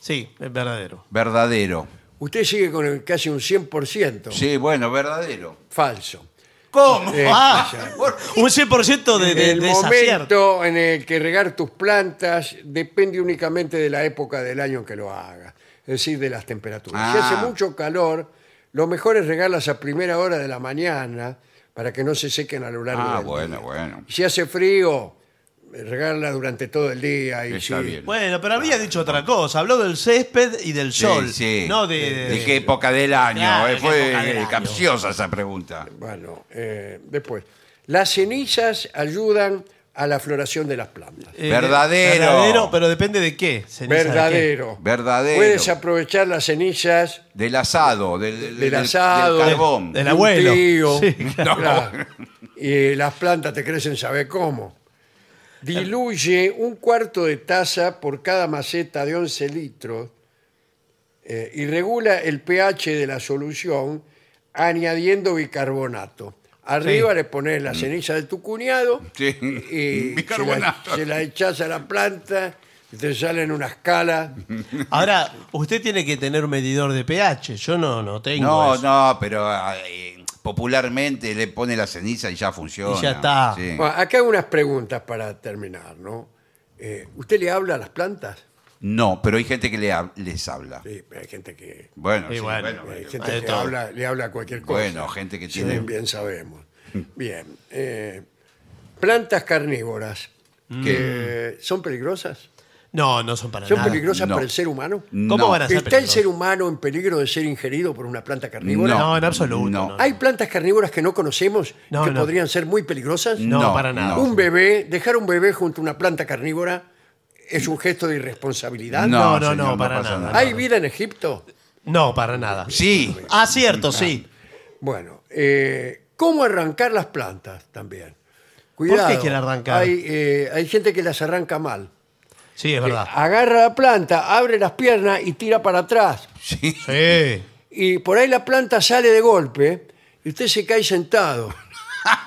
[SPEAKER 2] Sí, es verdadero.
[SPEAKER 3] Verdadero.
[SPEAKER 1] Usted sigue con el casi un 100%
[SPEAKER 3] Sí, bueno, verdadero.
[SPEAKER 1] falso.
[SPEAKER 3] ¿Cómo?
[SPEAKER 1] Eh,
[SPEAKER 2] Ah,
[SPEAKER 1] ya.
[SPEAKER 3] Por-
[SPEAKER 2] un 100% de, de,
[SPEAKER 1] el
[SPEAKER 2] desacierto.
[SPEAKER 1] momento en el que regar tus plantas depende únicamente de la época del año en que lo hagas, es decir, de las temperaturas. Si
[SPEAKER 3] Ah.
[SPEAKER 1] hace mucho calor, lo mejor es regarlas a primera hora de la mañana para que no se sequen a lo largo
[SPEAKER 3] Ah,
[SPEAKER 1] del
[SPEAKER 3] bueno,
[SPEAKER 1] día.
[SPEAKER 3] bueno.
[SPEAKER 1] Si hace frío, regarlas durante todo el día y
[SPEAKER 3] Está
[SPEAKER 1] sí.
[SPEAKER 3] bien.
[SPEAKER 2] Bueno, pero había dicho otra cosa. Habló del césped y del
[SPEAKER 3] Sí,
[SPEAKER 2] sol.
[SPEAKER 3] sí.
[SPEAKER 2] No de.
[SPEAKER 3] ¿De qué época del año?
[SPEAKER 2] Claro,
[SPEAKER 3] Eh,
[SPEAKER 2] ¿de qué
[SPEAKER 3] Fue
[SPEAKER 2] época del
[SPEAKER 3] eh,
[SPEAKER 2] año?
[SPEAKER 3] capciosa esa pregunta.
[SPEAKER 1] Bueno, eh, después. Las cenizas ayudan a la floración de las plantas.
[SPEAKER 2] eh,
[SPEAKER 3] Verdadero.
[SPEAKER 2] Verdadero, pero depende de qué. ceniza de qué.
[SPEAKER 1] Verdadero.
[SPEAKER 3] Verdadero.
[SPEAKER 1] Puedes aprovechar las cenizas
[SPEAKER 3] Del asado, del, del-
[SPEAKER 1] del
[SPEAKER 3] del-
[SPEAKER 1] asado,
[SPEAKER 3] del carbón.
[SPEAKER 2] de- del
[SPEAKER 1] un
[SPEAKER 2] abuelo.
[SPEAKER 1] tío,
[SPEAKER 2] Sí,
[SPEAKER 1] claro. Y eh, las plantas te crecen, sabe cómo. Diluye un cuarto de taza por cada maceta de 11 litros eh, y regula el pH de la solución añadiendo bicarbonato. Arriba
[SPEAKER 2] Sí.
[SPEAKER 1] le pones la ceniza de tu cuñado
[SPEAKER 3] Sí,
[SPEAKER 1] y se la,
[SPEAKER 3] bicarbonato.
[SPEAKER 1] se la echás a la planta y te salen unas calas.
[SPEAKER 2] Ahora, usted tiene que tener un medidor de pH. Yo no, no tengo.
[SPEAKER 3] No,
[SPEAKER 2] eso.
[SPEAKER 3] no, pero eh, popularmente le pone la ceniza y ya funciona.
[SPEAKER 2] Y ya está.
[SPEAKER 3] Sí.
[SPEAKER 1] Bueno, acá hay unas preguntas para terminar, ¿no? Eh, ¿Usted le habla a las plantas?
[SPEAKER 3] No, pero hay gente que le hab- les habla.
[SPEAKER 1] Sí, pero hay gente que,
[SPEAKER 3] Bueno,
[SPEAKER 2] Y
[SPEAKER 3] sí,
[SPEAKER 2] bueno, eh,
[SPEAKER 3] bueno,
[SPEAKER 1] hay
[SPEAKER 3] bueno.
[SPEAKER 1] gente
[SPEAKER 2] hay de
[SPEAKER 1] que
[SPEAKER 2] todo.
[SPEAKER 1] habla, le habla a cualquier cosa.
[SPEAKER 3] Bueno, gente que
[SPEAKER 1] Sí,
[SPEAKER 3] tiene-
[SPEAKER 1] bien sabemos. Bien. eh, plantas carnívoras. Que ¿Son peligrosas?
[SPEAKER 2] No, no son para
[SPEAKER 1] ¿Son
[SPEAKER 2] nada.
[SPEAKER 1] peligrosas
[SPEAKER 3] no.
[SPEAKER 1] para el ser humano?
[SPEAKER 2] ¿Cómo
[SPEAKER 3] No.
[SPEAKER 2] van a ser
[SPEAKER 1] ¿Está el
[SPEAKER 2] peligrosas?
[SPEAKER 1] ser humano en peligro de ser ingerido por una planta carnívora?
[SPEAKER 2] No, en absoluto, no.
[SPEAKER 1] ¿Hay plantas carnívoras que no conocemos
[SPEAKER 2] No,
[SPEAKER 1] que
[SPEAKER 2] no.
[SPEAKER 1] podrían ser muy peligrosas?
[SPEAKER 2] No,
[SPEAKER 3] No,
[SPEAKER 2] para nada.
[SPEAKER 1] Un bebé, dejar un bebé junto a una planta carnívora es un gesto de irresponsabilidad.
[SPEAKER 2] No, no, no,
[SPEAKER 3] señor, no
[SPEAKER 2] para
[SPEAKER 3] pasa
[SPEAKER 2] nada.
[SPEAKER 3] nada.
[SPEAKER 1] ¿Hay vida en Egipto?
[SPEAKER 2] No, para nada.
[SPEAKER 3] Sí,
[SPEAKER 2] Ah, cierto, sí.
[SPEAKER 1] Bueno, eh, ¿cómo arrancar las plantas también? Cuidado.
[SPEAKER 2] qué quiere arrancar?
[SPEAKER 1] Hay, eh, hay gente que las arranca mal.
[SPEAKER 2] Sí, es
[SPEAKER 1] Que
[SPEAKER 2] verdad.
[SPEAKER 1] agarra la planta, abre las piernas y tira para atrás.
[SPEAKER 3] sí.
[SPEAKER 2] Sí.
[SPEAKER 1] Y por ahí la planta sale de golpe y usted se cae sentado.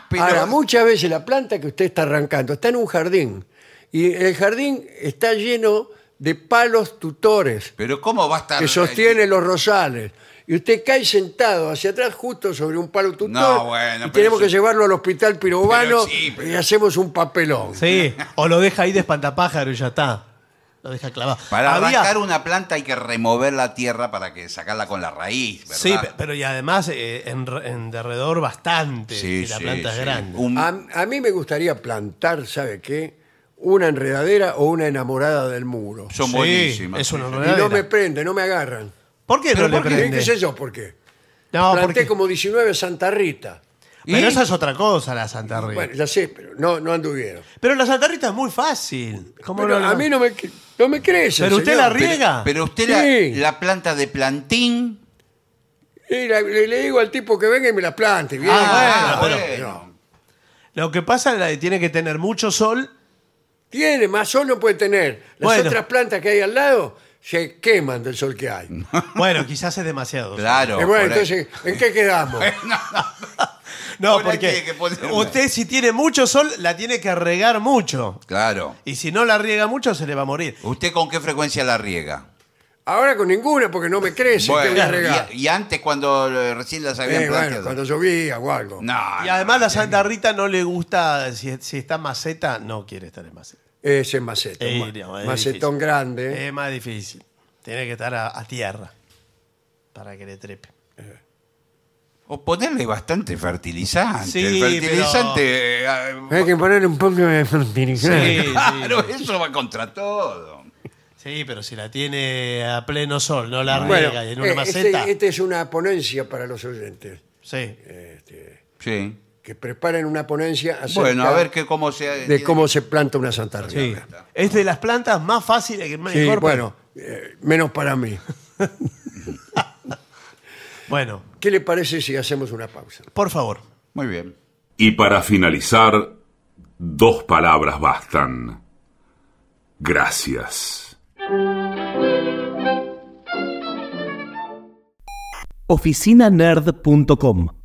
[SPEAKER 3] Pero-
[SPEAKER 1] Ahora, muchas veces la planta que usted está arrancando está en un jardín y el jardín está lleno de palos tutores
[SPEAKER 3] pero ¿cómo va a estar?
[SPEAKER 1] que sostiene los rosales. Y usted cae sentado hacia atrás justo sobre un palo tutor.
[SPEAKER 3] No, bueno,
[SPEAKER 1] y
[SPEAKER 3] pero
[SPEAKER 1] tenemos que
[SPEAKER 3] eso-
[SPEAKER 1] llevarlo al hospital pirobano
[SPEAKER 3] Pero sí, pero-
[SPEAKER 1] y hacemos un papelón.
[SPEAKER 2] Sí. O lo deja ahí de espantapájaro y ya está. Lo deja clavado.
[SPEAKER 3] Para
[SPEAKER 2] Había-
[SPEAKER 3] arrancar una planta hay que remover la tierra para que sacarla con la raíz, ¿verdad?
[SPEAKER 2] Sí, pe- pero y además eh, en, re- en derredor bastante.
[SPEAKER 3] Sí,
[SPEAKER 2] y la
[SPEAKER 3] sí,
[SPEAKER 2] planta
[SPEAKER 3] sí.
[SPEAKER 2] es grande. Ah,
[SPEAKER 3] Un-
[SPEAKER 1] A, a mí me gustaría plantar, ¿sabe qué? Una enredadera o una enamorada del muro.
[SPEAKER 3] son
[SPEAKER 2] Sí,
[SPEAKER 3] buenísimas.
[SPEAKER 2] Es una
[SPEAKER 3] Sí,
[SPEAKER 1] Y no
[SPEAKER 2] enredadera.
[SPEAKER 1] me prende, no me agarran.
[SPEAKER 2] ¿Por qué no
[SPEAKER 3] Pero
[SPEAKER 2] le
[SPEAKER 3] ¿por qué?
[SPEAKER 1] ¿Qué
[SPEAKER 2] prende?
[SPEAKER 1] sé yo por qué?
[SPEAKER 2] No,
[SPEAKER 1] Planté
[SPEAKER 2] porque...
[SPEAKER 1] como 19 Santa Rita.
[SPEAKER 2] Pero
[SPEAKER 3] ¿Y?
[SPEAKER 2] esa es otra cosa, la Santa Rita.
[SPEAKER 1] Bueno, ya sé, pero no, no anduvieron.
[SPEAKER 2] Pero la Santa Rita es muy fácil. ¿Cómo
[SPEAKER 1] Pero
[SPEAKER 2] no-
[SPEAKER 1] a mí no me, no me crece.
[SPEAKER 2] Pero usted la
[SPEAKER 1] señor.
[SPEAKER 2] riega.
[SPEAKER 3] Pero, pero usted
[SPEAKER 1] Sí.
[SPEAKER 3] la, la planta de plantín.
[SPEAKER 1] Y la- le, le digo al tipo que venga y me la plante. bien.
[SPEAKER 2] Ah,
[SPEAKER 1] No,
[SPEAKER 2] bueno,
[SPEAKER 3] pero-
[SPEAKER 1] no.
[SPEAKER 2] Lo que pasa es que tiene que tener mucho sol.
[SPEAKER 1] Tiene, más sol no puede tener. Las
[SPEAKER 2] Bueno.
[SPEAKER 1] otras plantas que hay al lado se queman del sol que hay.
[SPEAKER 2] Bueno, quizás es demasiado.
[SPEAKER 3] Claro.
[SPEAKER 1] Y
[SPEAKER 3] por
[SPEAKER 1] bueno,
[SPEAKER 3] ahí.
[SPEAKER 1] entonces, ¿en qué quedamos?
[SPEAKER 2] No,
[SPEAKER 3] Por ahí
[SPEAKER 2] porque
[SPEAKER 3] tiene que ponerla.
[SPEAKER 2] usted si tiene mucho sol, la tiene que regar mucho.
[SPEAKER 3] Claro.
[SPEAKER 2] Y si no la riega mucho, se le va a morir.
[SPEAKER 3] ¿Usted con qué frecuencia la riega?
[SPEAKER 1] Ahora con ninguna, porque no me crece. te voy a regar.
[SPEAKER 3] y, y antes cuando eh, recién las habían
[SPEAKER 1] Eh, bueno,
[SPEAKER 3] planteado.
[SPEAKER 1] cuando llovía o algo.
[SPEAKER 2] Y
[SPEAKER 3] No, Ah, no.
[SPEAKER 2] además la Santa Rita no le gusta, si, si está en maceta, no quiere estar en maceta.
[SPEAKER 1] Ese macetón.
[SPEAKER 2] Eh,
[SPEAKER 1] ma-
[SPEAKER 2] no, es
[SPEAKER 1] macetón
[SPEAKER 2] difícil.
[SPEAKER 1] grande. ¿eh?
[SPEAKER 2] Es más difícil. Tiene que estar a, a tierra para que le trepe.
[SPEAKER 3] O ponerle bastante fertilizante.
[SPEAKER 2] Sí,
[SPEAKER 3] El fertilizante. eh,
[SPEAKER 1] Hay que poner un poco de fertilizante.
[SPEAKER 2] Sí,
[SPEAKER 3] eh, claro, eso va contra todo.
[SPEAKER 2] Sí, pero si la tiene a pleno sol, no la
[SPEAKER 1] Bueno,
[SPEAKER 2] riega y en una
[SPEAKER 1] eh, este-
[SPEAKER 2] maceta.
[SPEAKER 1] esta es una ponencia para los oyentes.
[SPEAKER 2] Sí.
[SPEAKER 3] Sí.
[SPEAKER 1] Que preparen una ponencia acerca
[SPEAKER 3] Bueno, a ver que cómo se. eh,
[SPEAKER 1] de cómo se planta una Santa Rita.
[SPEAKER 2] Sí. Es de las plantas más fáciles que mejor.
[SPEAKER 1] Sí,
[SPEAKER 2] pero-
[SPEAKER 1] bueno, eh, menos para mí.
[SPEAKER 2] Bueno,
[SPEAKER 1] ¿Qué le parece si hacemos una pausa?
[SPEAKER 2] por favor.
[SPEAKER 3] Muy bien.
[SPEAKER 4] Y para finalizar, dos palabras bastan. Gracias.
[SPEAKER 5] oficinanerd.com.